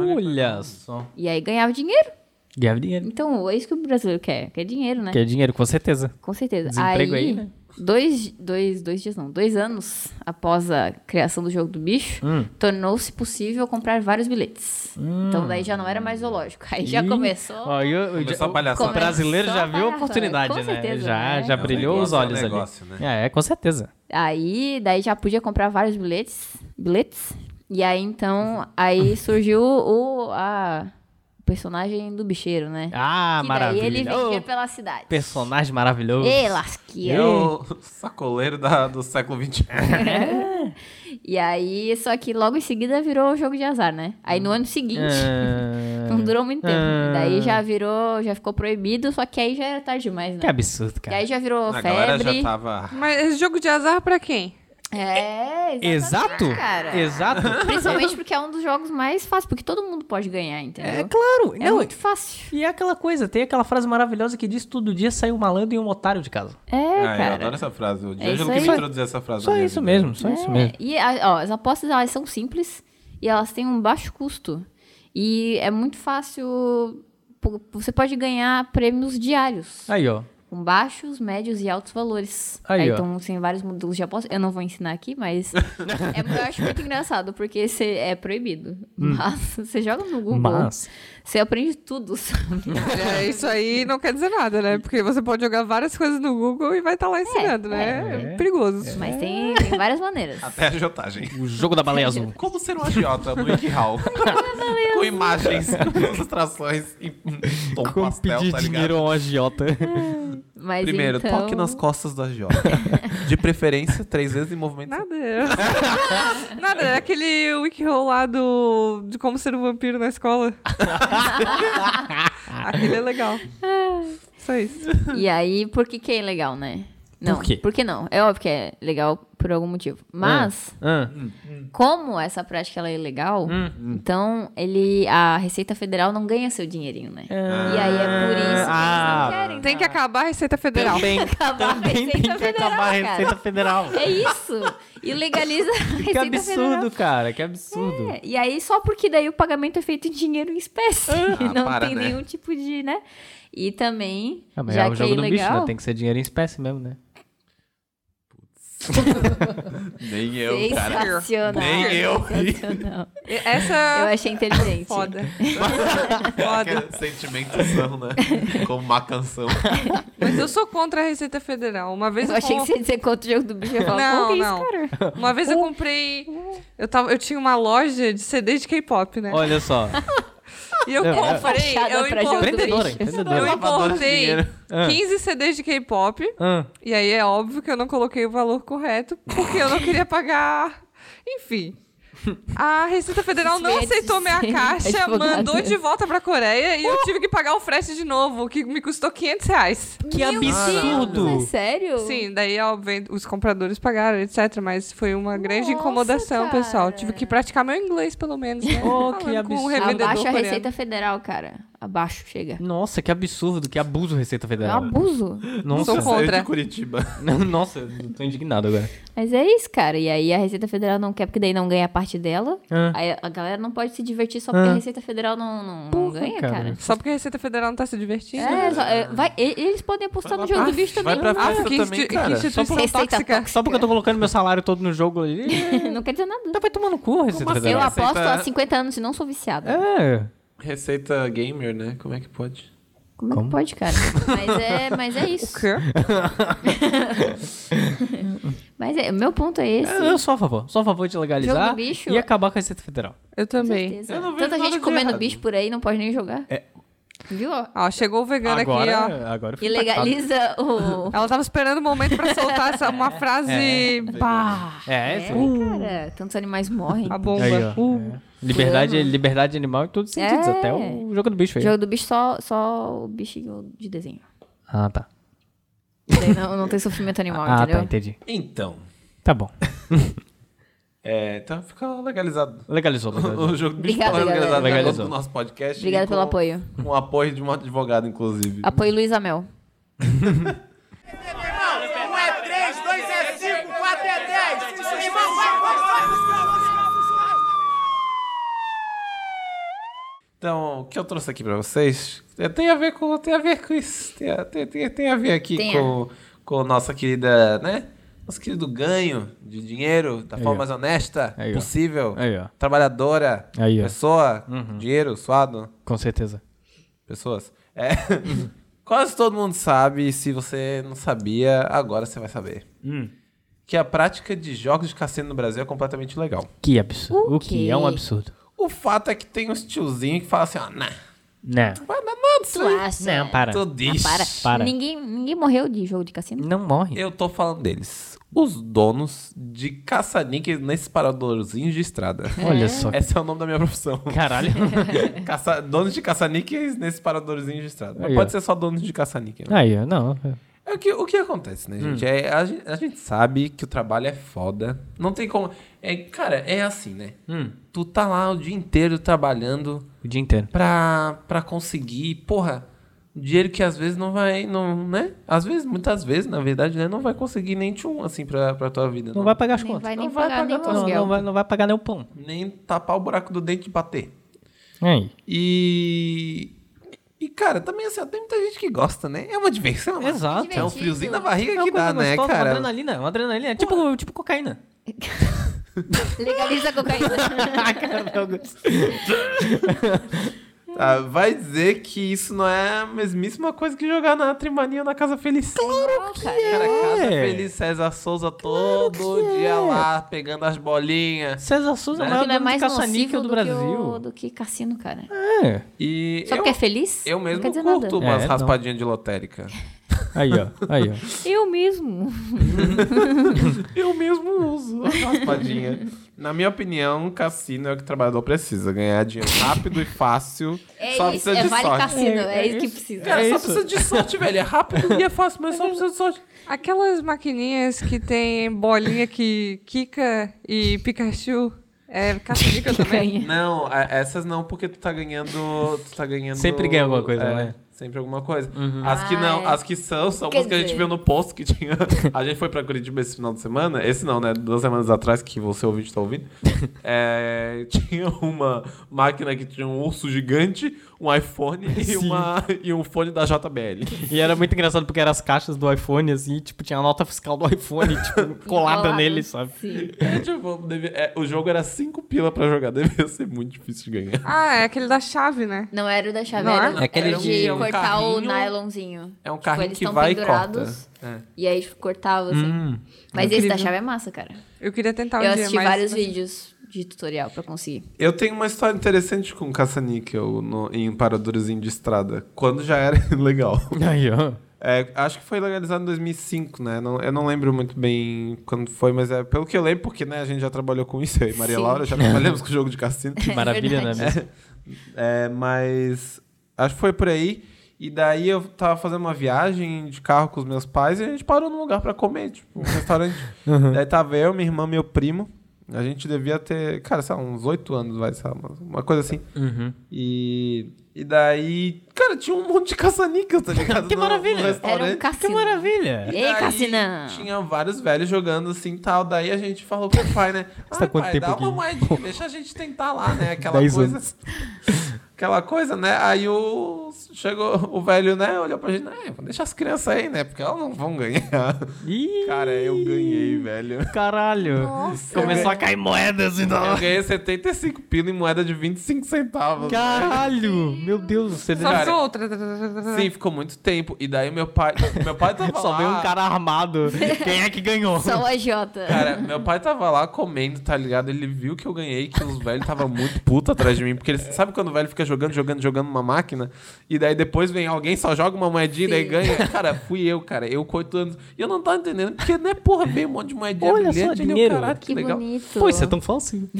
[SPEAKER 4] Olha só.
[SPEAKER 2] E aí ganhava dinheiro.
[SPEAKER 4] Ganhava dinheiro.
[SPEAKER 2] Então, é isso que o brasileiro quer. Quer dinheiro, né?
[SPEAKER 4] Quer dinheiro, com certeza.
[SPEAKER 2] Com certeza.
[SPEAKER 4] Desemprego aí,
[SPEAKER 2] aí,
[SPEAKER 4] né?
[SPEAKER 2] dois, dois, dois dias não, dois anos após a criação do jogo do bicho,
[SPEAKER 4] Hum.
[SPEAKER 2] tornou-se possível comprar vários bilhetes. Então daí já não era mais zoológico. Aí já
[SPEAKER 4] Hum. Ih,
[SPEAKER 2] começou.
[SPEAKER 4] Ó, eu, eu,
[SPEAKER 3] Começou
[SPEAKER 4] já-
[SPEAKER 3] a palhaçada.
[SPEAKER 4] O brasileiro já
[SPEAKER 2] Começou a
[SPEAKER 4] viu a
[SPEAKER 2] palhaçada,
[SPEAKER 4] oportunidade,
[SPEAKER 2] com
[SPEAKER 4] né?
[SPEAKER 2] certeza,
[SPEAKER 4] já
[SPEAKER 2] né?
[SPEAKER 4] já
[SPEAKER 2] É um
[SPEAKER 4] brilhou os
[SPEAKER 3] negócio, é um
[SPEAKER 4] olhos
[SPEAKER 3] negócio,
[SPEAKER 4] ali.
[SPEAKER 3] né?
[SPEAKER 4] É, com certeza.
[SPEAKER 2] Aí, daí já podia comprar vários bilhetes. Bilhetes? E aí, então, aí surgiu o a o personagem do bicheiro, né?
[SPEAKER 4] Ah,
[SPEAKER 2] que daí
[SPEAKER 4] maravilha.
[SPEAKER 2] ele vendia
[SPEAKER 4] Ô,
[SPEAKER 2] pela cidade.
[SPEAKER 4] personagem maravilhoso.
[SPEAKER 2] Ê, lasqueira.
[SPEAKER 3] É o sacoleiro da- do século um. XXI.
[SPEAKER 2] É E aí, só que logo em seguida virou jogo de azar, né? Aí no ano seguinte,
[SPEAKER 4] Hum. Ah,
[SPEAKER 2] não durou muito tempo.
[SPEAKER 4] ah.
[SPEAKER 2] Daí já virou, já ficou proibido, só que aí já era tarde demais,
[SPEAKER 4] Que
[SPEAKER 2] né?
[SPEAKER 4] absurdo,
[SPEAKER 2] E
[SPEAKER 4] cara.
[SPEAKER 2] aí já virou
[SPEAKER 3] A galera
[SPEAKER 2] febre.
[SPEAKER 3] já tá- tava.
[SPEAKER 1] Mas esse jogo de azar pra quem?
[SPEAKER 2] É, exatamente,
[SPEAKER 4] Exato?
[SPEAKER 2] cara.
[SPEAKER 4] Exato?
[SPEAKER 2] Principalmente porque é um dos jogos mais fáceis, porque todo mundo pode ganhar, entendeu?
[SPEAKER 4] É claro.
[SPEAKER 2] É
[SPEAKER 4] não,
[SPEAKER 2] muito fácil.
[SPEAKER 4] E é aquela coisa, tem aquela frase maravilhosa que diz todo dia saiu um malandro e um otário de casa.
[SPEAKER 2] É,
[SPEAKER 3] ah, eu
[SPEAKER 2] cara. É
[SPEAKER 3] adoro essa frase. O
[SPEAKER 2] isso
[SPEAKER 3] Diângelo que
[SPEAKER 2] aí.
[SPEAKER 3] me introduziu essa frase. na
[SPEAKER 4] Só
[SPEAKER 3] minha
[SPEAKER 4] isso
[SPEAKER 3] vida.
[SPEAKER 4] mesmo, só isso mesmo.
[SPEAKER 2] É, E a- ó, as apostas elas são simples e elas têm um baixo custo. E é muito fácil. pô, Você pode ganhar prêmios diários.
[SPEAKER 4] Aí, ó.
[SPEAKER 2] Com baixos, médios e altos valores.
[SPEAKER 4] Aí, ó.
[SPEAKER 2] então tem vários modelos de aposta. Eu não vou ensinar aqui, mas é, eu acho muito engraçado, porque cê- é proibido.
[SPEAKER 3] Hum.
[SPEAKER 2] Mas você joga no Google.
[SPEAKER 4] Mas.
[SPEAKER 2] Você aprende tudo, sabe?
[SPEAKER 1] É, isso aí não quer dizer nada, né? Porque você pode jogar várias coisas no Google e vai estar lá
[SPEAKER 2] É,
[SPEAKER 1] ensinando, né? É, perigoso.
[SPEAKER 2] Mas tem, tem várias maneiras.
[SPEAKER 3] Até a agiotagem.
[SPEAKER 4] O jogo da baleia azul.
[SPEAKER 3] Como ser um agiota no Wiki Hall? com imagens, com ilustrações e um tom
[SPEAKER 4] Como
[SPEAKER 3] pastel,
[SPEAKER 4] pedir
[SPEAKER 3] tá ligado?
[SPEAKER 4] dinheiro a um agiota.
[SPEAKER 2] Mas
[SPEAKER 3] Primeiro,
[SPEAKER 2] então...
[SPEAKER 3] toque nas costas do agiota. De preferência, três vezes em movimento.
[SPEAKER 1] Nada. Nada, é aquele wikihow lá do de como ser um vampiro na escola. aquele é legal. Só isso.
[SPEAKER 2] E aí, por que que é legal, né? Não,
[SPEAKER 4] quê? É.
[SPEAKER 2] que não? É óbvio que é legal por algum motivo. Mas,
[SPEAKER 4] Ah,
[SPEAKER 2] como essa prática ela é ilegal,
[SPEAKER 4] Hum.
[SPEAKER 2] então ele, a Receita Federal não ganha seu dinheirinho, né? E aí é por isso que
[SPEAKER 4] Ah.
[SPEAKER 2] eles não querem.
[SPEAKER 1] Tem que acabar a Receita Federal.
[SPEAKER 4] também
[SPEAKER 2] acabar a
[SPEAKER 4] também tem que
[SPEAKER 2] Receita Federal,
[SPEAKER 4] acabar a
[SPEAKER 2] cara.
[SPEAKER 4] Receita Federal.
[SPEAKER 2] É isso! E legaliza a Receita
[SPEAKER 4] Que
[SPEAKER 2] Federal.
[SPEAKER 4] absurdo, cara. Que absurdo.
[SPEAKER 2] É, e aí só porque daí o pagamento é feito em dinheiro em espécie. não
[SPEAKER 3] para,
[SPEAKER 2] tem
[SPEAKER 3] né?
[SPEAKER 2] nenhum tipo de, né? E também,
[SPEAKER 4] Ah, mas
[SPEAKER 2] já
[SPEAKER 4] é o
[SPEAKER 2] que
[SPEAKER 4] jogo
[SPEAKER 2] é
[SPEAKER 4] do
[SPEAKER 2] ilegal...
[SPEAKER 4] bicho, né? Tem que ser dinheiro em espécie mesmo, né?
[SPEAKER 3] Nem eu, cara.
[SPEAKER 2] Sensacional.
[SPEAKER 3] Nem eu.
[SPEAKER 2] Sensacional.
[SPEAKER 1] E Essa é
[SPEAKER 2] Eu achei inteligente.
[SPEAKER 1] foda. foda.
[SPEAKER 3] Aquele sentimento são, né? Como uma canção.
[SPEAKER 1] Mas eu sou contra a Receita Federal. Uma vez
[SPEAKER 2] Eu
[SPEAKER 1] eu,
[SPEAKER 2] achei que
[SPEAKER 1] com-
[SPEAKER 2] você ia dizer contra o jogo do bicho. Eu falo,
[SPEAKER 1] Não,
[SPEAKER 2] não, que é
[SPEAKER 1] não.
[SPEAKER 2] isso, cara?
[SPEAKER 1] uma vez eu
[SPEAKER 2] Uh.
[SPEAKER 1] comprei, eu tava, eu tinha uma loja de CD de K-pop,
[SPEAKER 2] É.
[SPEAKER 1] né?
[SPEAKER 4] Olha só.
[SPEAKER 1] E eu
[SPEAKER 4] É, é.
[SPEAKER 1] comprei,
[SPEAKER 2] Fachada
[SPEAKER 1] eu
[SPEAKER 2] pra jogo do
[SPEAKER 1] importei,
[SPEAKER 4] Empreendedora,
[SPEAKER 2] bicho.
[SPEAKER 1] eu
[SPEAKER 4] empreendedora.
[SPEAKER 3] Lavadora de
[SPEAKER 1] importei
[SPEAKER 3] dinheiro.
[SPEAKER 4] Ah.
[SPEAKER 1] 15 CDs de K-pop.
[SPEAKER 4] Ah,
[SPEAKER 1] E aí é óbvio que eu não coloquei o valor correto, porque eu não queria pagar. Enfim. A Receita Federal
[SPEAKER 2] Isso
[SPEAKER 1] não
[SPEAKER 2] eu ia
[SPEAKER 1] aceitou minha
[SPEAKER 2] dizer,
[SPEAKER 1] caixa,
[SPEAKER 2] advogada.
[SPEAKER 1] mandou de volta pra Coreia e eu tive que pagar o frete de novo, que me custou 500 reais.
[SPEAKER 4] que absurdo.
[SPEAKER 2] Mas é sério?
[SPEAKER 1] Sim, daí óbvio, os compradores pagaram, etc. Mas foi uma grande
[SPEAKER 2] Nossa,
[SPEAKER 1] incomodação,
[SPEAKER 2] cara.
[SPEAKER 1] pessoal. Tive que praticar meu inglês, pelo menos, né?
[SPEAKER 4] Oh,
[SPEAKER 1] Falando
[SPEAKER 4] que
[SPEAKER 1] com
[SPEAKER 4] absurdo.
[SPEAKER 1] um revendedor
[SPEAKER 2] Abaixa a
[SPEAKER 1] coreano.
[SPEAKER 2] Receita Federal, cara. Abaixo, chega.
[SPEAKER 4] Nossa, que absurdo. Que abuso Receita
[SPEAKER 2] É um
[SPEAKER 4] Federal.
[SPEAKER 2] abuso.
[SPEAKER 4] Nossa.
[SPEAKER 1] Sou contra.
[SPEAKER 3] Eu de Curitiba.
[SPEAKER 4] Nossa, eu tô indignado agora.
[SPEAKER 2] Mas é isso, cara. E aí a Receita Federal não quer, porque daí não ganha a parte dela.
[SPEAKER 4] Ah.
[SPEAKER 2] Aí a galera não pode se divertir só porque
[SPEAKER 4] Ah.
[SPEAKER 2] a Receita Federal não, não, não ganha,
[SPEAKER 4] cara.
[SPEAKER 2] cara.
[SPEAKER 1] Só porque a Receita Federal não tá se divertindo.
[SPEAKER 2] É, só- é, vai- e- eles podem apostar no jogo do bicho também.
[SPEAKER 3] Vai pra
[SPEAKER 2] não,
[SPEAKER 3] festa
[SPEAKER 1] Ah, que
[SPEAKER 3] também,
[SPEAKER 1] insti-
[SPEAKER 3] cara.
[SPEAKER 1] que
[SPEAKER 3] Só
[SPEAKER 1] instituição
[SPEAKER 2] Ah, Receita
[SPEAKER 1] tóxica.
[SPEAKER 2] tóxica.
[SPEAKER 4] Só porque eu tô colocando meu salário todo no jogo ali.
[SPEAKER 2] não quer dizer nada.
[SPEAKER 4] Tá, vai tomar no cu, Receita
[SPEAKER 3] assim?
[SPEAKER 2] Eu
[SPEAKER 4] Federal.
[SPEAKER 3] aceita-
[SPEAKER 2] aposto há 50 anos e não sou viciada.
[SPEAKER 4] É.
[SPEAKER 3] Receita gamer, né? Como é que pode?
[SPEAKER 2] Como, é que pode, cara? mas, é, mas é isso.
[SPEAKER 1] O quê?
[SPEAKER 2] Mas é, o meu ponto é esse.
[SPEAKER 4] Eu, eu sou a favor. Sou a favor de
[SPEAKER 2] Jogo
[SPEAKER 4] legalizar
[SPEAKER 2] do bicho.
[SPEAKER 4] e acabar com a Receita Federal.
[SPEAKER 1] Eu também.
[SPEAKER 2] Certeza.
[SPEAKER 3] Eu não vejo
[SPEAKER 2] Tanta
[SPEAKER 3] nada
[SPEAKER 2] gente
[SPEAKER 3] de
[SPEAKER 2] comendo
[SPEAKER 3] errado.
[SPEAKER 2] bicho por aí, não pode nem jogar.
[SPEAKER 3] É.
[SPEAKER 2] Viu? ó?
[SPEAKER 1] Ó, chegou o vegano aqui, ó.
[SPEAKER 4] Agora, é, agora eu
[SPEAKER 2] E
[SPEAKER 4] fui
[SPEAKER 2] legaliza o.
[SPEAKER 1] Ela tava esperando o momento pra soltar essa, uma frase. pá!
[SPEAKER 4] tacado. É, é.
[SPEAKER 2] É, cara, tantos animais morrem.
[SPEAKER 1] A bomba.
[SPEAKER 4] Aí, ó. É.
[SPEAKER 1] Uh.
[SPEAKER 4] Liberdade, liberdade animal em todos os sentidos,
[SPEAKER 2] É.
[SPEAKER 4] até o jogo do bicho aí.
[SPEAKER 2] Jogo do bicho só, só o bichinho de desenho.
[SPEAKER 4] Ah, tá.
[SPEAKER 2] Daí não, não tem sofrimento animal,
[SPEAKER 4] Ah, tá,
[SPEAKER 2] entendeu?
[SPEAKER 4] entendi.
[SPEAKER 3] Então.
[SPEAKER 4] Tá bom.
[SPEAKER 3] É, então fica legalizado.
[SPEAKER 4] Legalizou, legalizou.
[SPEAKER 3] O jogo do bicho
[SPEAKER 2] Obrigada,
[SPEAKER 3] tá legalizado,
[SPEAKER 2] galera.
[SPEAKER 3] agora
[SPEAKER 4] Legalizou.
[SPEAKER 3] com o nosso podcast.
[SPEAKER 2] Obrigada
[SPEAKER 3] e com-
[SPEAKER 2] pelo apoio.
[SPEAKER 3] Com o apoio de um advogado, inclusive.
[SPEAKER 2] Apoio Luiz Amel.
[SPEAKER 6] Um é 3, 2 é 5, 4 é 10. Irmão, vai, vai, vai,
[SPEAKER 3] Então, o que eu trouxe aqui pra vocês é, tem a ver com, tem a ver com isso. Tem a, tem, tem- tem a ver aqui
[SPEAKER 2] Tem a-
[SPEAKER 3] com, com nossa querida, né? Nosso querido ganho de dinheiro da
[SPEAKER 4] Aí,
[SPEAKER 3] forma
[SPEAKER 4] ó.
[SPEAKER 3] mais honesta
[SPEAKER 4] Aí, ó.
[SPEAKER 3] possível.
[SPEAKER 4] Aí, ó.
[SPEAKER 3] Trabalhadora.
[SPEAKER 4] Aí, ó. Uhum.
[SPEAKER 3] pessoa. Dinheiro, suado.
[SPEAKER 4] Com certeza.
[SPEAKER 3] Pessoas. É. Quase todo mundo sabe, e se você não sabia, agora você vai saber.
[SPEAKER 4] Hum.
[SPEAKER 3] Que a prática de jogos de cassino no Brasil é completamente ilegal.
[SPEAKER 4] Que absurdo.
[SPEAKER 2] O
[SPEAKER 4] O que é um
[SPEAKER 2] quê?
[SPEAKER 4] absurdo.
[SPEAKER 3] O fato é que tem uns tiozinhos que falam assim, ó, nah, não
[SPEAKER 4] Não.
[SPEAKER 3] vai dar nada isso
[SPEAKER 2] Tu
[SPEAKER 3] aí.
[SPEAKER 2] acha?
[SPEAKER 4] Né? Não, para.
[SPEAKER 3] Tu diz.
[SPEAKER 2] Para.
[SPEAKER 4] Para.
[SPEAKER 2] Ninguém, ninguém morreu de jogo de cassino?
[SPEAKER 4] Não morre.
[SPEAKER 3] Eu tô falando deles. Os donos de caça-níqueis nesses paradorzinhos de estrada.
[SPEAKER 4] Olha só.
[SPEAKER 3] Esse é o nome da minha profissão.
[SPEAKER 4] Caralho.
[SPEAKER 3] Caça- donos de caça-níqueis nesses paradorzinhos de estrada. Mas
[SPEAKER 4] Aí,
[SPEAKER 3] pode
[SPEAKER 4] ó.
[SPEAKER 3] ser só donos de caça-níqueis. né?
[SPEAKER 4] Aí, ó, não.
[SPEAKER 3] É o que, o que acontece, né,
[SPEAKER 4] Hum.
[SPEAKER 3] gente? É, a, gen- a gente sabe que o trabalho é foda. Não tem como. É, cara, é assim, né?
[SPEAKER 4] Hum.
[SPEAKER 3] Tu tá lá o dia inteiro trabalhando
[SPEAKER 4] O dia inteiro.
[SPEAKER 3] pra, pra conseguir, porra, dinheiro que às vezes não vai, não, né? Às vezes, muitas vezes, na verdade, né? Não vai conseguir nem tchum, assim, pra, pra tua vida.
[SPEAKER 4] Não vai pagar as
[SPEAKER 2] Nem
[SPEAKER 4] contas.
[SPEAKER 2] vai nem
[SPEAKER 3] Não vai
[SPEAKER 2] pagar nem
[SPEAKER 3] pagar,
[SPEAKER 4] Não,
[SPEAKER 2] conseguiu.
[SPEAKER 4] não, vai, não vai pagar nem o pão.
[SPEAKER 3] Nem tapar o buraco do dente de bater.
[SPEAKER 4] Aí.
[SPEAKER 3] E. E, cara, também assim, ó, tem muita gente que gosta, né? É uma diversão. né?
[SPEAKER 4] Exato.
[SPEAKER 3] É um friozinho na
[SPEAKER 4] É
[SPEAKER 3] barriga
[SPEAKER 4] uma
[SPEAKER 3] que
[SPEAKER 4] coisa
[SPEAKER 3] dá, né,
[SPEAKER 4] gostosa, Uma
[SPEAKER 3] cara?
[SPEAKER 4] adrenalina, uma adrenalina. É tipo, tipo cocaína.
[SPEAKER 2] Legaliza a cocaína.
[SPEAKER 3] Tá, vai dizer que isso não é a mesmíssima coisa que jogar na trimania ou na Casa Feliz.
[SPEAKER 2] Não, cara.
[SPEAKER 3] Cara, Casa
[SPEAKER 4] É.
[SPEAKER 3] Feliz, César Souza todo
[SPEAKER 2] é.
[SPEAKER 3] dia lá, pegando as bolinhas.
[SPEAKER 4] César Souza é o
[SPEAKER 2] Aquilo
[SPEAKER 4] maior
[SPEAKER 2] é
[SPEAKER 4] dono de
[SPEAKER 2] mais nocivo
[SPEAKER 4] caça-níquel do
[SPEAKER 2] do, Que o-
[SPEAKER 4] Brasil.
[SPEAKER 2] do que cassino, cara.
[SPEAKER 4] É.
[SPEAKER 3] E
[SPEAKER 2] Só
[SPEAKER 3] eu,
[SPEAKER 2] porque é feliz?
[SPEAKER 3] eu
[SPEAKER 2] não
[SPEAKER 3] mesmo
[SPEAKER 2] quer dizer
[SPEAKER 3] curto
[SPEAKER 2] nada.
[SPEAKER 4] nada.
[SPEAKER 3] umas
[SPEAKER 4] É, não.
[SPEAKER 3] raspadinhas de lotérica.
[SPEAKER 4] Aí, ó. Aí, ó.
[SPEAKER 2] Eu mesmo.
[SPEAKER 3] Eu mesmo uso as raspadinhas. Na minha opinião, cassino é o que o trabalhador precisa. Ganhar dinheiro rápido e fácil.
[SPEAKER 2] É
[SPEAKER 3] só
[SPEAKER 2] isso,
[SPEAKER 3] precisa
[SPEAKER 2] é
[SPEAKER 3] de
[SPEAKER 2] vale
[SPEAKER 3] sorte.
[SPEAKER 2] cassino,
[SPEAKER 4] É,
[SPEAKER 2] é,
[SPEAKER 4] é
[SPEAKER 2] isso que
[SPEAKER 4] isso.
[SPEAKER 2] precisa.
[SPEAKER 3] Cara,
[SPEAKER 4] É
[SPEAKER 3] só
[SPEAKER 4] isso.
[SPEAKER 3] precisa de sorte, velho. É rápido e é fácil, mas só precisa de sorte.
[SPEAKER 1] Aquelas maquininhas que tem bolinha que Kika e Pikachu. É caça-níquel também.
[SPEAKER 2] Ganha.
[SPEAKER 3] Não, a- essas não, porque tu tá ganhando. Tu tá ganhando.
[SPEAKER 4] Sempre ganha alguma coisa,
[SPEAKER 3] é,
[SPEAKER 4] né? Uhum.
[SPEAKER 3] Sempre alguma coisa. As que
[SPEAKER 2] Ah,
[SPEAKER 3] não,
[SPEAKER 2] é.
[SPEAKER 3] as que são, são
[SPEAKER 2] Quer
[SPEAKER 3] umas que a gente
[SPEAKER 2] dizer-
[SPEAKER 3] viu no posto que tinha. A gente foi pra Curitiba esse final de semana. Esse não, né? Duas semanas atrás, que você ouvinte tá ouvindo. É, tinha uma máquina que tinha um urso gigante, um iPhone e, uma, e um fone da JBL.
[SPEAKER 4] E era muito engraçado porque eram as caixas do iPhone, assim, tipo, tinha a nota fiscal do iPhone, tipo, colada
[SPEAKER 2] Enrolado.
[SPEAKER 4] nele, sabe?
[SPEAKER 2] Sim.
[SPEAKER 3] É, tipo, devia- é, o jogo era cinco pila pra jogar, devia ser muito difícil de ganhar.
[SPEAKER 1] Ah, é aquele da chave, né?
[SPEAKER 2] Não era o da chave,
[SPEAKER 1] Não
[SPEAKER 2] era
[SPEAKER 1] era?
[SPEAKER 2] o-
[SPEAKER 4] É aquele
[SPEAKER 2] era o
[SPEAKER 3] de-
[SPEAKER 2] de
[SPEAKER 3] é um
[SPEAKER 2] cortar o
[SPEAKER 3] carrinho-
[SPEAKER 2] nylonzinho.
[SPEAKER 3] É um
[SPEAKER 2] Tipo,
[SPEAKER 3] carrinho
[SPEAKER 2] eles
[SPEAKER 3] que
[SPEAKER 2] tão
[SPEAKER 3] vai e corta.
[SPEAKER 2] pendurados,
[SPEAKER 3] É.
[SPEAKER 2] E aí tipo, cortava, assim. Mas esse da
[SPEAKER 1] Incrível.
[SPEAKER 2] chave é massa, cara.
[SPEAKER 1] Eu queria tentar um
[SPEAKER 2] Eu
[SPEAKER 1] dia,
[SPEAKER 2] assisti
[SPEAKER 1] mas...
[SPEAKER 2] vários vídeos de tutorial pra conseguir.
[SPEAKER 3] Eu tenho uma história interessante com caça-níquel no- em paradorzinho de estrada, quando já era ilegal.
[SPEAKER 4] Aí, ó.
[SPEAKER 3] É, acho que foi legalizado em 2005, né? Não- eu não lembro muito bem quando foi, mas é pelo que eu lembro, porque né, a gente já trabalhou com isso, eu e Maria
[SPEAKER 2] Sim.
[SPEAKER 3] Laura já trabalhamos com o jogo de cassino.
[SPEAKER 4] Que maravilha, né?
[SPEAKER 2] É verdade.
[SPEAKER 4] mesmo?
[SPEAKER 3] É, mas acho que foi por aí. E daí eu tava fazendo uma viagem de carro com os meus pais e a gente parou num lugar pra comer, tipo, um restaurante.
[SPEAKER 4] Uhum.
[SPEAKER 3] Daí tava eu, minha irmã, meu primo. A gente devia ter, cara, sei lá, uns oito anos, vai, sei lá, uma- uma coisa assim.
[SPEAKER 4] Uhum.
[SPEAKER 3] E, e daí, cara, tinha um monte de caça-níquel, tá ligado?
[SPEAKER 4] Que
[SPEAKER 3] No-
[SPEAKER 4] maravilha. Era
[SPEAKER 3] No
[SPEAKER 4] um
[SPEAKER 2] Era um
[SPEAKER 3] restaurante.
[SPEAKER 4] Que
[SPEAKER 2] cassino.
[SPEAKER 4] maravilha!
[SPEAKER 2] E
[SPEAKER 3] Daí
[SPEAKER 2] aí, Cassinã?
[SPEAKER 3] Tinha vários velhos jogando assim tal. Daí a gente falou pro pai, né?
[SPEAKER 4] Você tá
[SPEAKER 3] "Ai,
[SPEAKER 4] quanto
[SPEAKER 3] pai,
[SPEAKER 4] tempo
[SPEAKER 3] dá
[SPEAKER 4] aqui?"
[SPEAKER 3] uma moedinha, deixa a gente tentar lá, né? Aquela
[SPEAKER 4] Dez
[SPEAKER 3] coisa. Aquela coisa, né? Aí o. Chegou o velho, né? Olhou pra gente, né? Vamos deixar as crianças aí, né? Porque elas não vão ganhar.
[SPEAKER 4] Ih,
[SPEAKER 3] Cara, eu ganhei, velho.
[SPEAKER 4] Caralho!
[SPEAKER 2] Nossa.
[SPEAKER 4] Começou a cair moedas então. e
[SPEAKER 3] Eu ganhei 75 pila em moeda de 25 centavos.
[SPEAKER 4] Caralho! Meu Deus, você
[SPEAKER 1] Só
[SPEAKER 3] Cara,
[SPEAKER 1] fiz outra.
[SPEAKER 3] Sim, ficou muito tempo. E daí meu pai. Meu pai tava
[SPEAKER 4] Só
[SPEAKER 3] lá.
[SPEAKER 4] veio um cara armado. Quem é que ganhou?
[SPEAKER 2] Só o agiota.
[SPEAKER 3] Cara, meu pai tava lá comendo, tá ligado? Ele viu que eu ganhei, que os velhos tava muito puto atrás de mim. Porque ele sabe quando o velho fica jogando, jogando, jogando uma máquina? E daí depois vem alguém, só joga uma moedinha e daí ganha. Cara, fui eu, cara. Eu com oito anos. E eu não tava entendendo, porque não é porra ver um monte de moedinha
[SPEAKER 4] Olha só,
[SPEAKER 3] brilhante. ali, eu,
[SPEAKER 4] dinheiro.
[SPEAKER 3] caralho, que,
[SPEAKER 2] Que
[SPEAKER 3] legal.
[SPEAKER 2] bonito.
[SPEAKER 4] Pô, isso é tão falsinho.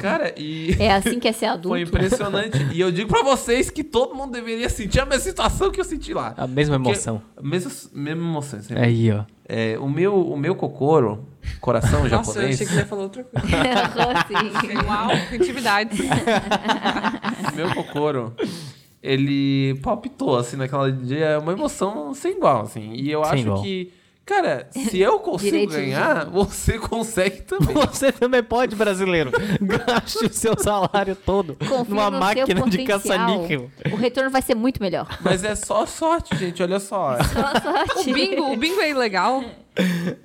[SPEAKER 3] Cara, e.
[SPEAKER 2] É assim que é ser adulto.
[SPEAKER 3] Foi um impressionante. E eu digo pra vocês que todo mundo deveria sentir a mesma situação que eu senti lá.
[SPEAKER 4] A mesma
[SPEAKER 3] Porque-
[SPEAKER 4] emoção.
[SPEAKER 3] a mesma, mesma emoção. assim.
[SPEAKER 4] Aí, ó.
[SPEAKER 3] É, o meu, o meu cocoro, coração
[SPEAKER 1] Nossa, eu
[SPEAKER 3] japonês,
[SPEAKER 1] achei que você ia falar outra coisa.
[SPEAKER 2] Assim.
[SPEAKER 1] Uau, intimidade.
[SPEAKER 3] o meu cocoro, ele palpitou, assim, naquela dia. É uma emoção sem igual, assim. E eu
[SPEAKER 4] Sem
[SPEAKER 3] acho
[SPEAKER 4] igual.
[SPEAKER 3] que, cara, se eu consigo
[SPEAKER 2] Direito de
[SPEAKER 3] ganhar, você consegue também.
[SPEAKER 4] Você também pode, brasileiro. Gaste o seu salário todo
[SPEAKER 2] Confia
[SPEAKER 4] numa
[SPEAKER 2] no
[SPEAKER 4] máquina
[SPEAKER 2] seu
[SPEAKER 4] de caça-níquel.
[SPEAKER 2] potencial. O retorno vai ser muito melhor.
[SPEAKER 3] Mas é só sorte, gente. Olha só.
[SPEAKER 2] Boa
[SPEAKER 1] O
[SPEAKER 2] sorte.
[SPEAKER 1] bingo, o bingo é ilegal.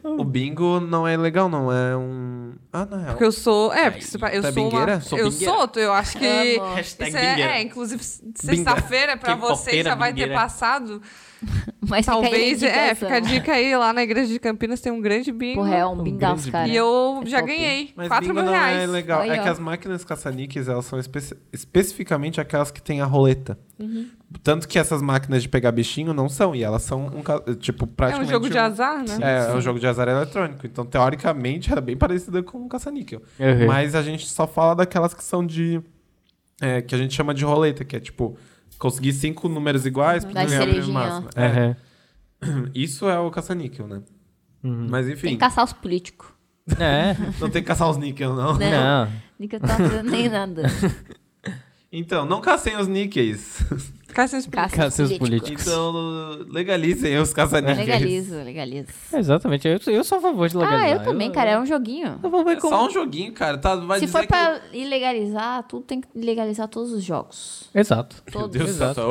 [SPEAKER 3] O bingo não é legal, não. É um. Ah, não é.
[SPEAKER 1] Porque eu sou. É, porque você, pa- eu
[SPEAKER 3] Tu é
[SPEAKER 1] sou
[SPEAKER 3] bingueira?
[SPEAKER 1] uma.
[SPEAKER 3] Sou
[SPEAKER 1] eu
[SPEAKER 3] bingueira.
[SPEAKER 1] sou, eu acho que.
[SPEAKER 2] Amo.
[SPEAKER 1] isso
[SPEAKER 4] Hashtag
[SPEAKER 1] é,
[SPEAKER 4] bingueira.
[SPEAKER 1] é, inclusive, sexta-feira pra
[SPEAKER 4] Bingueira.
[SPEAKER 1] vocês já vai ter
[SPEAKER 4] Bingueira.
[SPEAKER 1] passado.
[SPEAKER 2] Mas fica aí a
[SPEAKER 1] Talvez. É,
[SPEAKER 2] indicação.
[SPEAKER 1] fica a dica aí, lá na igreja de Campinas tem um grande bingo.
[SPEAKER 2] Porra, é um
[SPEAKER 4] grande
[SPEAKER 2] bingaço, cara.
[SPEAKER 1] E eu
[SPEAKER 2] É
[SPEAKER 1] já
[SPEAKER 2] top.
[SPEAKER 1] ganhei.
[SPEAKER 3] Mas
[SPEAKER 1] 4
[SPEAKER 3] bingo
[SPEAKER 1] mil
[SPEAKER 3] não
[SPEAKER 1] reais.
[SPEAKER 3] é legal.
[SPEAKER 2] Aí,
[SPEAKER 3] é
[SPEAKER 2] ó.
[SPEAKER 3] que as máquinas caça-níqueis, elas são espe- especificamente aquelas que têm a roleta.
[SPEAKER 1] Uhum.
[SPEAKER 3] Tanto que essas máquinas de pegar bichinho não são. E elas são, um, ca- tipo,
[SPEAKER 1] É um
[SPEAKER 3] praticamente...
[SPEAKER 1] jogo de azar, né?
[SPEAKER 3] É, é um jogo de azar eletrônico. Então, teoricamente, era bem parecida com um caça-níquel.
[SPEAKER 4] Uhum.
[SPEAKER 3] Mas a gente só fala daquelas que são de... é, que a gente chama de roleta, que é, tipo, conseguir cinco números iguais pra
[SPEAKER 2] Das
[SPEAKER 3] ganhar o prêmio
[SPEAKER 2] cerejinha.
[SPEAKER 3] máximo. É,
[SPEAKER 4] Aham.
[SPEAKER 3] Isso é o caça-níquel, né?
[SPEAKER 4] Uhum.
[SPEAKER 3] Mas, enfim,
[SPEAKER 2] Tem que caçar os políticos.
[SPEAKER 4] É.
[SPEAKER 3] não tem que caçar os níquel, não.
[SPEAKER 2] Né?
[SPEAKER 4] Não.
[SPEAKER 2] Nunca tá fazendo nem nada.
[SPEAKER 3] Então, não cacem os níqueis.
[SPEAKER 1] Ficar sem explicar.
[SPEAKER 2] Caça os
[SPEAKER 4] Caça os
[SPEAKER 2] políticos.
[SPEAKER 4] políticos.
[SPEAKER 3] Então, legalizem os caçaniques.
[SPEAKER 2] Legalizo, legalizo.
[SPEAKER 4] Exatamente. Eu, eu sou a favor de legalizar.
[SPEAKER 2] Ah, eu também, cara. É um joguinho.
[SPEAKER 4] Eu vou ver
[SPEAKER 3] É só
[SPEAKER 4] como...
[SPEAKER 3] um joguinho, cara. Tá, vai
[SPEAKER 2] Se
[SPEAKER 3] dizer
[SPEAKER 2] for
[SPEAKER 3] que...
[SPEAKER 2] pra ilegalizar, tudo tem que legalizar todos os jogos.
[SPEAKER 4] Exato.
[SPEAKER 3] Meu
[SPEAKER 2] Todos.
[SPEAKER 3] Deus do céu,
[SPEAKER 4] Exato.
[SPEAKER 3] só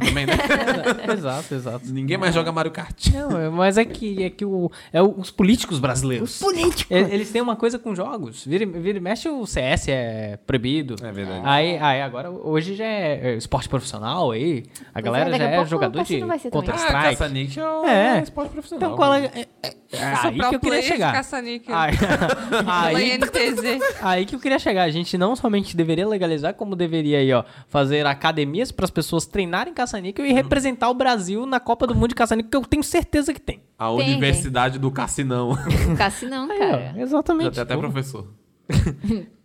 [SPEAKER 3] também, né?
[SPEAKER 2] É.
[SPEAKER 4] exato, exato.
[SPEAKER 3] Ninguém mais joga Mario Kart.
[SPEAKER 4] Não, é- mas é que, é que o, é o- os políticos brasileiros.
[SPEAKER 2] Os políticos.
[SPEAKER 4] E- Eles têm uma coisa com jogos. Vira, e- vira e mexe, o CS é proibido.
[SPEAKER 3] É verdade.
[SPEAKER 4] Aí, aí agora, hoje já é é, esporte profissional aí. A galera
[SPEAKER 2] daqui
[SPEAKER 4] já
[SPEAKER 2] a
[SPEAKER 4] é
[SPEAKER 2] pouco
[SPEAKER 4] jogador
[SPEAKER 2] o Cassino
[SPEAKER 4] de
[SPEAKER 2] vai ser também.
[SPEAKER 3] Ah,
[SPEAKER 4] Counter-Strike.
[SPEAKER 3] caça-nique é um
[SPEAKER 4] É.
[SPEAKER 3] esporte profissional.
[SPEAKER 4] então qual é... é- é- aí
[SPEAKER 1] pro
[SPEAKER 4] que eu queria
[SPEAKER 1] player de
[SPEAKER 4] chegar.
[SPEAKER 1] caça-níquel.
[SPEAKER 4] Aí-
[SPEAKER 3] é
[SPEAKER 1] Pela
[SPEAKER 4] aí,
[SPEAKER 1] INTZ.
[SPEAKER 4] Aí que eu queria chegar, a gente não somente deveria legalizar, como deveria aí, ó, fazer academias para as pessoas treinarem caça-níquel e representar o Brasil na Copa do Mundo de caça-níquel, que eu tenho certeza que tem.
[SPEAKER 3] A
[SPEAKER 2] Tem,
[SPEAKER 3] Universidade do Cassinão.
[SPEAKER 2] O Cassinão,
[SPEAKER 4] Aí, ó,
[SPEAKER 2] cara.
[SPEAKER 3] Já
[SPEAKER 4] exatamente.
[SPEAKER 3] tem até
[SPEAKER 4] Pô,
[SPEAKER 3] professor.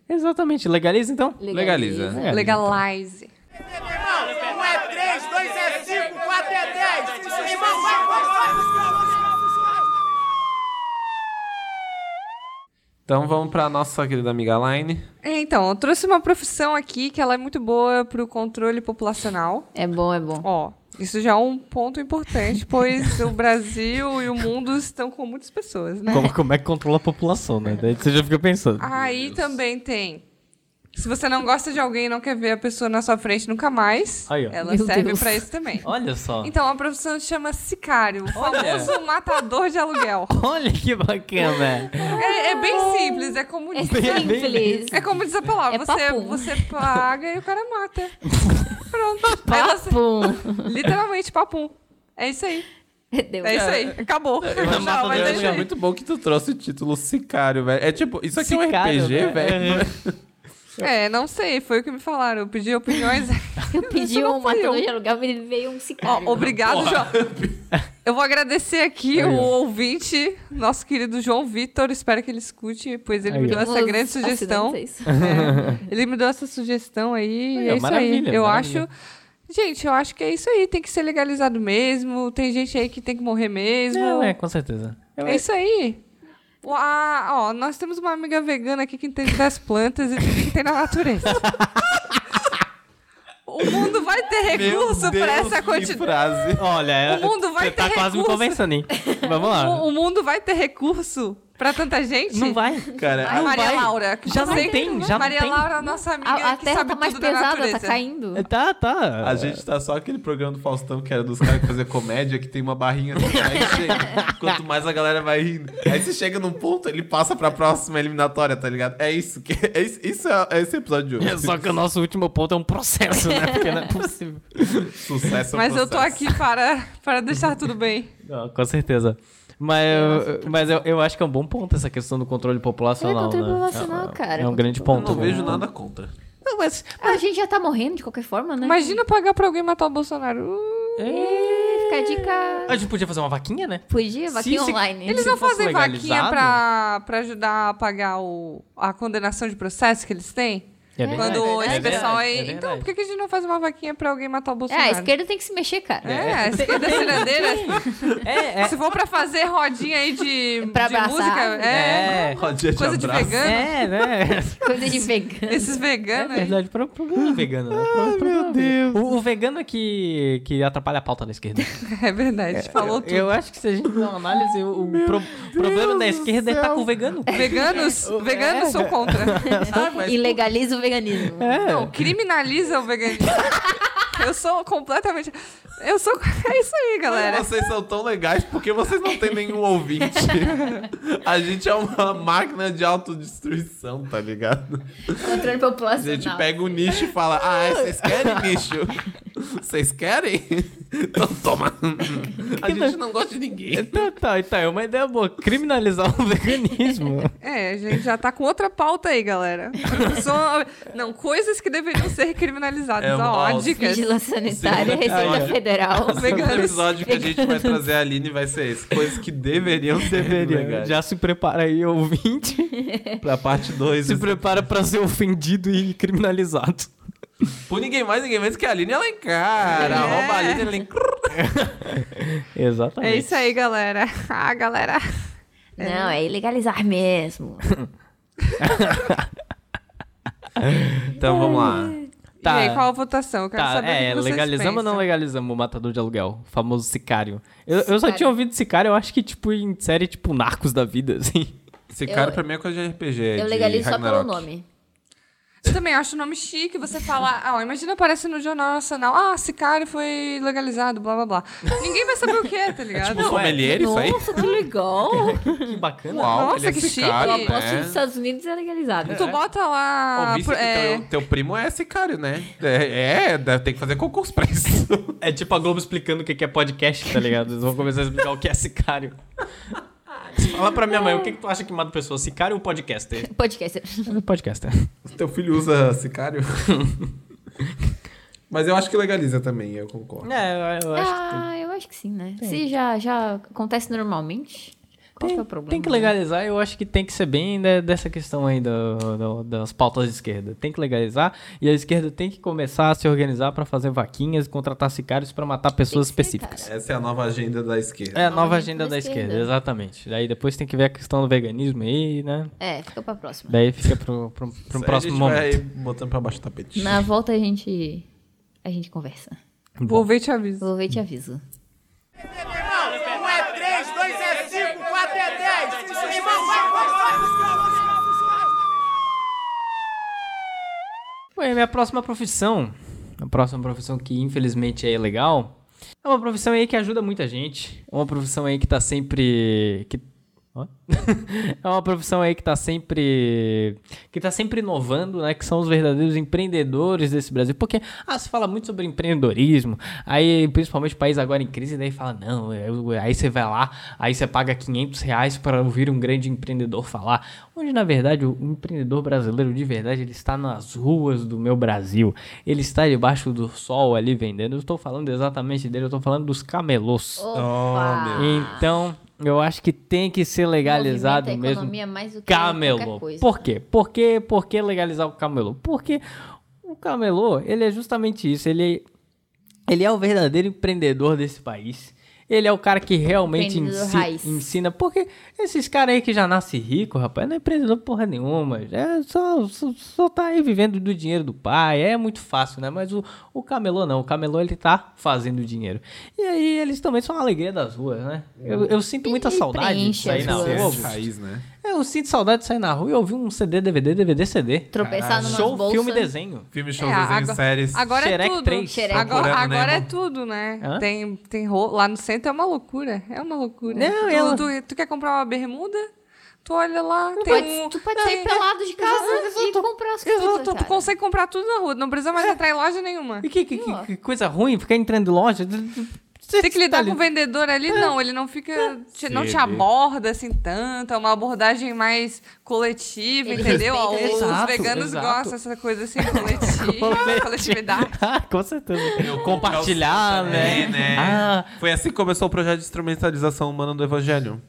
[SPEAKER 4] Exatamente. Legaliza então?
[SPEAKER 3] Legaliza. né?
[SPEAKER 4] É,
[SPEAKER 1] Legalize.
[SPEAKER 6] Irmão, 1 é 3, 2 é 5, 4 é 10. Irmão, vai, vai, vai,
[SPEAKER 3] Então vamos pra nossa querida amiga Line.
[SPEAKER 1] É, Então, eu trouxe uma profissão aqui que ela é muito boa pro controle populacional.
[SPEAKER 2] É bom, é bom.
[SPEAKER 1] Ó, isso já é um ponto importante, pois o Brasil e o mundo estão com muitas pessoas, né?
[SPEAKER 4] Como, como é que controla a população, né? Daí você já fica pensando.
[SPEAKER 1] Aí também tem. Se você não gosta de alguém e não quer ver a pessoa na sua frente nunca mais,
[SPEAKER 4] Aí, ó.
[SPEAKER 1] ela
[SPEAKER 2] Meu
[SPEAKER 1] serve
[SPEAKER 2] Deus.
[SPEAKER 1] pra isso também.
[SPEAKER 4] Olha só.
[SPEAKER 1] Então, a profissão se chama sicário, o famoso matador de aluguel.
[SPEAKER 4] Olha que bacana.
[SPEAKER 1] É, é bem simples, é como
[SPEAKER 2] É
[SPEAKER 1] diz,
[SPEAKER 2] simples.
[SPEAKER 1] é como diz a palavra,
[SPEAKER 2] É
[SPEAKER 1] você,
[SPEAKER 2] papum.
[SPEAKER 1] você paga e o cara mata. Pronto. Aí você-
[SPEAKER 2] Papum.
[SPEAKER 1] literalmente, papum. É isso aí.
[SPEAKER 2] Deu.
[SPEAKER 1] É isso aí. Acabou. Não, mas
[SPEAKER 3] Eu
[SPEAKER 1] é isso
[SPEAKER 3] achei
[SPEAKER 1] aí.
[SPEAKER 3] muito bom que tu trouxe o título Sicário, velho. É tipo, isso aqui é um
[SPEAKER 4] Sicário,
[SPEAKER 3] RPG,
[SPEAKER 4] né?
[SPEAKER 3] velho.
[SPEAKER 1] É, não sei, foi o que me falaram. Eu pedi opiniões.
[SPEAKER 2] Eu pedi
[SPEAKER 1] Isso não
[SPEAKER 2] um
[SPEAKER 1] fui eu.
[SPEAKER 2] matador de aluguel, mas ele veio um
[SPEAKER 1] Ó,
[SPEAKER 2] sicário.
[SPEAKER 1] obrigado, João. Eu vou agradecer aqui o ouvinte, nosso querido João Vitor. Espero que ele escute, pois ele
[SPEAKER 4] Aí,
[SPEAKER 1] me
[SPEAKER 4] ó.
[SPEAKER 1] deu essa
[SPEAKER 2] Os
[SPEAKER 1] grande sugestão.
[SPEAKER 2] acidentes, é isso.
[SPEAKER 1] É, ele me deu essa sugestão aí.
[SPEAKER 4] Aí,
[SPEAKER 1] e é isso
[SPEAKER 4] ó,
[SPEAKER 1] aí.
[SPEAKER 4] maravilha,
[SPEAKER 1] Eu
[SPEAKER 4] maravilha.
[SPEAKER 1] acho. Gente, eu acho que é isso aí. Tem que ser legalizado mesmo. Tem gente aí que tem que morrer mesmo.
[SPEAKER 4] Não, é, com certeza.
[SPEAKER 1] É isso aí. Ó, a- ó, nós temos uma amiga vegana aqui que entende das plantas e que tem na natureza. O mundo vai ter recurso pra essa quantidade.
[SPEAKER 3] frase.
[SPEAKER 4] Olha,
[SPEAKER 1] O mundo vai
[SPEAKER 4] você tá
[SPEAKER 1] ter
[SPEAKER 4] quase me
[SPEAKER 1] recurso.
[SPEAKER 4] convencendo, hein? Vamos lá.
[SPEAKER 1] O, o mundo vai ter recurso pra tanta gente?
[SPEAKER 4] Não vai.
[SPEAKER 3] Cara,
[SPEAKER 1] A Maria
[SPEAKER 4] vai.
[SPEAKER 1] Laura. que
[SPEAKER 4] Já
[SPEAKER 1] eu
[SPEAKER 4] não
[SPEAKER 1] sei-
[SPEAKER 4] tem, já não
[SPEAKER 1] Maria
[SPEAKER 4] tem.
[SPEAKER 1] Laura, nossa amiga
[SPEAKER 2] A, a
[SPEAKER 1] que
[SPEAKER 2] terra
[SPEAKER 1] sabe
[SPEAKER 2] tá mais
[SPEAKER 1] tudo da
[SPEAKER 2] pesada, tá
[SPEAKER 1] natureza. É
[SPEAKER 2] caindo.
[SPEAKER 4] Tá, tá.
[SPEAKER 3] A gente tá só aquele programa do Faustão que era dos caras que faziam comédia, que tem uma barrinha assim, aí chega. Quanto mais a galera vai rindo. Aí você chega num ponto, ele passa pra próxima eliminatória, tá ligado? É isso que. É, isso- isso é, é esse episódio de hoje.
[SPEAKER 4] É, Só que o nosso último ponto é um processo, né? Porque não é possível.
[SPEAKER 3] Sucesso é um
[SPEAKER 1] Mas eu tô
[SPEAKER 3] processo.
[SPEAKER 1] aqui para, para deixar tudo bem.
[SPEAKER 4] Não, com certeza. Mas, eu, mas eu, eu acho que é um bom ponto essa questão do controle populacional.
[SPEAKER 2] É, controle
[SPEAKER 4] né?
[SPEAKER 2] populacional, cara.
[SPEAKER 4] É um grande
[SPEAKER 3] Eu
[SPEAKER 4] ponto.
[SPEAKER 3] não vejo nada contra.
[SPEAKER 4] Não, mas.
[SPEAKER 2] A gente já tá morrendo de qualquer forma, né?
[SPEAKER 1] tipo- Imagina pagar pra alguém matar o Bolsonaro. Uh,
[SPEAKER 2] Ih, Fica a
[SPEAKER 4] é. A
[SPEAKER 2] dica.
[SPEAKER 4] gente podia fazer uma vaquinha, né?
[SPEAKER 2] Podia, vaquinha
[SPEAKER 4] se-
[SPEAKER 2] online. É,
[SPEAKER 1] Eles
[SPEAKER 4] se
[SPEAKER 1] não
[SPEAKER 4] fosse
[SPEAKER 1] fazem vaquinha
[SPEAKER 4] legalizado-
[SPEAKER 1] pra, pra ajudar a pagar o, a condenação de processo que eles têm?
[SPEAKER 4] É
[SPEAKER 1] Quando
[SPEAKER 2] verdade. é
[SPEAKER 1] esse
[SPEAKER 2] verdade,
[SPEAKER 1] pessoal aí.
[SPEAKER 4] é
[SPEAKER 1] então,
[SPEAKER 4] verdade.
[SPEAKER 1] por que que a gente não faz uma vaquinha pra alguém matar o
[SPEAKER 2] É,
[SPEAKER 1] Bolsonaro?
[SPEAKER 2] a esquerda tem que se mexer, cara.
[SPEAKER 1] É, a esquerda cirandeira.
[SPEAKER 4] É, é.
[SPEAKER 1] Se for pra fazer rodinha aí de,
[SPEAKER 2] Pra
[SPEAKER 1] de
[SPEAKER 2] abraçar.
[SPEAKER 1] música, é,
[SPEAKER 4] É,
[SPEAKER 3] Rodinha
[SPEAKER 1] coisa de
[SPEAKER 3] abraço.
[SPEAKER 1] vegano.
[SPEAKER 4] é, né? É
[SPEAKER 2] Coisa de vegano.
[SPEAKER 1] Esses veganos aí.
[SPEAKER 4] verdade, pro problema vegano, né? Pro-
[SPEAKER 3] Meu Deus.
[SPEAKER 4] O, o vegano é que, que atrapalha a pauta da esquerda.
[SPEAKER 1] É verdade, falou tudo.
[SPEAKER 4] Eu acho que se a gente der uma análise, o, o pro- problema da esquerda é estar com o vegano.
[SPEAKER 1] Veganos,
[SPEAKER 4] é.
[SPEAKER 1] veganos sou contra.
[SPEAKER 2] E legaliza o veganismo.
[SPEAKER 4] É.
[SPEAKER 1] Não, criminaliza o veganismo. Eu sou completamente. Eu sou. É isso aí, galera.
[SPEAKER 3] Vocês são tão legais porque vocês não têm nenhum ouvinte. A gente é uma máquina de autodestruição, tá ligado?
[SPEAKER 2] Controle
[SPEAKER 3] A gente
[SPEAKER 2] populacional.
[SPEAKER 3] pega o nicho e fala: Ah, é, vocês querem nicho? Vocês querem? Então toma. A gente não gosta de ninguém.
[SPEAKER 4] Então, tá, então, é uma ideia boa. Criminalizar o veganismo.
[SPEAKER 1] É, a gente já tá com outra pauta aí, galera. Só- Não, coisas que deveriam ser criminalizadas.
[SPEAKER 3] É,
[SPEAKER 1] ó,
[SPEAKER 3] ó,
[SPEAKER 1] ó, dicas.
[SPEAKER 2] Vigilância sanitária, Receita Federal.
[SPEAKER 3] O episódio que a gente vai trazer a Aline vai ser esse: coisas que deveriam ser legais.
[SPEAKER 4] Já se prepara aí, ouvinte.
[SPEAKER 3] Pra parte 2.
[SPEAKER 4] Se prepara pra ser ofendido e criminalizado.
[SPEAKER 3] Por ninguém mais, ninguém menos que a Aline
[SPEAKER 2] É.
[SPEAKER 3] Alencar. Arroba Aline é Alencar.
[SPEAKER 4] Exatamente.
[SPEAKER 1] É isso aí, galera. Ah, galera.
[SPEAKER 2] Não, é ilegalizar mesmo.
[SPEAKER 3] Então vamos lá.
[SPEAKER 4] Tá.
[SPEAKER 1] E aí, qual a votação? Eu quero
[SPEAKER 4] Tá,
[SPEAKER 1] saber o que
[SPEAKER 4] é,
[SPEAKER 1] vocês
[SPEAKER 4] legalizamos ou não
[SPEAKER 1] pensam.
[SPEAKER 4] legalizamos o matador de aluguel? O famoso sicário. Eu, eu só
[SPEAKER 2] Sicário.
[SPEAKER 4] tinha ouvido sicário, eu acho que, tipo, em série, tipo, Narcos da Vida, assim.
[SPEAKER 3] Esse
[SPEAKER 2] Eu-
[SPEAKER 3] cara pra mim é coisa de RPG.
[SPEAKER 2] Eu
[SPEAKER 3] de
[SPEAKER 2] legalizo só pelo
[SPEAKER 3] Ragnarok.
[SPEAKER 2] nome.
[SPEAKER 1] Eu também acho o nome chique você falar. Ah, ó, imagina aparece no Jornal Nacional. Ah, Sicário foi legalizado, blá blá blá. Ninguém vai saber o que é, tá ligado?
[SPEAKER 3] Tipo, sommelier, isso aí?
[SPEAKER 2] Nossa, que legal.
[SPEAKER 4] Que bacana.
[SPEAKER 3] Uau,
[SPEAKER 1] Nossa,
[SPEAKER 3] ele é
[SPEAKER 1] que chique.
[SPEAKER 3] sicário,
[SPEAKER 2] Eu
[SPEAKER 1] É.
[SPEAKER 2] aposto que nos
[SPEAKER 3] né?
[SPEAKER 2] Estados Unidos é legalizado.
[SPEAKER 1] Tu bota lá.
[SPEAKER 3] Ô, Vice,
[SPEAKER 1] pro-
[SPEAKER 4] então
[SPEAKER 1] é,
[SPEAKER 3] teu, teu primo é sicário, né? É, é, deve ter que fazer concurso pra isso.
[SPEAKER 4] É tipo a Globo explicando o que que é podcast, tá ligado? Eles vão começar a explicar o que é sicário. Fala pra minha mãe, o que, que tu acha que mata pessoa, sicário ou podcaster?
[SPEAKER 2] Podcast.
[SPEAKER 3] É,
[SPEAKER 4] Podcaster.
[SPEAKER 3] teu filho usa sicário? Mas eu acho que legaliza também, eu concordo.
[SPEAKER 4] É, eu, eu acho que tem.
[SPEAKER 2] Ah, eu acho que sim, né? Se já, já acontece normalmente, qual que é o problema?
[SPEAKER 4] tem que
[SPEAKER 2] né?
[SPEAKER 4] legalizar, eu acho que tem que ser bem de- dessa questão aí do- do- das pautas de esquerda. Tem que legalizar e a esquerda tem que começar a se organizar pra fazer vaquinhas e contratar sicários pra matar pessoas
[SPEAKER 2] ser,
[SPEAKER 4] específicas.
[SPEAKER 3] Essa é a nova agenda da esquerda.
[SPEAKER 4] É a nova
[SPEAKER 2] Nova
[SPEAKER 4] agenda da esquerda,
[SPEAKER 2] esquerda,
[SPEAKER 4] exatamente. Daí depois tem que ver a questão do veganismo aí, né?
[SPEAKER 2] É, fica pra próxima.
[SPEAKER 4] Daí fica pro, pro, pro
[SPEAKER 3] Isso aí
[SPEAKER 4] próximo
[SPEAKER 3] A
[SPEAKER 4] momento.
[SPEAKER 3] gente vai botando pra baixo do tapete.
[SPEAKER 2] Na volta a gente. A gente conversa.
[SPEAKER 1] Vou ver e te aviso.
[SPEAKER 2] Vou ver e te aviso.
[SPEAKER 6] Irmão, um é 3, 2 é 5, 4 é 10. Irmão, vai, vai, vai,
[SPEAKER 4] Bom, e a minha próxima profissão, a próxima profissão que infelizmente é ilegal, é uma profissão aí que ajuda muita gente. É uma profissão aí que tá sempre. Que... Hã? é uma profissão aí que tá sempre. que tá sempre inovando, né? Que são os verdadeiros empreendedores desse Brasil. Porque ah, se fala muito sobre empreendedorismo, aí principalmente o país agora em crise, daí fala, não, eu- aí você vai lá, aí você paga 500 reais para ouvir um grande empreendedor falar. Onde, na verdade, o empreendedor brasileiro de verdade, ele está nas ruas do meu Brasil. Ele está debaixo do sol ali vendendo. Eu estou falando exatamente dele, eu estou falando dos camelôs.
[SPEAKER 2] Opa!
[SPEAKER 4] Então, eu acho que tem que ser legalizado
[SPEAKER 2] Movimenta a
[SPEAKER 4] mesmo
[SPEAKER 2] economia mais do que qualquer
[SPEAKER 4] camelô.
[SPEAKER 2] coisa.
[SPEAKER 4] Por quê? Por quê? Por que legalizar o camelô? Porque o camelô, ele é justamente isso. Ele, ele é o verdadeiro empreendedor desse país. Ele é o cara que realmente
[SPEAKER 2] Empreendedor
[SPEAKER 4] ensi-
[SPEAKER 2] raiz.
[SPEAKER 4] ensina. Porque esses caras aí que já nasce rico, rapaz, não é empreendedor porra nenhuma. É só, só, só tá aí vivendo do dinheiro do pai. É muito fácil, né? Mas o, o camelô não. O camelô, ele tá fazendo dinheiro. E aí, eles também são a alegria das ruas, né? Eu, eu sinto muita
[SPEAKER 2] Ele
[SPEAKER 4] saudade de
[SPEAKER 2] preenche
[SPEAKER 4] sair
[SPEAKER 2] as
[SPEAKER 4] na
[SPEAKER 2] ruas.
[SPEAKER 3] Esse é
[SPEAKER 4] rua.
[SPEAKER 3] de raiz, né?
[SPEAKER 4] É, Eu sinto saudade de sair na rua e ouvir um CD, DVD, DVD, CD.
[SPEAKER 2] Tropeçar numa
[SPEAKER 4] Show,
[SPEAKER 2] bolsa.
[SPEAKER 4] filme, desenho.
[SPEAKER 3] Filmes, shows,
[SPEAKER 1] É,
[SPEAKER 3] desenhos,
[SPEAKER 1] agora-
[SPEAKER 3] séries.
[SPEAKER 1] Agora é
[SPEAKER 4] Xerec
[SPEAKER 1] tudo.
[SPEAKER 4] três.
[SPEAKER 2] Xerec.
[SPEAKER 1] Agora,
[SPEAKER 3] Procurando
[SPEAKER 1] agora é
[SPEAKER 3] Nemo.
[SPEAKER 1] tudo, né?
[SPEAKER 4] Hã?
[SPEAKER 1] Tem, tem ro- lá no centro é uma loucura. É uma loucura.
[SPEAKER 4] Não,
[SPEAKER 1] tu,
[SPEAKER 4] eu-
[SPEAKER 1] tu, tu quer comprar uma bermuda? Tu olha lá,
[SPEAKER 2] Tu
[SPEAKER 1] tem
[SPEAKER 2] pode,
[SPEAKER 1] um...
[SPEAKER 2] tu pode
[SPEAKER 1] Não,
[SPEAKER 2] sair
[SPEAKER 1] tem-
[SPEAKER 2] pelado de casa e comprar as coisas.
[SPEAKER 1] Exato, tu
[SPEAKER 2] cara. É.
[SPEAKER 1] consegue comprar tudo na rua, não precisa mais entrar em loja nenhuma.
[SPEAKER 4] E que, que- que- que coisa ruim ficar entrando em loja. tá
[SPEAKER 1] Tem que lidar com o vendedor ali,
[SPEAKER 2] É.
[SPEAKER 1] não. Ele não fica. te- não te aborda assim tanto. É uma abordagem mais coletiva,
[SPEAKER 2] Ele
[SPEAKER 1] entendeu?
[SPEAKER 2] respeita
[SPEAKER 1] Os
[SPEAKER 2] ele.
[SPEAKER 4] Exato,
[SPEAKER 1] veganos
[SPEAKER 4] exato.
[SPEAKER 1] gostam dessa coisa assim, coletiva,
[SPEAKER 4] Coletivo.
[SPEAKER 1] coletividade.
[SPEAKER 4] Ah, com certeza. Compartilhar,
[SPEAKER 3] Nelson
[SPEAKER 4] né?
[SPEAKER 3] também, né?
[SPEAKER 4] Ah,
[SPEAKER 3] Foi assim que começou o projeto de instrumentalização humana do Evangelho.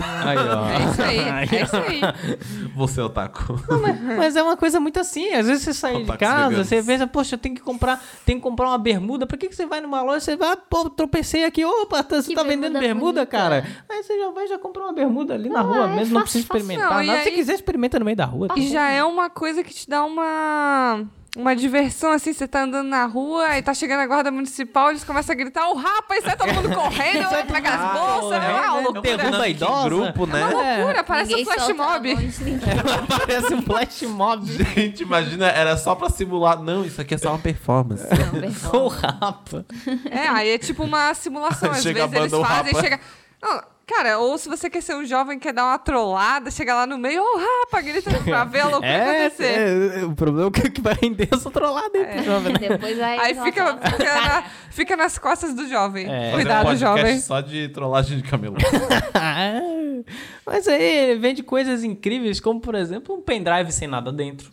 [SPEAKER 4] aí, ó.
[SPEAKER 1] É isso aí, é isso aí.
[SPEAKER 3] Você, Otaku.
[SPEAKER 1] né?
[SPEAKER 4] Mas é uma coisa muito assim. Às vezes você sai de
[SPEAKER 3] Ataques
[SPEAKER 4] casa,
[SPEAKER 3] veganos.
[SPEAKER 4] você pensa, poxa, eu tenho que comprar, tenho que comprar uma bermuda. Pra que, que você vai numa loja? Você vai, pô, tropecei aqui, opa, tá- você
[SPEAKER 2] Que
[SPEAKER 4] tá vendendo bermuda,
[SPEAKER 2] bermuda bonita.
[SPEAKER 4] cara. Aí você já vai já comprar uma bermuda ali na
[SPEAKER 2] Não,
[SPEAKER 4] rua
[SPEAKER 2] é
[SPEAKER 4] mesmo, não
[SPEAKER 2] fácil,
[SPEAKER 4] precisa
[SPEAKER 2] fácil.
[SPEAKER 4] experimentar
[SPEAKER 1] Não, e
[SPEAKER 4] nada. Se
[SPEAKER 1] aí-
[SPEAKER 4] quiser, experimenta no meio da rua.
[SPEAKER 1] E já é uma coisa que te dá uma. Uma diversão assim, você tá andando na rua e tá chegando a guarda municipal, eles começam a gritar, o rapa, e sai todo mundo correndo,
[SPEAKER 4] é
[SPEAKER 1] vai pegar
[SPEAKER 4] Ah,
[SPEAKER 1] as bolsas, né? é uma loucura.
[SPEAKER 4] Derruba a idosa.
[SPEAKER 3] grupo, né?
[SPEAKER 1] É uma loucura, parece um
[SPEAKER 2] Ninguém
[SPEAKER 1] flash
[SPEAKER 2] solta
[SPEAKER 1] mob.
[SPEAKER 2] a mão de ninguém.
[SPEAKER 4] Parece um flash mob.
[SPEAKER 3] Gente, imagina, era só pra simular. Não, isso aqui é só uma performance.
[SPEAKER 2] Não, perdão.
[SPEAKER 4] Com rapa.
[SPEAKER 1] É, aí é tipo uma simulação. Às
[SPEAKER 3] Chega a
[SPEAKER 1] vezes eles
[SPEAKER 3] banda, o
[SPEAKER 1] fazem,
[SPEAKER 3] rapa.
[SPEAKER 1] chega. Não, cara, ou se você quer ser um jovem que quer dar uma trollada, chega lá no meio, ô rapa, grita pra ver a loucura
[SPEAKER 4] É,
[SPEAKER 1] acontecer.
[SPEAKER 4] é, o problema é que- que vai render essa trollada aí pro jovem, né?
[SPEAKER 2] Depois vai.
[SPEAKER 1] Aí
[SPEAKER 2] ela
[SPEAKER 1] fica,
[SPEAKER 2] fala,
[SPEAKER 1] fica, na- fica nas costas do jovem.
[SPEAKER 4] É.
[SPEAKER 3] Fazer um
[SPEAKER 1] Cuidado,
[SPEAKER 3] podcast
[SPEAKER 1] jovem.
[SPEAKER 3] Só de trollagem de camelo.
[SPEAKER 4] Ah, Mas aí ele vende coisas incríveis, como por exemplo um pendrive sem nada dentro.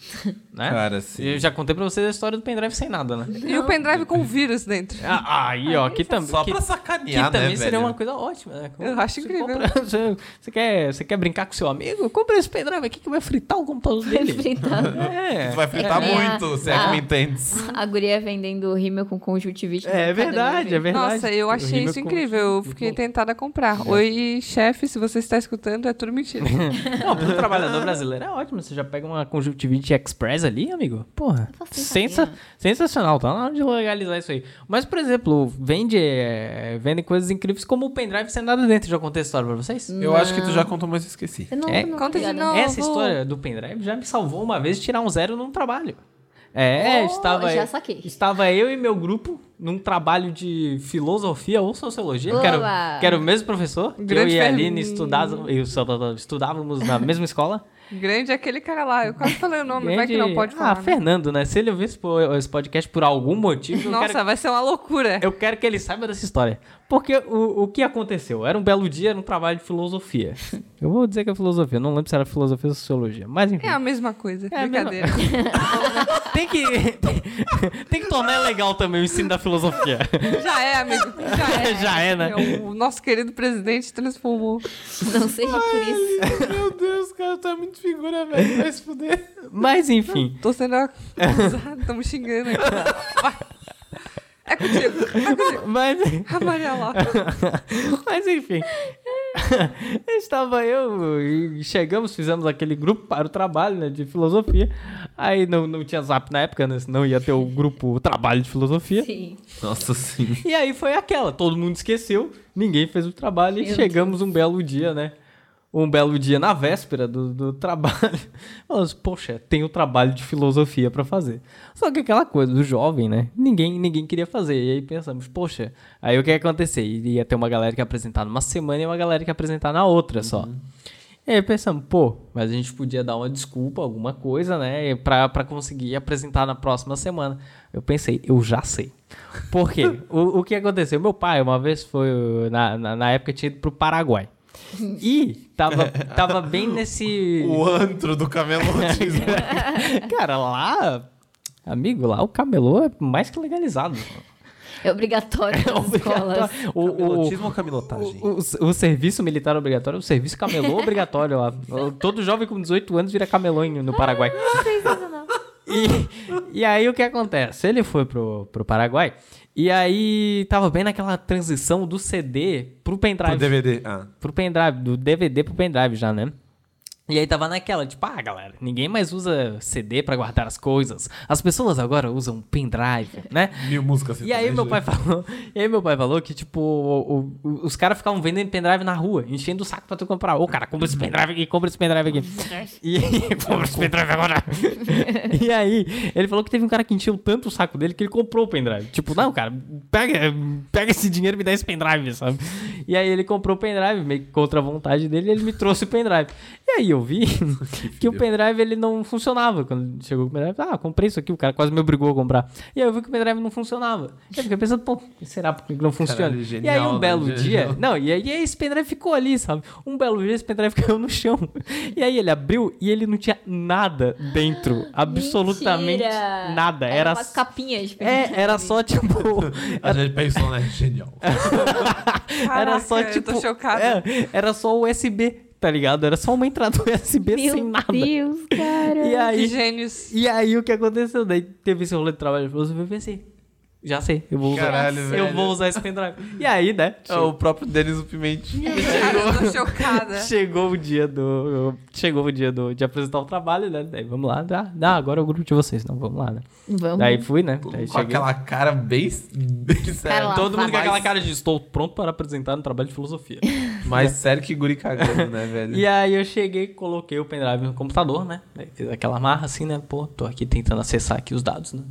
[SPEAKER 4] Né?
[SPEAKER 3] Cara, sim.
[SPEAKER 4] Eu já contei pra vocês a história do pendrive sem nada, né?
[SPEAKER 1] E o pendrive com o vírus dentro.
[SPEAKER 4] Ah, Aí, ó, que também.
[SPEAKER 3] Só
[SPEAKER 4] que,
[SPEAKER 3] pra
[SPEAKER 4] que
[SPEAKER 3] sacanear, né,
[SPEAKER 4] também
[SPEAKER 3] velho?
[SPEAKER 4] seria uma coisa ótima, né? Como
[SPEAKER 1] Eu acho
[SPEAKER 4] você
[SPEAKER 1] incrível.
[SPEAKER 4] compra- você, você quer, você quer brincar com seu amigo? Compra esse pendrive aqui que vai fritar o computador dele.
[SPEAKER 2] fritando.
[SPEAKER 4] É.
[SPEAKER 3] Tu vai fritar
[SPEAKER 2] É.
[SPEAKER 3] muito, se é que
[SPEAKER 2] Ah.
[SPEAKER 3] me entende.
[SPEAKER 2] A guria vendendo rímel com conjuntivite. no
[SPEAKER 4] É
[SPEAKER 2] Mercado
[SPEAKER 4] verdade,
[SPEAKER 2] Livre.
[SPEAKER 4] é verdade.
[SPEAKER 1] Nossa, eu achei
[SPEAKER 4] Horrível
[SPEAKER 1] isso
[SPEAKER 4] com-
[SPEAKER 1] incrível. Eu fiquei tentada a comprar.
[SPEAKER 4] É.
[SPEAKER 1] Oi, chefe, se você está escutando, é tudo mentira.
[SPEAKER 4] Não, pro trabalhador brasileiro é ótimo. Você já pega uma conjuntivite express ali, amigo. Porra.
[SPEAKER 2] faço
[SPEAKER 4] Sensa
[SPEAKER 2] ideia.
[SPEAKER 4] sensacional. Tá na hora de legalizar isso aí. Mas, por exemplo, vende, é, vendem coisas incríveis como o pendrive sem nada dentro. Já contei essa história pra vocês?
[SPEAKER 1] Hum.
[SPEAKER 3] Eu acho que tu já contou, mas eu esqueci.
[SPEAKER 2] Eu não,
[SPEAKER 4] É,
[SPEAKER 2] não,
[SPEAKER 1] conta de
[SPEAKER 2] obrigada.
[SPEAKER 1] novo.
[SPEAKER 4] Essa história do pendrive já me salvou uma vez de tirar um zero num trabalho. É,
[SPEAKER 2] Oh,
[SPEAKER 4] estava,
[SPEAKER 2] já saquei.
[SPEAKER 4] estava eu e meu grupo num trabalho de filosofia ou sociologia,
[SPEAKER 2] Boa!
[SPEAKER 4] que era, que era o mesmo professor, que eu
[SPEAKER 1] Grande
[SPEAKER 4] e a Aline
[SPEAKER 1] pergunta.
[SPEAKER 4] estudava- eu só- estudávamos na mesma escola.
[SPEAKER 1] Grande é aquele cara lá. Eu quase falei o nome, vai que não
[SPEAKER 4] Grande-
[SPEAKER 1] pode
[SPEAKER 4] Ah,
[SPEAKER 1] falar. né?
[SPEAKER 4] Fernando, né? Se ele ouvir esse po- esse podcast por algum motivo, eu,
[SPEAKER 1] Nossa,
[SPEAKER 4] quero,
[SPEAKER 1] vai ser uma loucura.
[SPEAKER 4] eu quero que ele saiba dessa história. Porque o, o que aconteceu? Era um belo dia, era um trabalho de filosofia. Eu vou dizer que é filosofia, não lembro se era filosofia ou sociologia, mas enfim.
[SPEAKER 1] É a mesma coisa.
[SPEAKER 4] É a mesma-
[SPEAKER 1] Brincadeira.
[SPEAKER 4] Tem que tem que tornar legal também o ensino da filosofia.
[SPEAKER 1] Já é, amigo. Já é.
[SPEAKER 4] Já é, né?
[SPEAKER 1] O nosso querido presidente transformou.
[SPEAKER 2] Não seja por isso.
[SPEAKER 3] Meu Deus, cara, tu é muito figura, velho. Vai se fuder.
[SPEAKER 4] Mas enfim.
[SPEAKER 1] Tô sendo acusado, tamo xingando aqui. Vai. É contigo, é contigo.
[SPEAKER 4] Mas
[SPEAKER 1] A Maria lá.
[SPEAKER 4] Mas enfim. Estava eu e chegamos, fizemos aquele grupo para o trabalho, né, de filosofia. Aí não, não tinha Zap na época, né, senão ia ter o grupo o trabalho de filosofia.
[SPEAKER 2] Sim.
[SPEAKER 3] Nossa, sim.
[SPEAKER 4] E aí foi aquela, todo mundo esqueceu, ninguém fez o trabalho e
[SPEAKER 2] Meu
[SPEAKER 4] chegamos um belo dia, né? Um belo dia na véspera do, do trabalho. Falamos, poxa, tem o trabalho de filosofia pra fazer. Só que aquela coisa do jovem, né? Ninguém, ninguém queria fazer. E aí pensamos, poxa, aí o que ia acontecer? Ia ter uma galera que ia apresentar numa semana e uma galera que ia apresentar na outra só. E aí pensamos, pô, mas a gente podia dar uma desculpa, alguma coisa, né? Pra, pra conseguir apresentar na próxima semana. Eu pensei, eu já sei. Por quê? o, o que aconteceu? Meu pai, uma vez foi. Na, na, na época tinha ido pro Paraguai. E tava, tava bem nesse.
[SPEAKER 3] O antro do camelotismo.
[SPEAKER 4] Cara, lá. Amigo, lá o camelô é mais que legalizado.
[SPEAKER 2] É obrigatório nas escolas.
[SPEAKER 4] O, o,
[SPEAKER 3] Camelotismo ou camilotagem?
[SPEAKER 4] o, o- o serviço militar obrigatório, o serviço camelô obrigatório lá. Todo jovem com 18 anos vira camelô em- no Paraguai.
[SPEAKER 2] Sensacional.
[SPEAKER 4] E, e aí o que acontece? Ele foi pro, pro Paraguai e aí tava bem naquela transição do CD pro pendrive.
[SPEAKER 3] Pro DVD. Ah.
[SPEAKER 4] pro pendrive, do DVD pro pendrive já, né? E aí tava naquela, tipo, ah, galera, ninguém mais usa CD pra guardar as coisas. As pessoas agora usam pendrive, né?
[SPEAKER 3] Mil músicas. então, né?
[SPEAKER 4] E aí meu pai falou, e aí meu pai falou que tipo o- o- os caras ficavam vendendo pendrive na rua, enchendo o saco pra tu comprar. Ô, cara, compra esse pendrive aqui, compra esse pendrive aqui. E compra esse pendrive agora. e aí ele falou que teve um cara que encheu tanto o saco dele que ele comprou o pendrive. Tipo, não, cara, pega, pega esse dinheiro e me dá esse pendrive, sabe? E aí ele comprou o pendrive meio que contra a vontade dele, e ele me trouxe o pendrive. E Aí eu vi que o pendrive ele não funcionava. Quando chegou o pendrive, ah, comprei isso aqui, o cara quase me obrigou a comprar. E aí eu vi que o pendrive não funcionava. Eu fiquei pensando, pô, será por que não funciona?
[SPEAKER 3] Caralho,
[SPEAKER 4] e aí
[SPEAKER 3] genial,
[SPEAKER 4] um
[SPEAKER 3] né?
[SPEAKER 4] belo dia,
[SPEAKER 3] Genial.
[SPEAKER 4] não, e aí esse pendrive ficou ali, sabe? Um belo dia esse pendrive caiu no chão. E aí ele abriu e ele não tinha nada dentro, absolutamente
[SPEAKER 2] Mentira!
[SPEAKER 4] nada.
[SPEAKER 2] Ah, Era
[SPEAKER 4] Era,
[SPEAKER 2] uma capinha de
[SPEAKER 4] é, era só tipo
[SPEAKER 3] A gente pensou, né? Genial.
[SPEAKER 4] era só
[SPEAKER 1] Caraca, eu
[SPEAKER 4] tipo.
[SPEAKER 1] tô chocada.
[SPEAKER 4] é, era só USB, tá ligado? Era só uma entrada USB
[SPEAKER 2] Meu
[SPEAKER 4] sem nada.
[SPEAKER 2] Deus, cara.
[SPEAKER 4] E
[SPEAKER 1] Que
[SPEAKER 4] aí,
[SPEAKER 1] Um gênios.
[SPEAKER 4] e aí o que aconteceu? Daí teve esse rolê de trabalho de filosofia, eu pensei, já sei, eu vou usar.
[SPEAKER 3] Caralho,
[SPEAKER 4] eu
[SPEAKER 3] velho.
[SPEAKER 4] vou usar esse pendrive. E aí, né?
[SPEAKER 3] É o próprio Denis o Pimentinha.
[SPEAKER 1] Cara, eu tô chocada.
[SPEAKER 4] Chegou o dia do. Chegou o dia do, de apresentar o trabalho, né? Daí vamos lá. Ah, não, agora é o grupo de vocês. Não, vamos lá, né?
[SPEAKER 2] Vamos.
[SPEAKER 4] Daí fui, né? Daí
[SPEAKER 3] Com
[SPEAKER 4] cheguei. É,
[SPEAKER 3] aquela cara bem, bem
[SPEAKER 2] Cara
[SPEAKER 3] séria.
[SPEAKER 2] lá,
[SPEAKER 4] Todo mundo com
[SPEAKER 2] Mas-
[SPEAKER 4] aquela cara de estou pronto para apresentar um trabalho de filosofia.
[SPEAKER 3] Mais sério que guri cagando, né, velho?
[SPEAKER 4] E aí eu cheguei, coloquei o pendrive no computador, né? Daí Fiz aquela marra assim, né? Pô, tô aqui tentando acessar aqui os dados, né?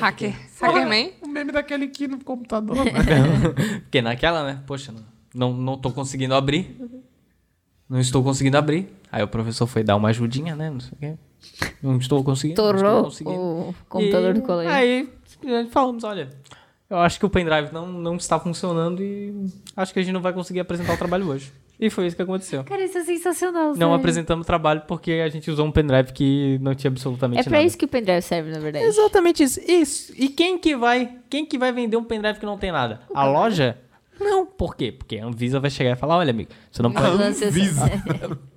[SPEAKER 1] Hacker. Hackerman?
[SPEAKER 3] O meme daquele que no computador. né?
[SPEAKER 4] Porque naquela, né? Poxa, não, não, não tô conseguindo abrir. Não estou conseguindo abrir. Aí o professor foi dar uma ajudinha, né? Não sei o quê. Não estou conseguindo. não estou
[SPEAKER 2] Torrou
[SPEAKER 4] conseguindo.
[SPEAKER 2] o computador
[SPEAKER 4] E
[SPEAKER 2] do colégio.
[SPEAKER 4] Aí simplesmente falamos, olha, eu acho que o pendrive não, não está funcionando e acho que a gente não vai conseguir apresentar o trabalho hoje. E foi isso que aconteceu.
[SPEAKER 2] Cara, isso é sensacional.
[SPEAKER 4] Não
[SPEAKER 2] sério.
[SPEAKER 4] apresentamos o trabalho porque a gente usou um pendrive que não tinha absolutamente
[SPEAKER 2] É
[SPEAKER 4] nada.
[SPEAKER 2] pra isso que o pendrive serve, na verdade.
[SPEAKER 4] Exatamente isso. isso. E quem que vai, quem que vai vender um pendrive que não tem nada? A loja? Não. Por quê? Porque a Anvisa vai chegar e falar, olha, amigo, você não pode,
[SPEAKER 2] Anvisa.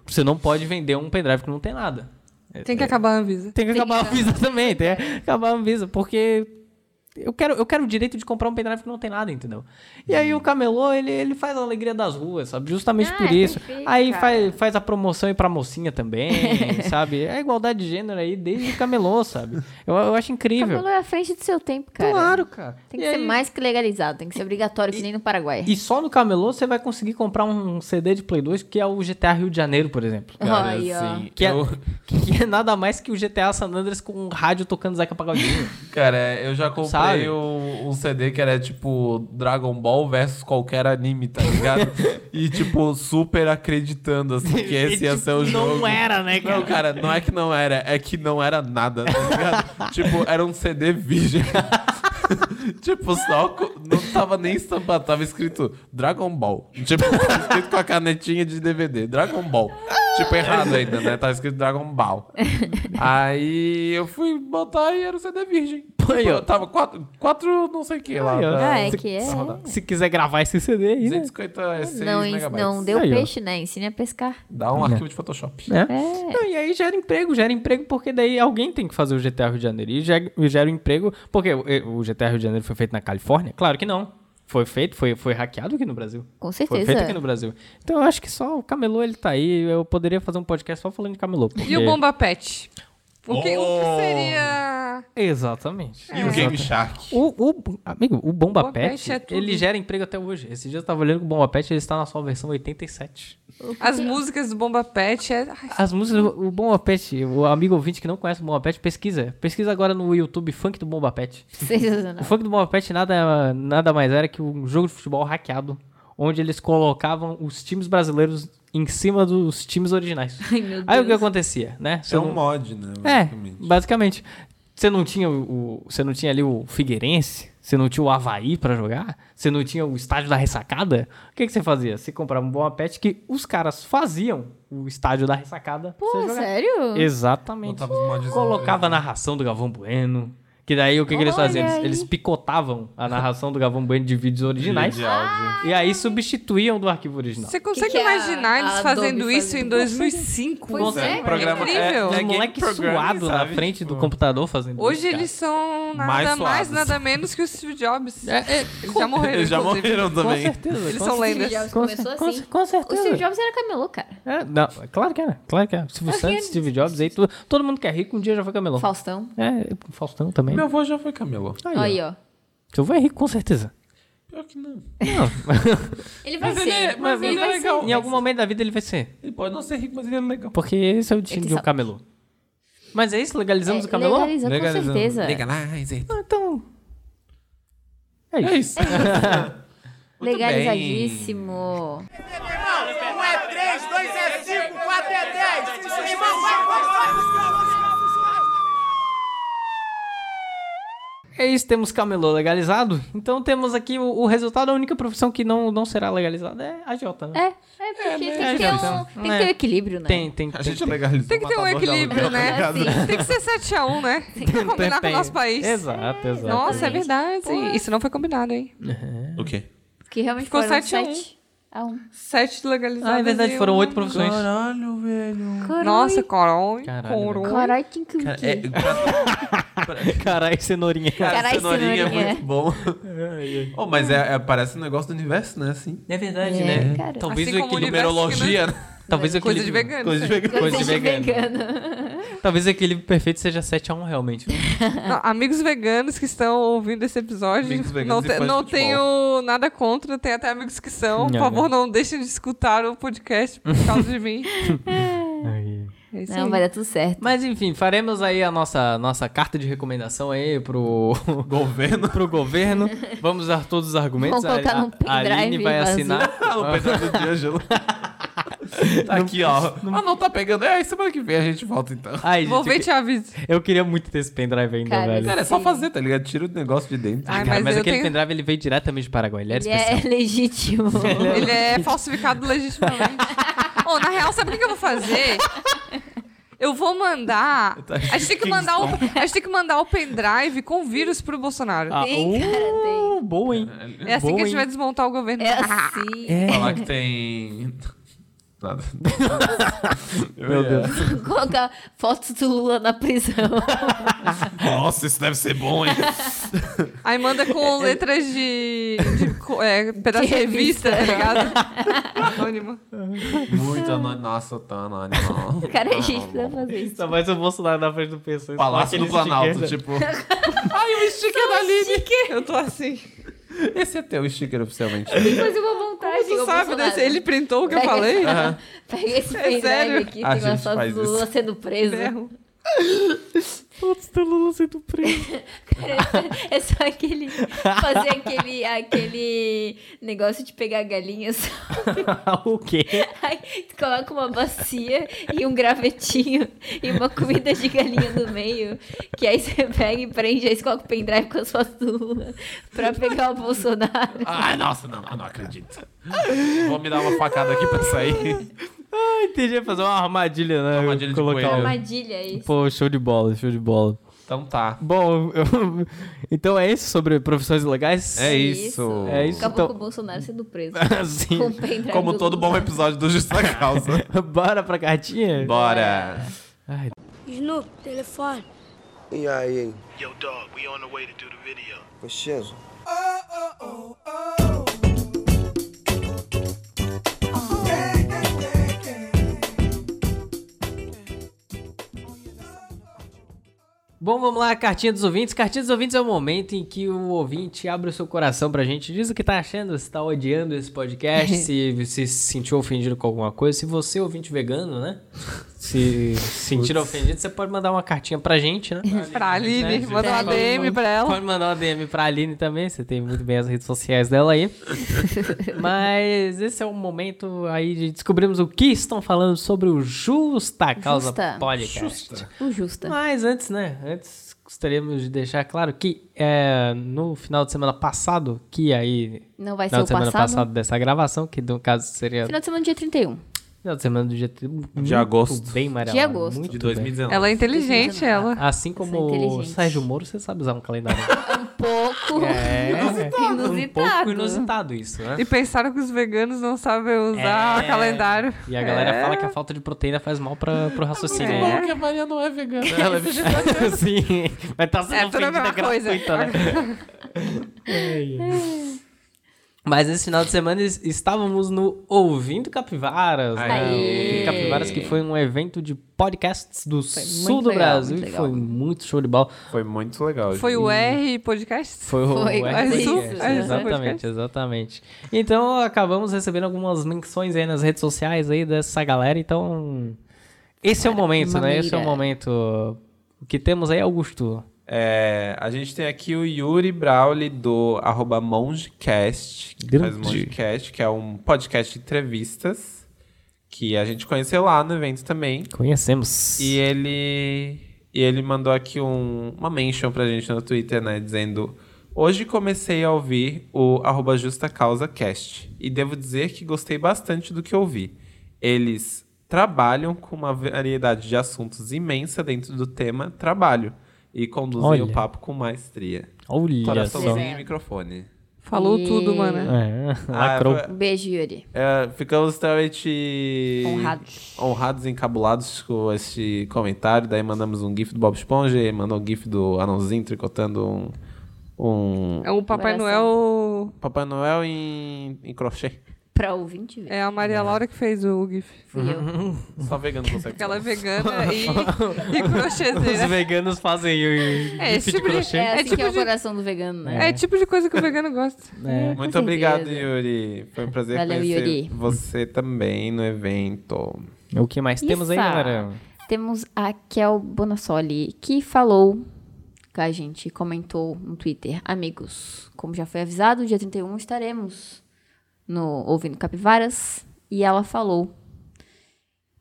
[SPEAKER 4] você não pode vender um pendrive que não tem nada.
[SPEAKER 1] Tem que acabar a Anvisa.
[SPEAKER 4] Tem que acabar a Anvisa também, tem que acabar a Anvisa, porque eu quero, eu quero o direito de comprar um pendrive que não tem nada, entendeu? E aí o camelô, ele, ele faz a alegria das ruas, sabe? Justamente
[SPEAKER 2] Hum. Ah,
[SPEAKER 4] por
[SPEAKER 2] é
[SPEAKER 4] isso.
[SPEAKER 2] perfeito,
[SPEAKER 4] aí
[SPEAKER 2] cara.
[SPEAKER 4] faz, faz a promoção e pra mocinha também, sabe? É a igualdade de gênero aí desde o camelô, sabe? Eu, eu acho incrível.
[SPEAKER 2] Cabelo é à frente do seu tempo, cara.
[SPEAKER 4] Claro, cara.
[SPEAKER 2] é Tem que
[SPEAKER 4] E
[SPEAKER 2] ser
[SPEAKER 4] aí-
[SPEAKER 2] mais que legalizado, tem que ser obrigatório, que nem no Paraguai.
[SPEAKER 4] E só no camelô você vai conseguir comprar um CD de Play 2, que é o GTA Rio de Janeiro, por exemplo.
[SPEAKER 3] Cara,
[SPEAKER 2] Ai, ó.
[SPEAKER 3] assim,
[SPEAKER 4] Que é,
[SPEAKER 3] eu,
[SPEAKER 4] que é nada mais que o GTA San Andreas com um rádio tocando Zeca Pagodinho.
[SPEAKER 3] cara, eu já
[SPEAKER 4] Sabe?
[SPEAKER 3] comprei um, um CD que era tipo Dragon Ball versus qualquer anime, tá ligado? e tipo, super acreditando assim, que esse ia ser o jogo.
[SPEAKER 4] tipo, Não era, né,
[SPEAKER 3] Não, cara, não é que não era, é que não era nada, tá ligado? tipo, era um CD virgem. tipo, só co- não tava nem estampado, tava escrito Dragon Ball. Tipo, tava escrito com a canetinha de DVD, Dragon Ball. Tipo, errado ainda, né? Tava escrito Dragon Ball. Aí eu fui botar e era o CD virgem. Tipo, eu tava quatro, quatro não sei o que lá.
[SPEAKER 4] Aí, ó.
[SPEAKER 3] pra-
[SPEAKER 2] Ah, é que é.
[SPEAKER 3] pra rodar.
[SPEAKER 4] Se quiser gravar esse CD aí, né?
[SPEAKER 3] 250
[SPEAKER 2] Não, ens-
[SPEAKER 3] megabytes.
[SPEAKER 2] não deu
[SPEAKER 4] Aí, ó.
[SPEAKER 2] peixe, né? Ensina a pescar.
[SPEAKER 3] Dá um arquivo de Photoshop.
[SPEAKER 4] É.
[SPEAKER 2] É.
[SPEAKER 4] Não, e aí gera emprego, gera emprego, porque daí alguém tem que fazer o GTA Rio de Janeiro. E gera, e gera um emprego, porque o o GTA Rio de Janeiro foi feito na Califórnia? Claro que não. Foi feito, foi, foi hackeado aqui no Brasil.
[SPEAKER 2] É, Com
[SPEAKER 4] Foi
[SPEAKER 2] certeza.
[SPEAKER 4] feito aqui no Brasil. Então eu acho que só o Camelô ele tá aí. Eu poderia fazer um podcast só falando de Camelô.
[SPEAKER 1] E o Bomba Pet? O que, o que
[SPEAKER 3] Oh!
[SPEAKER 1] seria...
[SPEAKER 4] Exatamente.
[SPEAKER 3] E o Game Shark.
[SPEAKER 4] O, o- amigo, o Bomba,
[SPEAKER 1] Bomba
[SPEAKER 4] Pet,
[SPEAKER 1] Pet é tudo.
[SPEAKER 4] ele gera emprego até hoje. Esse dia eu tava olhando que o Bomba Pet ele está na sua versão 87.
[SPEAKER 2] é?
[SPEAKER 1] As músicas do Bomba Pet é... Ai,
[SPEAKER 4] As músicas, o Bomba Pet, o amigo ouvinte que não conhece o Bomba Pet, pesquisa. Pesquisa agora no YouTube funk do Bomba Pet. O
[SPEAKER 2] Sensacional.
[SPEAKER 4] funk do Bomba Pet nada, nada mais era que um jogo de futebol hackeado, onde eles colocavam os times brasileiros em cima dos times originais.
[SPEAKER 2] Ai, meu
[SPEAKER 4] Aí o que
[SPEAKER 2] Deus.
[SPEAKER 4] acontecia, né? Você
[SPEAKER 3] É um
[SPEAKER 4] não-
[SPEAKER 3] mod, né?
[SPEAKER 4] É,
[SPEAKER 3] basicamente.
[SPEAKER 4] basicamente. Você não tinha o, o- você não tinha ali o Figueirense, você não tinha o Havaí pra jogar, você não tinha o estádio da ressacada. O que que você fazia? Você comprava um bom pet que os caras faziam o estádio da ressacada. pra você
[SPEAKER 2] Pô,
[SPEAKER 4] jogar.
[SPEAKER 2] sério?
[SPEAKER 4] Exatamente.
[SPEAKER 3] Botava os eh, modzinhos.
[SPEAKER 4] Colocava a narração do Galvão Bueno. Que daí o que, que eles
[SPEAKER 2] Olha
[SPEAKER 4] faziam? Eles,
[SPEAKER 2] aí.
[SPEAKER 4] eles picotavam a narração do Galvão Bueno de vídeos originais
[SPEAKER 3] De áudio.
[SPEAKER 4] e aí substituíam do arquivo original.
[SPEAKER 1] Você consegue
[SPEAKER 2] que é a-
[SPEAKER 1] imaginar
[SPEAKER 2] a
[SPEAKER 1] eles
[SPEAKER 2] Adobe
[SPEAKER 1] fazendo isso
[SPEAKER 2] fazendo?
[SPEAKER 1] em 2005?
[SPEAKER 2] Pois é,
[SPEAKER 1] Consegue?
[SPEAKER 2] cara. Programa-
[SPEAKER 1] incrível.
[SPEAKER 4] Os
[SPEAKER 3] game
[SPEAKER 4] moleques
[SPEAKER 3] programming,
[SPEAKER 4] suado na
[SPEAKER 3] sabe?
[SPEAKER 4] frente do
[SPEAKER 3] Tipo,
[SPEAKER 4] computador fazendo isso,
[SPEAKER 1] Hoje
[SPEAKER 4] cara.
[SPEAKER 1] eles são nada
[SPEAKER 3] Mais
[SPEAKER 1] mais,
[SPEAKER 3] suaves.
[SPEAKER 1] nada menos que o Steve Jobs. eles já morreram,
[SPEAKER 3] Ah, Eles já
[SPEAKER 1] inclusive.
[SPEAKER 3] morreram também.
[SPEAKER 4] Com certeza.
[SPEAKER 1] Eles
[SPEAKER 4] com
[SPEAKER 1] são
[SPEAKER 2] Steve
[SPEAKER 1] lendas.
[SPEAKER 2] Jobs
[SPEAKER 4] Com
[SPEAKER 2] começou
[SPEAKER 4] cer- com
[SPEAKER 2] assim.
[SPEAKER 4] cer- com
[SPEAKER 2] O
[SPEAKER 4] certeza.
[SPEAKER 2] Steve Jobs era camelô, cara.
[SPEAKER 4] É, não, é claro que era, claro que é. era. Silvio Santos, Steve Jobs, aí tudo, todo mundo que é rico um dia já foi camelô.
[SPEAKER 2] Faustão.
[SPEAKER 4] É, Faustão também.
[SPEAKER 3] Meu avô já foi camelô.
[SPEAKER 4] Aí,
[SPEAKER 2] Aí, ó.
[SPEAKER 4] ó. Seu avô é rico, com certeza.
[SPEAKER 3] Pior que não.
[SPEAKER 2] Ele vai
[SPEAKER 3] Mas
[SPEAKER 2] ser.
[SPEAKER 3] ele é- mas ele é
[SPEAKER 2] vai
[SPEAKER 3] legal.
[SPEAKER 2] ser.
[SPEAKER 4] Em algum momento da vida ele vai ser.
[SPEAKER 3] Ele pode não ser rico, mas ele é legal.
[SPEAKER 4] Porque esse é o destino
[SPEAKER 2] que
[SPEAKER 4] de um
[SPEAKER 2] sal-
[SPEAKER 4] camelô. Mas é isso? Legalizamos
[SPEAKER 2] É,
[SPEAKER 4] o camelô?
[SPEAKER 2] legaliza, com certeza.
[SPEAKER 3] Legalize.
[SPEAKER 4] Ah, então... É isso.
[SPEAKER 3] É isso.
[SPEAKER 2] Legalizadíssimo.
[SPEAKER 6] Um é 3, 2 é 5, 4 é 10.
[SPEAKER 4] É isso, temos camelô legalizado. Então temos aqui o, o resultado, a única profissão que não, não será legalizada é a Jota, né?
[SPEAKER 2] É, é porque tem,
[SPEAKER 4] é,
[SPEAKER 2] que ter
[SPEAKER 4] então,
[SPEAKER 2] um, tem que
[SPEAKER 4] é.
[SPEAKER 2] ter um equilíbrio, né?
[SPEAKER 4] Tem, tem,
[SPEAKER 3] A
[SPEAKER 4] tem.
[SPEAKER 3] gente
[SPEAKER 4] tem.
[SPEAKER 3] legalizou
[SPEAKER 1] Tem que ter um
[SPEAKER 3] matador de
[SPEAKER 1] equilíbrio,
[SPEAKER 3] aluguel,
[SPEAKER 1] né?
[SPEAKER 3] tá ligado?
[SPEAKER 2] Assim.
[SPEAKER 1] Tem que ser 7x1, né? Tem que combinar com o nosso país.
[SPEAKER 4] Exato, exato.
[SPEAKER 1] Nossa, é
[SPEAKER 2] Exatamente.
[SPEAKER 1] verdade. Isso não foi combinado, hein?
[SPEAKER 3] O quê?
[SPEAKER 2] Que realmente
[SPEAKER 1] Ficou
[SPEAKER 2] foram
[SPEAKER 1] sete a um.
[SPEAKER 2] 7 a 1.
[SPEAKER 1] Sete legalizados.
[SPEAKER 4] Ah, é verdade, foram oito
[SPEAKER 1] profissionais.
[SPEAKER 4] profissões.
[SPEAKER 3] Caralho, velho.
[SPEAKER 1] Nossa, coron,
[SPEAKER 4] Caralho,
[SPEAKER 1] coron.
[SPEAKER 2] Carai, tem que
[SPEAKER 3] Cara, é,
[SPEAKER 4] Caralho, cenourinha.
[SPEAKER 3] cara,
[SPEAKER 2] Caralho,
[SPEAKER 3] cenourinha é
[SPEAKER 2] cenourinha.
[SPEAKER 3] muito bom. oh, mas é, é- parece um negócio do universo, né? Assim.
[SPEAKER 4] É verdade,
[SPEAKER 2] É,
[SPEAKER 4] né?
[SPEAKER 2] cara.
[SPEAKER 4] Talvez
[SPEAKER 1] Assim
[SPEAKER 4] o
[SPEAKER 1] como o
[SPEAKER 4] equilíbrio.
[SPEAKER 1] universo-
[SPEAKER 3] Numerologia, né?
[SPEAKER 4] Talvez o
[SPEAKER 1] Coisa de
[SPEAKER 4] equilíbrio-
[SPEAKER 1] vegano.
[SPEAKER 3] Coisa de vegano.
[SPEAKER 4] Coisa de vegano.
[SPEAKER 2] vegano.
[SPEAKER 4] Talvez o equilíbrio perfeito seja 7x1, realmente.
[SPEAKER 1] Não, amigos veganos que estão ouvindo esse episódio,
[SPEAKER 3] Amigos
[SPEAKER 1] não,
[SPEAKER 3] veganos e
[SPEAKER 1] te-
[SPEAKER 3] fãs de
[SPEAKER 1] não
[SPEAKER 3] futebol.
[SPEAKER 1] tenho nada contra, tem até amigos que são. Por
[SPEAKER 4] Não,
[SPEAKER 1] favor,
[SPEAKER 4] não.
[SPEAKER 1] não deixem de escutar o podcast por causa de mim. É isso
[SPEAKER 2] Não,
[SPEAKER 1] aí.
[SPEAKER 2] vai dar tudo certo.
[SPEAKER 4] Mas enfim, faremos aí a nossa, nossa carta de recomendação aí pro,
[SPEAKER 3] Governo.
[SPEAKER 4] pro governo. Vamos dar todos os argumentos.
[SPEAKER 2] Vamos colocar
[SPEAKER 4] a,
[SPEAKER 2] num
[SPEAKER 4] a Aline
[SPEAKER 2] pendrive
[SPEAKER 4] vai
[SPEAKER 2] vazio.
[SPEAKER 4] assinar.
[SPEAKER 3] Ah, o pedaço de Ângelo. tá aqui, ó. Ah, não tá pegando. É, semana que vem a gente volta, então.
[SPEAKER 4] Ai, gente,
[SPEAKER 1] Vou ver
[SPEAKER 4] eu
[SPEAKER 1] e te aviso.
[SPEAKER 4] que- eu queria muito ter esse pendrive ainda,
[SPEAKER 2] Cara,
[SPEAKER 4] velho.
[SPEAKER 3] Cara, é só fazer, tá ligado? Tira o negócio de dentro.
[SPEAKER 1] Ai,
[SPEAKER 4] Cara, mas,
[SPEAKER 1] mas eu
[SPEAKER 4] aquele
[SPEAKER 1] tenho-
[SPEAKER 4] pendrive ele veio diretamente do Paraguai. Ele era
[SPEAKER 2] Ele
[SPEAKER 4] especial.
[SPEAKER 2] é legítimo.
[SPEAKER 1] Ele é falsificado legitimamente. oh, na real, sabe o que que eu vou fazer? Eu vou mandar. A gente tem que mandar o, a gente tem que mandar o pendrive com vírus pro Bolsonaro.
[SPEAKER 4] Ah,
[SPEAKER 2] Tem, cara,
[SPEAKER 4] uh, boa, hein?
[SPEAKER 1] é assim que
[SPEAKER 4] boa,
[SPEAKER 1] a gente vai
[SPEAKER 4] hein?
[SPEAKER 1] desmontar o governo.
[SPEAKER 2] É assim.
[SPEAKER 3] Falar que tem. Nada. Meu Deus.
[SPEAKER 2] É Colocar fotos do Lula na prisão.
[SPEAKER 3] Nossa, isso deve ser bom, hein?
[SPEAKER 1] Aí manda
[SPEAKER 3] É.
[SPEAKER 1] com letras de. de co- é, pedaço de
[SPEAKER 2] De
[SPEAKER 1] revista,
[SPEAKER 2] revista.
[SPEAKER 1] tá ligado? Anônimo.
[SPEAKER 3] Muito anônimo. Nossa, tá anônimo.
[SPEAKER 2] Cara, a gente vai fazer isso.
[SPEAKER 4] Só mais o Bolsonaro na frente do PC.
[SPEAKER 3] Palácio do Planalto, tipo. Ai, o sticker da Aline.
[SPEAKER 1] Eu tô assim.
[SPEAKER 3] Esse é teu sticker oficialmente.
[SPEAKER 2] Tem que fazer uma montagem.
[SPEAKER 1] Tu
[SPEAKER 2] ô
[SPEAKER 1] sabe
[SPEAKER 2] Bolsonaro.
[SPEAKER 1] desse?
[SPEAKER 3] né?
[SPEAKER 1] Ele printou
[SPEAKER 3] É.
[SPEAKER 1] o que eu
[SPEAKER 2] Pega-
[SPEAKER 1] falei?
[SPEAKER 2] Pega esse
[SPEAKER 1] É
[SPEAKER 2] pendrive
[SPEAKER 1] sério?
[SPEAKER 2] aqui,
[SPEAKER 3] A
[SPEAKER 2] tem uma
[SPEAKER 3] gente faz
[SPEAKER 2] foto do
[SPEAKER 3] isso.
[SPEAKER 2] Lula sendo preso.
[SPEAKER 1] Ferro.
[SPEAKER 4] Putz, do Lula sendo preso.
[SPEAKER 2] É só aquele. Fazer aquele, aquele negócio de pegar galinhas.
[SPEAKER 3] tipo.
[SPEAKER 4] o quê?
[SPEAKER 2] Aí tu coloca uma bacia e um gravetinho e uma comida de galinha no meio. Que aí você pega e prende, aí você coloca o pendrive com as fotos do Lula pra pegar o Bolsonaro.
[SPEAKER 3] Ai, nossa, não, não acredito. Vou me dar uma facada aqui pra sair.
[SPEAKER 4] Ah, entendi. Fazer uma armadilha, né?
[SPEAKER 3] Armadilha de coelho.
[SPEAKER 4] o-
[SPEAKER 2] É Armadilha isso.
[SPEAKER 4] Pô, show de bola, show de bola.
[SPEAKER 3] Então tá.
[SPEAKER 4] Bom, eu- então é isso sobre profissões ilegais?
[SPEAKER 3] É
[SPEAKER 2] isso.
[SPEAKER 3] isso.
[SPEAKER 4] É isso.
[SPEAKER 2] Acabou
[SPEAKER 4] então-
[SPEAKER 2] com o Bolsonaro sendo preso.
[SPEAKER 4] Sim.
[SPEAKER 2] Com o pendrive
[SPEAKER 3] Como
[SPEAKER 2] do
[SPEAKER 3] todo
[SPEAKER 2] Lula.
[SPEAKER 3] bom episódio do Justa Causa.
[SPEAKER 4] Bora pra cartinha?
[SPEAKER 3] Bora.
[SPEAKER 4] Ai,
[SPEAKER 7] Snoop, telefone.
[SPEAKER 8] E aí, hein?
[SPEAKER 9] Yo, dog, we on the way to do the video.
[SPEAKER 8] Preciso.
[SPEAKER 4] Bom, vamos lá, cartinha dos ouvintes. Cartinha dos ouvintes é o momento em que o ouvinte abre o seu coração pra gente, diz o que tá achando, se tá odiando esse podcast, se, se sentiu ofendido com alguma coisa. Se você é ouvinte vegano, né? Se sentir ofendido, você pode mandar uma cartinha pra gente, né?
[SPEAKER 1] Pra Aline,
[SPEAKER 4] Né?
[SPEAKER 1] manda uma
[SPEAKER 4] Pode-
[SPEAKER 1] DM pra ela.
[SPEAKER 4] Pode mandar uma DM pra Aline também, você tem muito bem as redes sociais dela aí. Mas esse é o momento aí de descobrirmos o que estão falando sobre o Justa Causa
[SPEAKER 2] Justa.
[SPEAKER 4] Podcast.
[SPEAKER 2] O Justa.
[SPEAKER 4] Mas antes, né? Antes gostaríamos de deixar claro que é, no final de semana passado, que aí.
[SPEAKER 2] Não vai ser
[SPEAKER 4] Final
[SPEAKER 2] o
[SPEAKER 4] de semana
[SPEAKER 2] passado?
[SPEAKER 4] dessa gravação, que no caso seria
[SPEAKER 2] Final de semana, dia 31.
[SPEAKER 4] final de semana do dia tri- muito
[SPEAKER 3] agosto.
[SPEAKER 4] Bem, Mariela,
[SPEAKER 2] De agosto.
[SPEAKER 4] muito
[SPEAKER 3] De
[SPEAKER 4] bem.
[SPEAKER 3] 2019.
[SPEAKER 1] Ela é inteligente, ela.
[SPEAKER 4] Assim
[SPEAKER 2] Sou
[SPEAKER 4] como o
[SPEAKER 2] inteligente.
[SPEAKER 4] Sérgio Moro, você sabe usar um calendário.
[SPEAKER 2] Um pouco.
[SPEAKER 4] É. Um pouco inusitado isso, né?
[SPEAKER 1] E pensaram que os veganos não sabem usar
[SPEAKER 4] É.
[SPEAKER 1] calendário.
[SPEAKER 4] E a galera
[SPEAKER 1] É.
[SPEAKER 4] fala que a falta de proteína faz mal pra, pro raciocínio.
[SPEAKER 1] É.
[SPEAKER 4] né?
[SPEAKER 1] Bom
[SPEAKER 3] que a Maria não é vegana.
[SPEAKER 4] Ela é vegetariana. Sim, mas tá sendo
[SPEAKER 1] É tudo a
[SPEAKER 4] ofendida
[SPEAKER 1] mesma coisa.
[SPEAKER 4] gratuita, né? Mas esse final de semana es- estávamos no Ouvindo Capivaras, né?
[SPEAKER 2] Aê!
[SPEAKER 4] Ouvindo Capivaras, que foi um evento de podcasts do sul
[SPEAKER 2] muito
[SPEAKER 4] do
[SPEAKER 2] legal,
[SPEAKER 4] Brasil.
[SPEAKER 2] muito
[SPEAKER 4] e
[SPEAKER 2] legal.
[SPEAKER 4] Foi muito show de bola.
[SPEAKER 3] Foi muito legal.
[SPEAKER 1] Foi
[SPEAKER 3] gente.
[SPEAKER 1] o R podcast?
[SPEAKER 4] Foi o
[SPEAKER 2] Foi,
[SPEAKER 4] o
[SPEAKER 2] quase
[SPEAKER 4] RPGs,
[SPEAKER 2] isso, Uhum.
[SPEAKER 1] quase isso,
[SPEAKER 4] Exatamente,
[SPEAKER 1] podcast.
[SPEAKER 4] exatamente. Então acabamos recebendo algumas menções aí nas redes sociais aí dessa galera. Então. Esse é o momento, né? Esse é o
[SPEAKER 2] maneira.
[SPEAKER 4] momento. O que temos aí, Augusto?
[SPEAKER 3] É, a gente tem aqui o Yuri Brauli do arroba Mongecast, que faz o
[SPEAKER 4] Grande.
[SPEAKER 3] Mongecast, que é um podcast de entrevistas, que a gente conheceu lá no evento também.
[SPEAKER 4] Conhecemos.
[SPEAKER 3] E ele. E ele mandou aqui um- uma mention pra gente no Twitter, né? Dizendo: Hoje comecei a ouvir o arroba Justa Causa Cast. E devo dizer que gostei bastante do que ouvi. Eles trabalham com uma variedade de assuntos imensa dentro do tema trabalho. E conduzem
[SPEAKER 4] Olha.
[SPEAKER 3] o papo com maestria.
[SPEAKER 4] Olha só.
[SPEAKER 3] Coraçãozinho e microfone.
[SPEAKER 1] Falou tudo, mano.
[SPEAKER 4] É,
[SPEAKER 3] Ah,
[SPEAKER 4] lacrou.
[SPEAKER 3] foi-
[SPEAKER 2] Beijo, Yuri.
[SPEAKER 3] é, ficamos extremamente
[SPEAKER 2] Honrados.
[SPEAKER 3] honrados e encabulados com esse comentário. Daí mandamos um gif do Bob Esponja e mandou um gif do anãozinho tricotando um, um
[SPEAKER 1] É o Papai
[SPEAKER 2] Coração.
[SPEAKER 1] Noel.
[SPEAKER 3] Papai Noel em, em crochê.
[SPEAKER 2] Pra ouvinte ver.
[SPEAKER 1] É a Maria Laura que fez o GIF.
[SPEAKER 2] Fui eu.
[SPEAKER 4] Uhum.
[SPEAKER 3] Só vegano consegue.
[SPEAKER 1] Porque ela é vegana e, e
[SPEAKER 4] Os
[SPEAKER 1] crochêzeira.
[SPEAKER 4] veganos fazem o
[SPEAKER 1] É, esse
[SPEAKER 4] de
[SPEAKER 1] tipo de-
[SPEAKER 4] crochê.
[SPEAKER 2] É assim
[SPEAKER 1] É tipo
[SPEAKER 2] que é o
[SPEAKER 1] de-
[SPEAKER 2] coração do vegano, né?
[SPEAKER 1] É tipo de coisa que o vegano gosta.
[SPEAKER 4] É.
[SPEAKER 2] com
[SPEAKER 3] Muito
[SPEAKER 2] certeza.
[SPEAKER 3] obrigado, Yuri. Foi um prazer
[SPEAKER 2] Valeu,
[SPEAKER 3] conhecer
[SPEAKER 2] Yuri.
[SPEAKER 3] você também no evento.
[SPEAKER 4] O que mais temos aí,
[SPEAKER 2] Issa.
[SPEAKER 4] galera?
[SPEAKER 2] Temos a Kel Bonassoli, que falou que a gente comentou no Twitter. Amigos, como já foi avisado, dia 31 estaremos no Ouvindo Capivaras. E ela falou.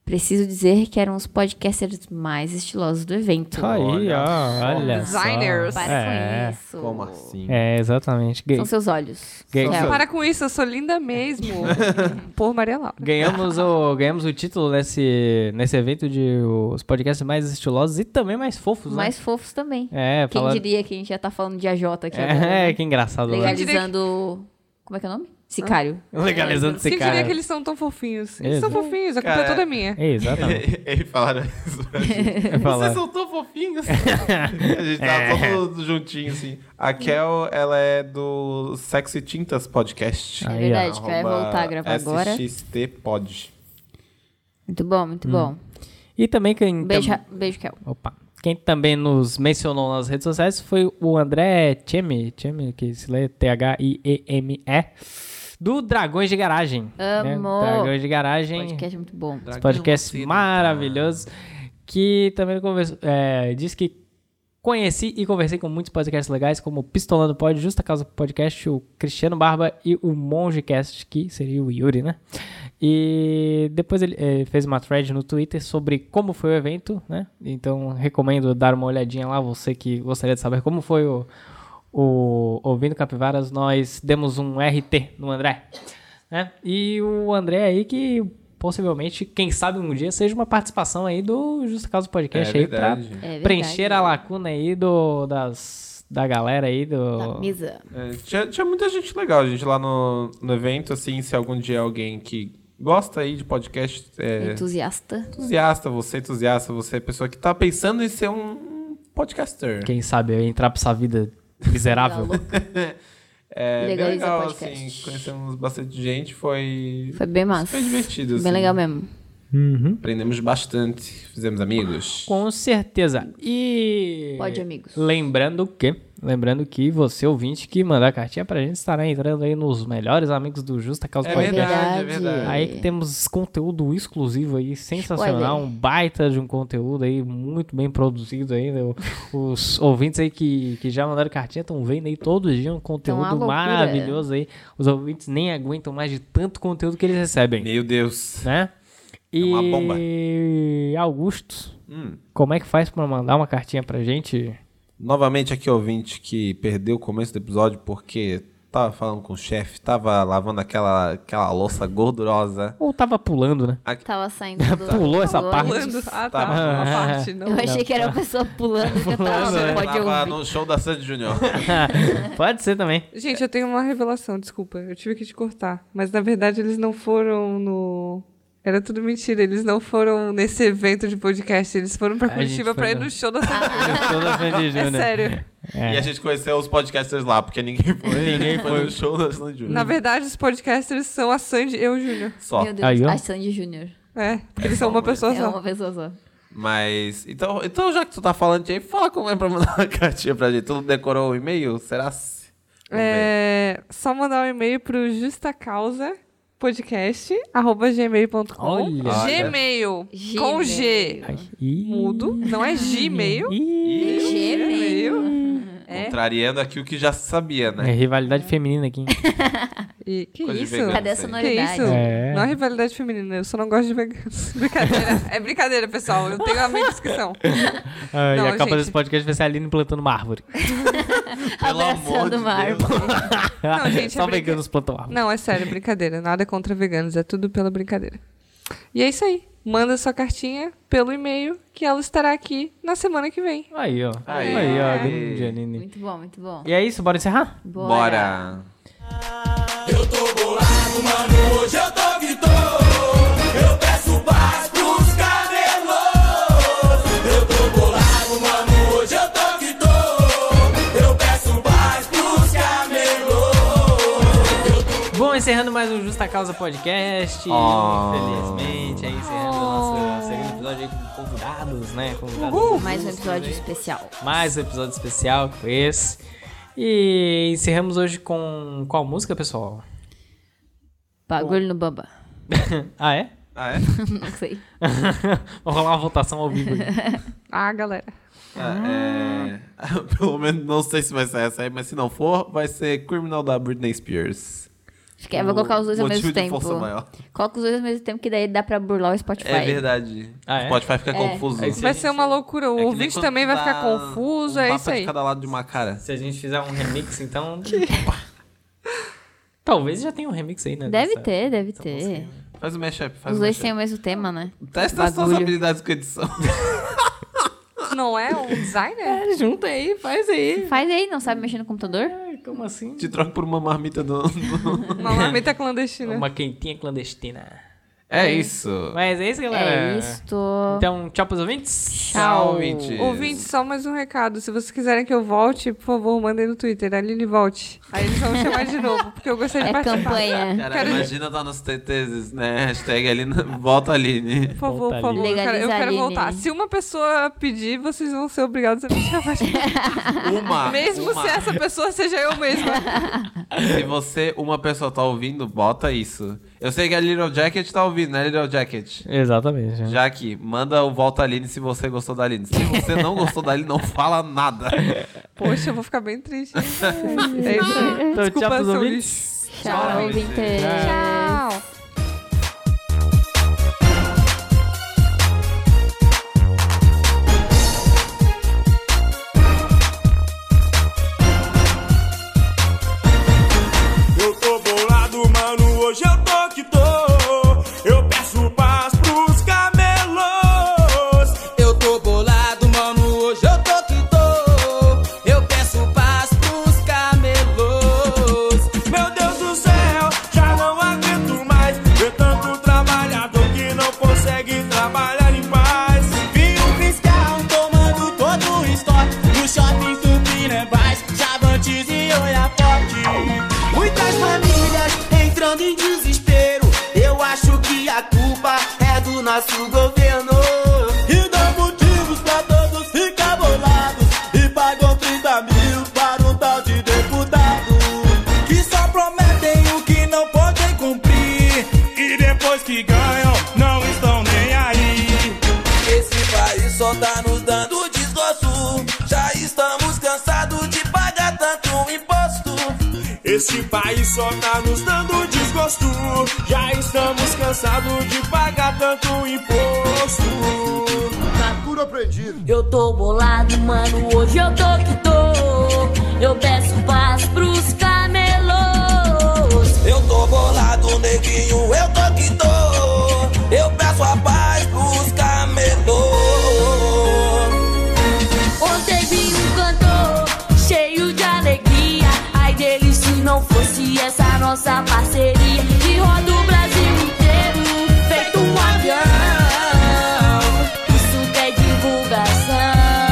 [SPEAKER 2] Preciso dizer que eram os podcasters mais estilosos do evento.
[SPEAKER 4] Tá aí,
[SPEAKER 3] Olha
[SPEAKER 4] ó. Olha só.
[SPEAKER 1] Designers.
[SPEAKER 2] Para
[SPEAKER 4] É.
[SPEAKER 2] com isso.
[SPEAKER 3] Como assim?
[SPEAKER 4] É, exatamente. Ga-
[SPEAKER 2] São seus olhos.
[SPEAKER 4] Gay.
[SPEAKER 2] Kel.
[SPEAKER 1] Para com isso, eu sou linda mesmo. Por Maria Laura.
[SPEAKER 4] Ganhamos o, ganhamos o título nesse, nesse evento de os podcasts mais estilosos e também mais fofos, né?
[SPEAKER 2] Mais fofos também.
[SPEAKER 4] É,
[SPEAKER 2] Quem
[SPEAKER 4] fala...
[SPEAKER 2] diria que a gente já tá falando de AJ aqui agora?
[SPEAKER 4] É,
[SPEAKER 2] né?
[SPEAKER 4] que engraçado, né?
[SPEAKER 1] diria que-
[SPEAKER 2] Legalizando... Como é que é o nome? Sicário.
[SPEAKER 4] Legalizando esse
[SPEAKER 1] Quem diria que
[SPEAKER 4] cara.
[SPEAKER 1] eles são tão fofinhos? Eles
[SPEAKER 4] Exato.
[SPEAKER 1] são fofinhos, a culpa
[SPEAKER 3] Cara,
[SPEAKER 1] é toda minha.
[SPEAKER 4] É, exatamente.
[SPEAKER 3] Ele falaram isso pra gente.
[SPEAKER 4] Eu ia falar. É.
[SPEAKER 3] Vocês são tão fofinhos. a gente tava todo juntinho, assim. A Kel, ela é do Sexo e Tintas Podcast.
[SPEAKER 4] É
[SPEAKER 2] É
[SPEAKER 4] Aí, ó.
[SPEAKER 2] verdade, que vai voltar a gravar agora.
[SPEAKER 3] SXT Pod.
[SPEAKER 2] Muito bom, muito bom.
[SPEAKER 4] E também quem... tam-
[SPEAKER 2] Beijo, beijo, Kel.
[SPEAKER 4] Opa. Quem também nos mencionou nas redes sociais foi o André Cheme, Cheme que se lê T-H-I-E-M-E, do Dragões de Garagem. né?
[SPEAKER 2] Amor.
[SPEAKER 4] Dragões de Garagem.
[SPEAKER 2] Podcast então. é muito bom.
[SPEAKER 4] Esse podcast maravilhoso. Que também conversa- é, diz que conheci e conversei com muitos podcasts legais, como o Pistolando Pod, Justa Causa Podcast, o Cristiano Barba e o Mongecast, que seria o Yuri, né? E depois ele é, fez uma thread no Twitter sobre como foi o evento, né? Então recomendo dar uma olhadinha lá, você que gostaria de saber como foi o, o Ouvindo Capivaras, nós demos um RT no André. Né? E o André aí que possivelmente, quem sabe um dia, seja uma participação aí do Justa Causa Podcast
[SPEAKER 3] É
[SPEAKER 4] aí pra
[SPEAKER 3] verdade.
[SPEAKER 2] É
[SPEAKER 4] preencher
[SPEAKER 2] verdade.
[SPEAKER 4] a lacuna aí do, das, da galera aí do...
[SPEAKER 2] Da mesa.
[SPEAKER 3] É, tinha, tinha muita gente legal, gente, lá no, no evento, assim, se algum dia alguém que gosta aí de podcast, é,
[SPEAKER 2] Entusiasta.
[SPEAKER 3] entusiasta, você é entusiasta, você é pessoa que tá pensando em ser um podcaster.
[SPEAKER 4] Quem sabe eu entrar pra essa vida
[SPEAKER 3] Ah,
[SPEAKER 4] miserável.
[SPEAKER 3] É bem
[SPEAKER 2] Legaliza
[SPEAKER 3] legal,
[SPEAKER 2] podcast.
[SPEAKER 3] assim, conhecemos bastante gente, foi...
[SPEAKER 2] Foi bem massa.
[SPEAKER 3] Foi divertido,
[SPEAKER 2] Bem
[SPEAKER 3] assim.
[SPEAKER 2] legal mesmo.
[SPEAKER 3] Aprendemos bastante, fizemos amigos.
[SPEAKER 4] Com certeza. E.
[SPEAKER 2] Pode, amigos.
[SPEAKER 3] É
[SPEAKER 4] Lembrando que. Lembrando que você, ouvinte, que mandar cartinha pra gente, estará entrando aí nos melhores amigos do Justa Causa
[SPEAKER 3] É
[SPEAKER 4] Podcast.
[SPEAKER 3] verdade, é
[SPEAKER 2] Verdade.
[SPEAKER 3] verdade.
[SPEAKER 4] Aí que temos conteúdo exclusivo aí, sensacional,
[SPEAKER 2] Spoiler.
[SPEAKER 4] um baita de um conteúdo aí, muito bem produzido aí. né? O- Os ouvintes aí que, que já mandaram cartinha estão vendo aí todo dia um
[SPEAKER 2] uma
[SPEAKER 4] conteúdo
[SPEAKER 2] loucura.
[SPEAKER 4] maravilhoso aí. Os ouvintes nem aguentam mais de tanto conteúdo que eles recebem
[SPEAKER 3] Meu Deus.
[SPEAKER 4] né? E
[SPEAKER 3] É. uma bomba.
[SPEAKER 4] Augusto,
[SPEAKER 3] Hum.
[SPEAKER 4] como é que faz pra mandar uma cartinha pra gente?
[SPEAKER 3] Novamente aqui, ouvinte, que perdeu o começo do episódio porque tava falando com o chefe, tava lavando aquela, aquela louça gordurosa.
[SPEAKER 4] Ou tava pulando, né?
[SPEAKER 2] Tava saindo do...
[SPEAKER 4] Pulou essa
[SPEAKER 2] Pulou.
[SPEAKER 4] parte.
[SPEAKER 1] Pulando. Ah, tá.
[SPEAKER 3] Tá.
[SPEAKER 1] Uma parte, não.
[SPEAKER 2] Eu achei que era a pessoa pulando. que tava,
[SPEAKER 4] né?
[SPEAKER 2] não pode
[SPEAKER 3] tava
[SPEAKER 2] ouvir.
[SPEAKER 3] no show da Sandy Júnior.
[SPEAKER 4] Pode ser também.
[SPEAKER 1] Gente, eu tenho uma revelação, desculpa. Eu tive que te cortar. Mas na verdade eles não foram no. Era tudo mentira. Eles não foram nesse evento de podcast. Eles foram pra
[SPEAKER 4] A gente
[SPEAKER 1] Curitiba
[SPEAKER 4] foi
[SPEAKER 1] pra ir
[SPEAKER 4] no-
[SPEAKER 1] no show da Sandy.
[SPEAKER 4] Show da Sandy
[SPEAKER 1] É
[SPEAKER 4] Júnior. É.
[SPEAKER 1] sério.
[SPEAKER 3] E a gente conheceu os podcasters lá, porque ninguém foi, É. ninguém foi no show da Sandy Júnior.
[SPEAKER 1] Na verdade, os podcasters são a Sandy e o Júnior.
[SPEAKER 3] Só.
[SPEAKER 2] Meu
[SPEAKER 4] Aí,
[SPEAKER 2] Deus.
[SPEAKER 4] ó.
[SPEAKER 2] A Sandy Júnior.
[SPEAKER 1] É, porque eles são uma pessoa
[SPEAKER 2] É
[SPEAKER 1] só.
[SPEAKER 2] uma pessoa só.
[SPEAKER 3] Mas. Então, então, já que tu tá falando aí, fala como é pra mandar uma cartinha pra gente. Tu decorou o e-mail? Será? se- Vamos ver.
[SPEAKER 1] É, só mandar um e-mail pro justacausa podcast arroba gmail.com
[SPEAKER 4] Olha.
[SPEAKER 1] Gmail com G
[SPEAKER 2] Gmail.
[SPEAKER 4] Ih.
[SPEAKER 1] mudo não é Gmail
[SPEAKER 4] Ih.
[SPEAKER 2] Gmail.
[SPEAKER 1] Gmail É.
[SPEAKER 3] Contrariando aqui o que já se sabia,
[SPEAKER 4] É
[SPEAKER 3] né?
[SPEAKER 4] rivalidade feminina aqui. hein?
[SPEAKER 1] E que
[SPEAKER 3] Coisa de
[SPEAKER 1] isso?
[SPEAKER 3] vegano,
[SPEAKER 2] Cadê
[SPEAKER 3] isso
[SPEAKER 2] essa
[SPEAKER 3] aí.
[SPEAKER 1] Que
[SPEAKER 2] novidade?
[SPEAKER 1] isso?
[SPEAKER 8] É.
[SPEAKER 1] Não é rivalidade feminina, eu só não gosto de veganos. Brincadeira. É brincadeira, pessoal. Eu tenho a minha descrição.
[SPEAKER 4] Ah,
[SPEAKER 1] Não,
[SPEAKER 4] e a capa
[SPEAKER 1] gente.
[SPEAKER 4] desse podcast vai ser a Aline plantando uma árvore.
[SPEAKER 3] Pelo amor
[SPEAKER 2] Abraçando
[SPEAKER 3] de
[SPEAKER 2] uma
[SPEAKER 3] Deus.
[SPEAKER 2] árvore.
[SPEAKER 1] Não, gente, é
[SPEAKER 4] Só
[SPEAKER 1] brinca-
[SPEAKER 4] veganos plantam árvore.
[SPEAKER 1] Não, é sério, brincadeira. Nada contra veganos, é tudo pela brincadeira. E é isso aí. Manda sua cartinha pelo e-mail que ela estará aqui na semana que vem.
[SPEAKER 4] Aí, ó.
[SPEAKER 3] Aí.
[SPEAKER 4] Aí, ó.
[SPEAKER 3] Aí.
[SPEAKER 4] grande Aline.
[SPEAKER 2] Muito bom, muito bom.
[SPEAKER 4] E é isso, bora encerrar?
[SPEAKER 3] Bora.
[SPEAKER 6] Hoje eu tô gritou, eu peço paz pros camelôs. Eu tô bolado, mano, hoje eu tô gritou, eu peço paz pros camelôs.
[SPEAKER 4] Bom, encerrando mais um Justa Causa Podcast.
[SPEAKER 3] Oh.
[SPEAKER 4] Infelizmente, aí encerrando
[SPEAKER 1] Oh.
[SPEAKER 4] o nosso segundo episódio aí com convidados, né? Convidados.
[SPEAKER 2] Mais um episódio especial.
[SPEAKER 4] Mais um episódio especial que foi esse. E encerramos hoje com qual música, pessoal?
[SPEAKER 2] Bagulho no bamba.
[SPEAKER 4] ah, é?
[SPEAKER 3] Ah, é?
[SPEAKER 2] Não sei.
[SPEAKER 4] Vou rolar uma votação ao vivo aí.
[SPEAKER 1] Ah, galera.
[SPEAKER 3] Ah, é. Pelo menos não sei se vai ser essa aí, mas se não for, vai ser Criminal da Britney Spears.
[SPEAKER 2] Acho que é, vou colocar os dois ao
[SPEAKER 3] Motivo
[SPEAKER 2] mesmo
[SPEAKER 3] de
[SPEAKER 2] tempo.
[SPEAKER 3] força maior.
[SPEAKER 2] Coloca os dois ao mesmo tempo, que daí dá pra burlar o Spotify.
[SPEAKER 3] É verdade.
[SPEAKER 4] Ah, é?
[SPEAKER 3] O Spotify fica confuso.
[SPEAKER 4] É isso
[SPEAKER 1] Vai ser uma loucura. O
[SPEAKER 3] É que nem
[SPEAKER 1] ouvinte
[SPEAKER 3] quando
[SPEAKER 1] também vai
[SPEAKER 3] dá
[SPEAKER 1] ficar confuso.
[SPEAKER 3] um
[SPEAKER 1] é
[SPEAKER 3] mapa
[SPEAKER 1] isso aí.
[SPEAKER 3] de cada lado de uma cara.
[SPEAKER 4] Se a gente fizer um remix, então. Talvez já tenha um remix aí, né?
[SPEAKER 2] Deve
[SPEAKER 4] dessa-
[SPEAKER 2] ter, deve ter.
[SPEAKER 3] Faz o mashup, faz
[SPEAKER 2] Os
[SPEAKER 3] o
[SPEAKER 2] dois
[SPEAKER 3] mashup.
[SPEAKER 2] têm o mesmo tema, né?
[SPEAKER 3] Testa as suas
[SPEAKER 2] bagulho.
[SPEAKER 3] habilidades com edição.
[SPEAKER 1] Não é um designer?
[SPEAKER 4] É, junta aí, faz aí.
[SPEAKER 2] Faz aí, não sabe mexer no computador?
[SPEAKER 4] Ai, Como assim?
[SPEAKER 3] Te troco por uma marmita do... do-
[SPEAKER 1] Uma marmita clandestina.
[SPEAKER 4] Uma quentinha clandestina.
[SPEAKER 3] É isso.
[SPEAKER 4] Mas é isso, galera.
[SPEAKER 2] É isto.
[SPEAKER 4] Então, tchau pros ouvintes.
[SPEAKER 2] Tchau.
[SPEAKER 3] ouvintes.
[SPEAKER 1] Ouvinte, só mais um recado. Se vocês quiserem que eu volte, por favor, mandem no Twitter. Aline, volte. Aí eles vão me chamar de novo, porque eu gostaria de
[SPEAKER 2] É
[SPEAKER 1] participar.
[SPEAKER 2] campanha.
[SPEAKER 3] Cara,
[SPEAKER 1] Quero-
[SPEAKER 3] imagina tá nos TTs, né? Hashtag ali, volta Aline.
[SPEAKER 1] Por favor, por
[SPEAKER 4] Volta,
[SPEAKER 1] favor, eu
[SPEAKER 2] Aline.
[SPEAKER 1] quero, eu
[SPEAKER 2] Legaliza,
[SPEAKER 1] quero
[SPEAKER 2] Aline.
[SPEAKER 1] voltar. Se uma pessoa pedir, vocês vão ser obrigados a me chamar de
[SPEAKER 3] Uma,
[SPEAKER 1] Mesmo
[SPEAKER 3] Ah, uma.
[SPEAKER 1] se essa pessoa seja eu mesma.
[SPEAKER 3] Se você, uma pessoa tá ouvindo, bota isso. Eu sei que a Little Jacket tá ouvindo, né, Little Jacket?
[SPEAKER 4] Exatamente. Então,
[SPEAKER 3] Já aqui, manda o Volta Aline se você gostou da Aline. Se você não gostou da Aline, não fala nada.
[SPEAKER 1] Poxa, eu vou ficar bem triste. É isso aí.
[SPEAKER 4] Então,
[SPEAKER 1] Desculpa,
[SPEAKER 4] tchau pros
[SPEAKER 1] seu
[SPEAKER 4] ouvintes.
[SPEAKER 2] Tchau, ouvinte. Tchau.
[SPEAKER 6] Eu tô bolado, mano, hoje eu tô que tô. Eu peço paz pros camelôs. Eu tô bolado, mano, hoje eu tô que tô. Eu peço paz pros camelôs. Meu Deus do céu, já não aguento mais. Ver tanto trabalhador que não consegue trabalhar em paz. Vi um fiscal tomando todo o estoque. No shopping Tupinambás, Chavantes e Oiapoque. Muitas famílias entrando em desespero. Eu acho que a culpa é do nosso governo. E dá motivos pra todos ficar bolados. E pagam 30 mil para um tal de deputado. Que só prometem o que não podem cumprir. E depois que ganham, não estão nem aí. Esse país só tá nos dando desgosto. Já estamos cansados de pagar tanto imposto. Esse país só tá nos dando desgosto. Já estamos cansados de pagar tanto imposto.
[SPEAKER 10] Eu tô bolado, mano, hoje eu tô que tô. Eu peço paz pros camelôs.
[SPEAKER 6] Eu tô bolado, neguinho, eu tô que tô. Eu peço a paz pros camelôs.
[SPEAKER 10] Ontem vi um cantor cheio de alegria. Ai dele se não fosse essa nossa parceria. Que roda o Brasil inteiro, feito um avião. Isso que é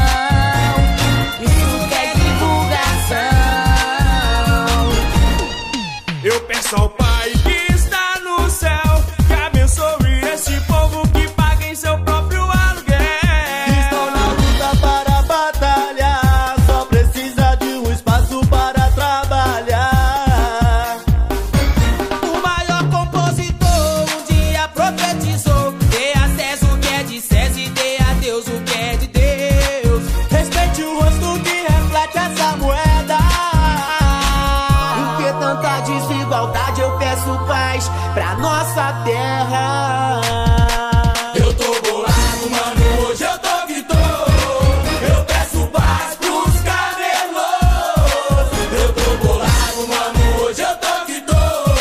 [SPEAKER 10] divulgação. Isso que é divulgação.
[SPEAKER 6] Eu peço ao Pai que está no céu que abençoe esse povo que paga em seu próprio aluguel. Estão na luta para batalhar, só precisa de um espaço para trabalhar. O maior compositor um é nosso país, pra nossa terra. Eu tô bolado, mano, hoje eu tô gritando. Eu peço paz pros camelos. Eu tô bolado, mano, hoje eu tô gritando.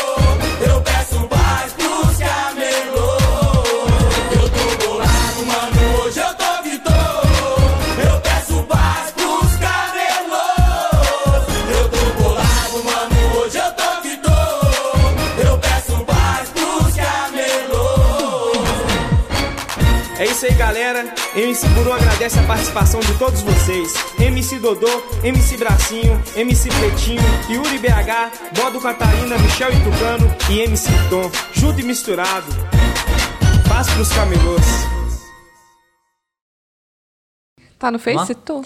[SPEAKER 6] Eu peço paz pros camelos. Eu tô bolado, mano, hoje eu tô gritando. Eu peço paz pros camelos. Eu tô bolado, mano, hoje eu tô gritando. Eu peço paz pros camelos.
[SPEAKER 8] É isso aí, galera. MC Buru agradece a participação de todos vocês. MC Dodô, MC Bracinho, MC Pretinho, Yuri BH, Bodo Catarina, Michel e Tucano e MC Tom. Junto e misturado. Paz pros camelôs.
[SPEAKER 1] Tá no Face? Tô.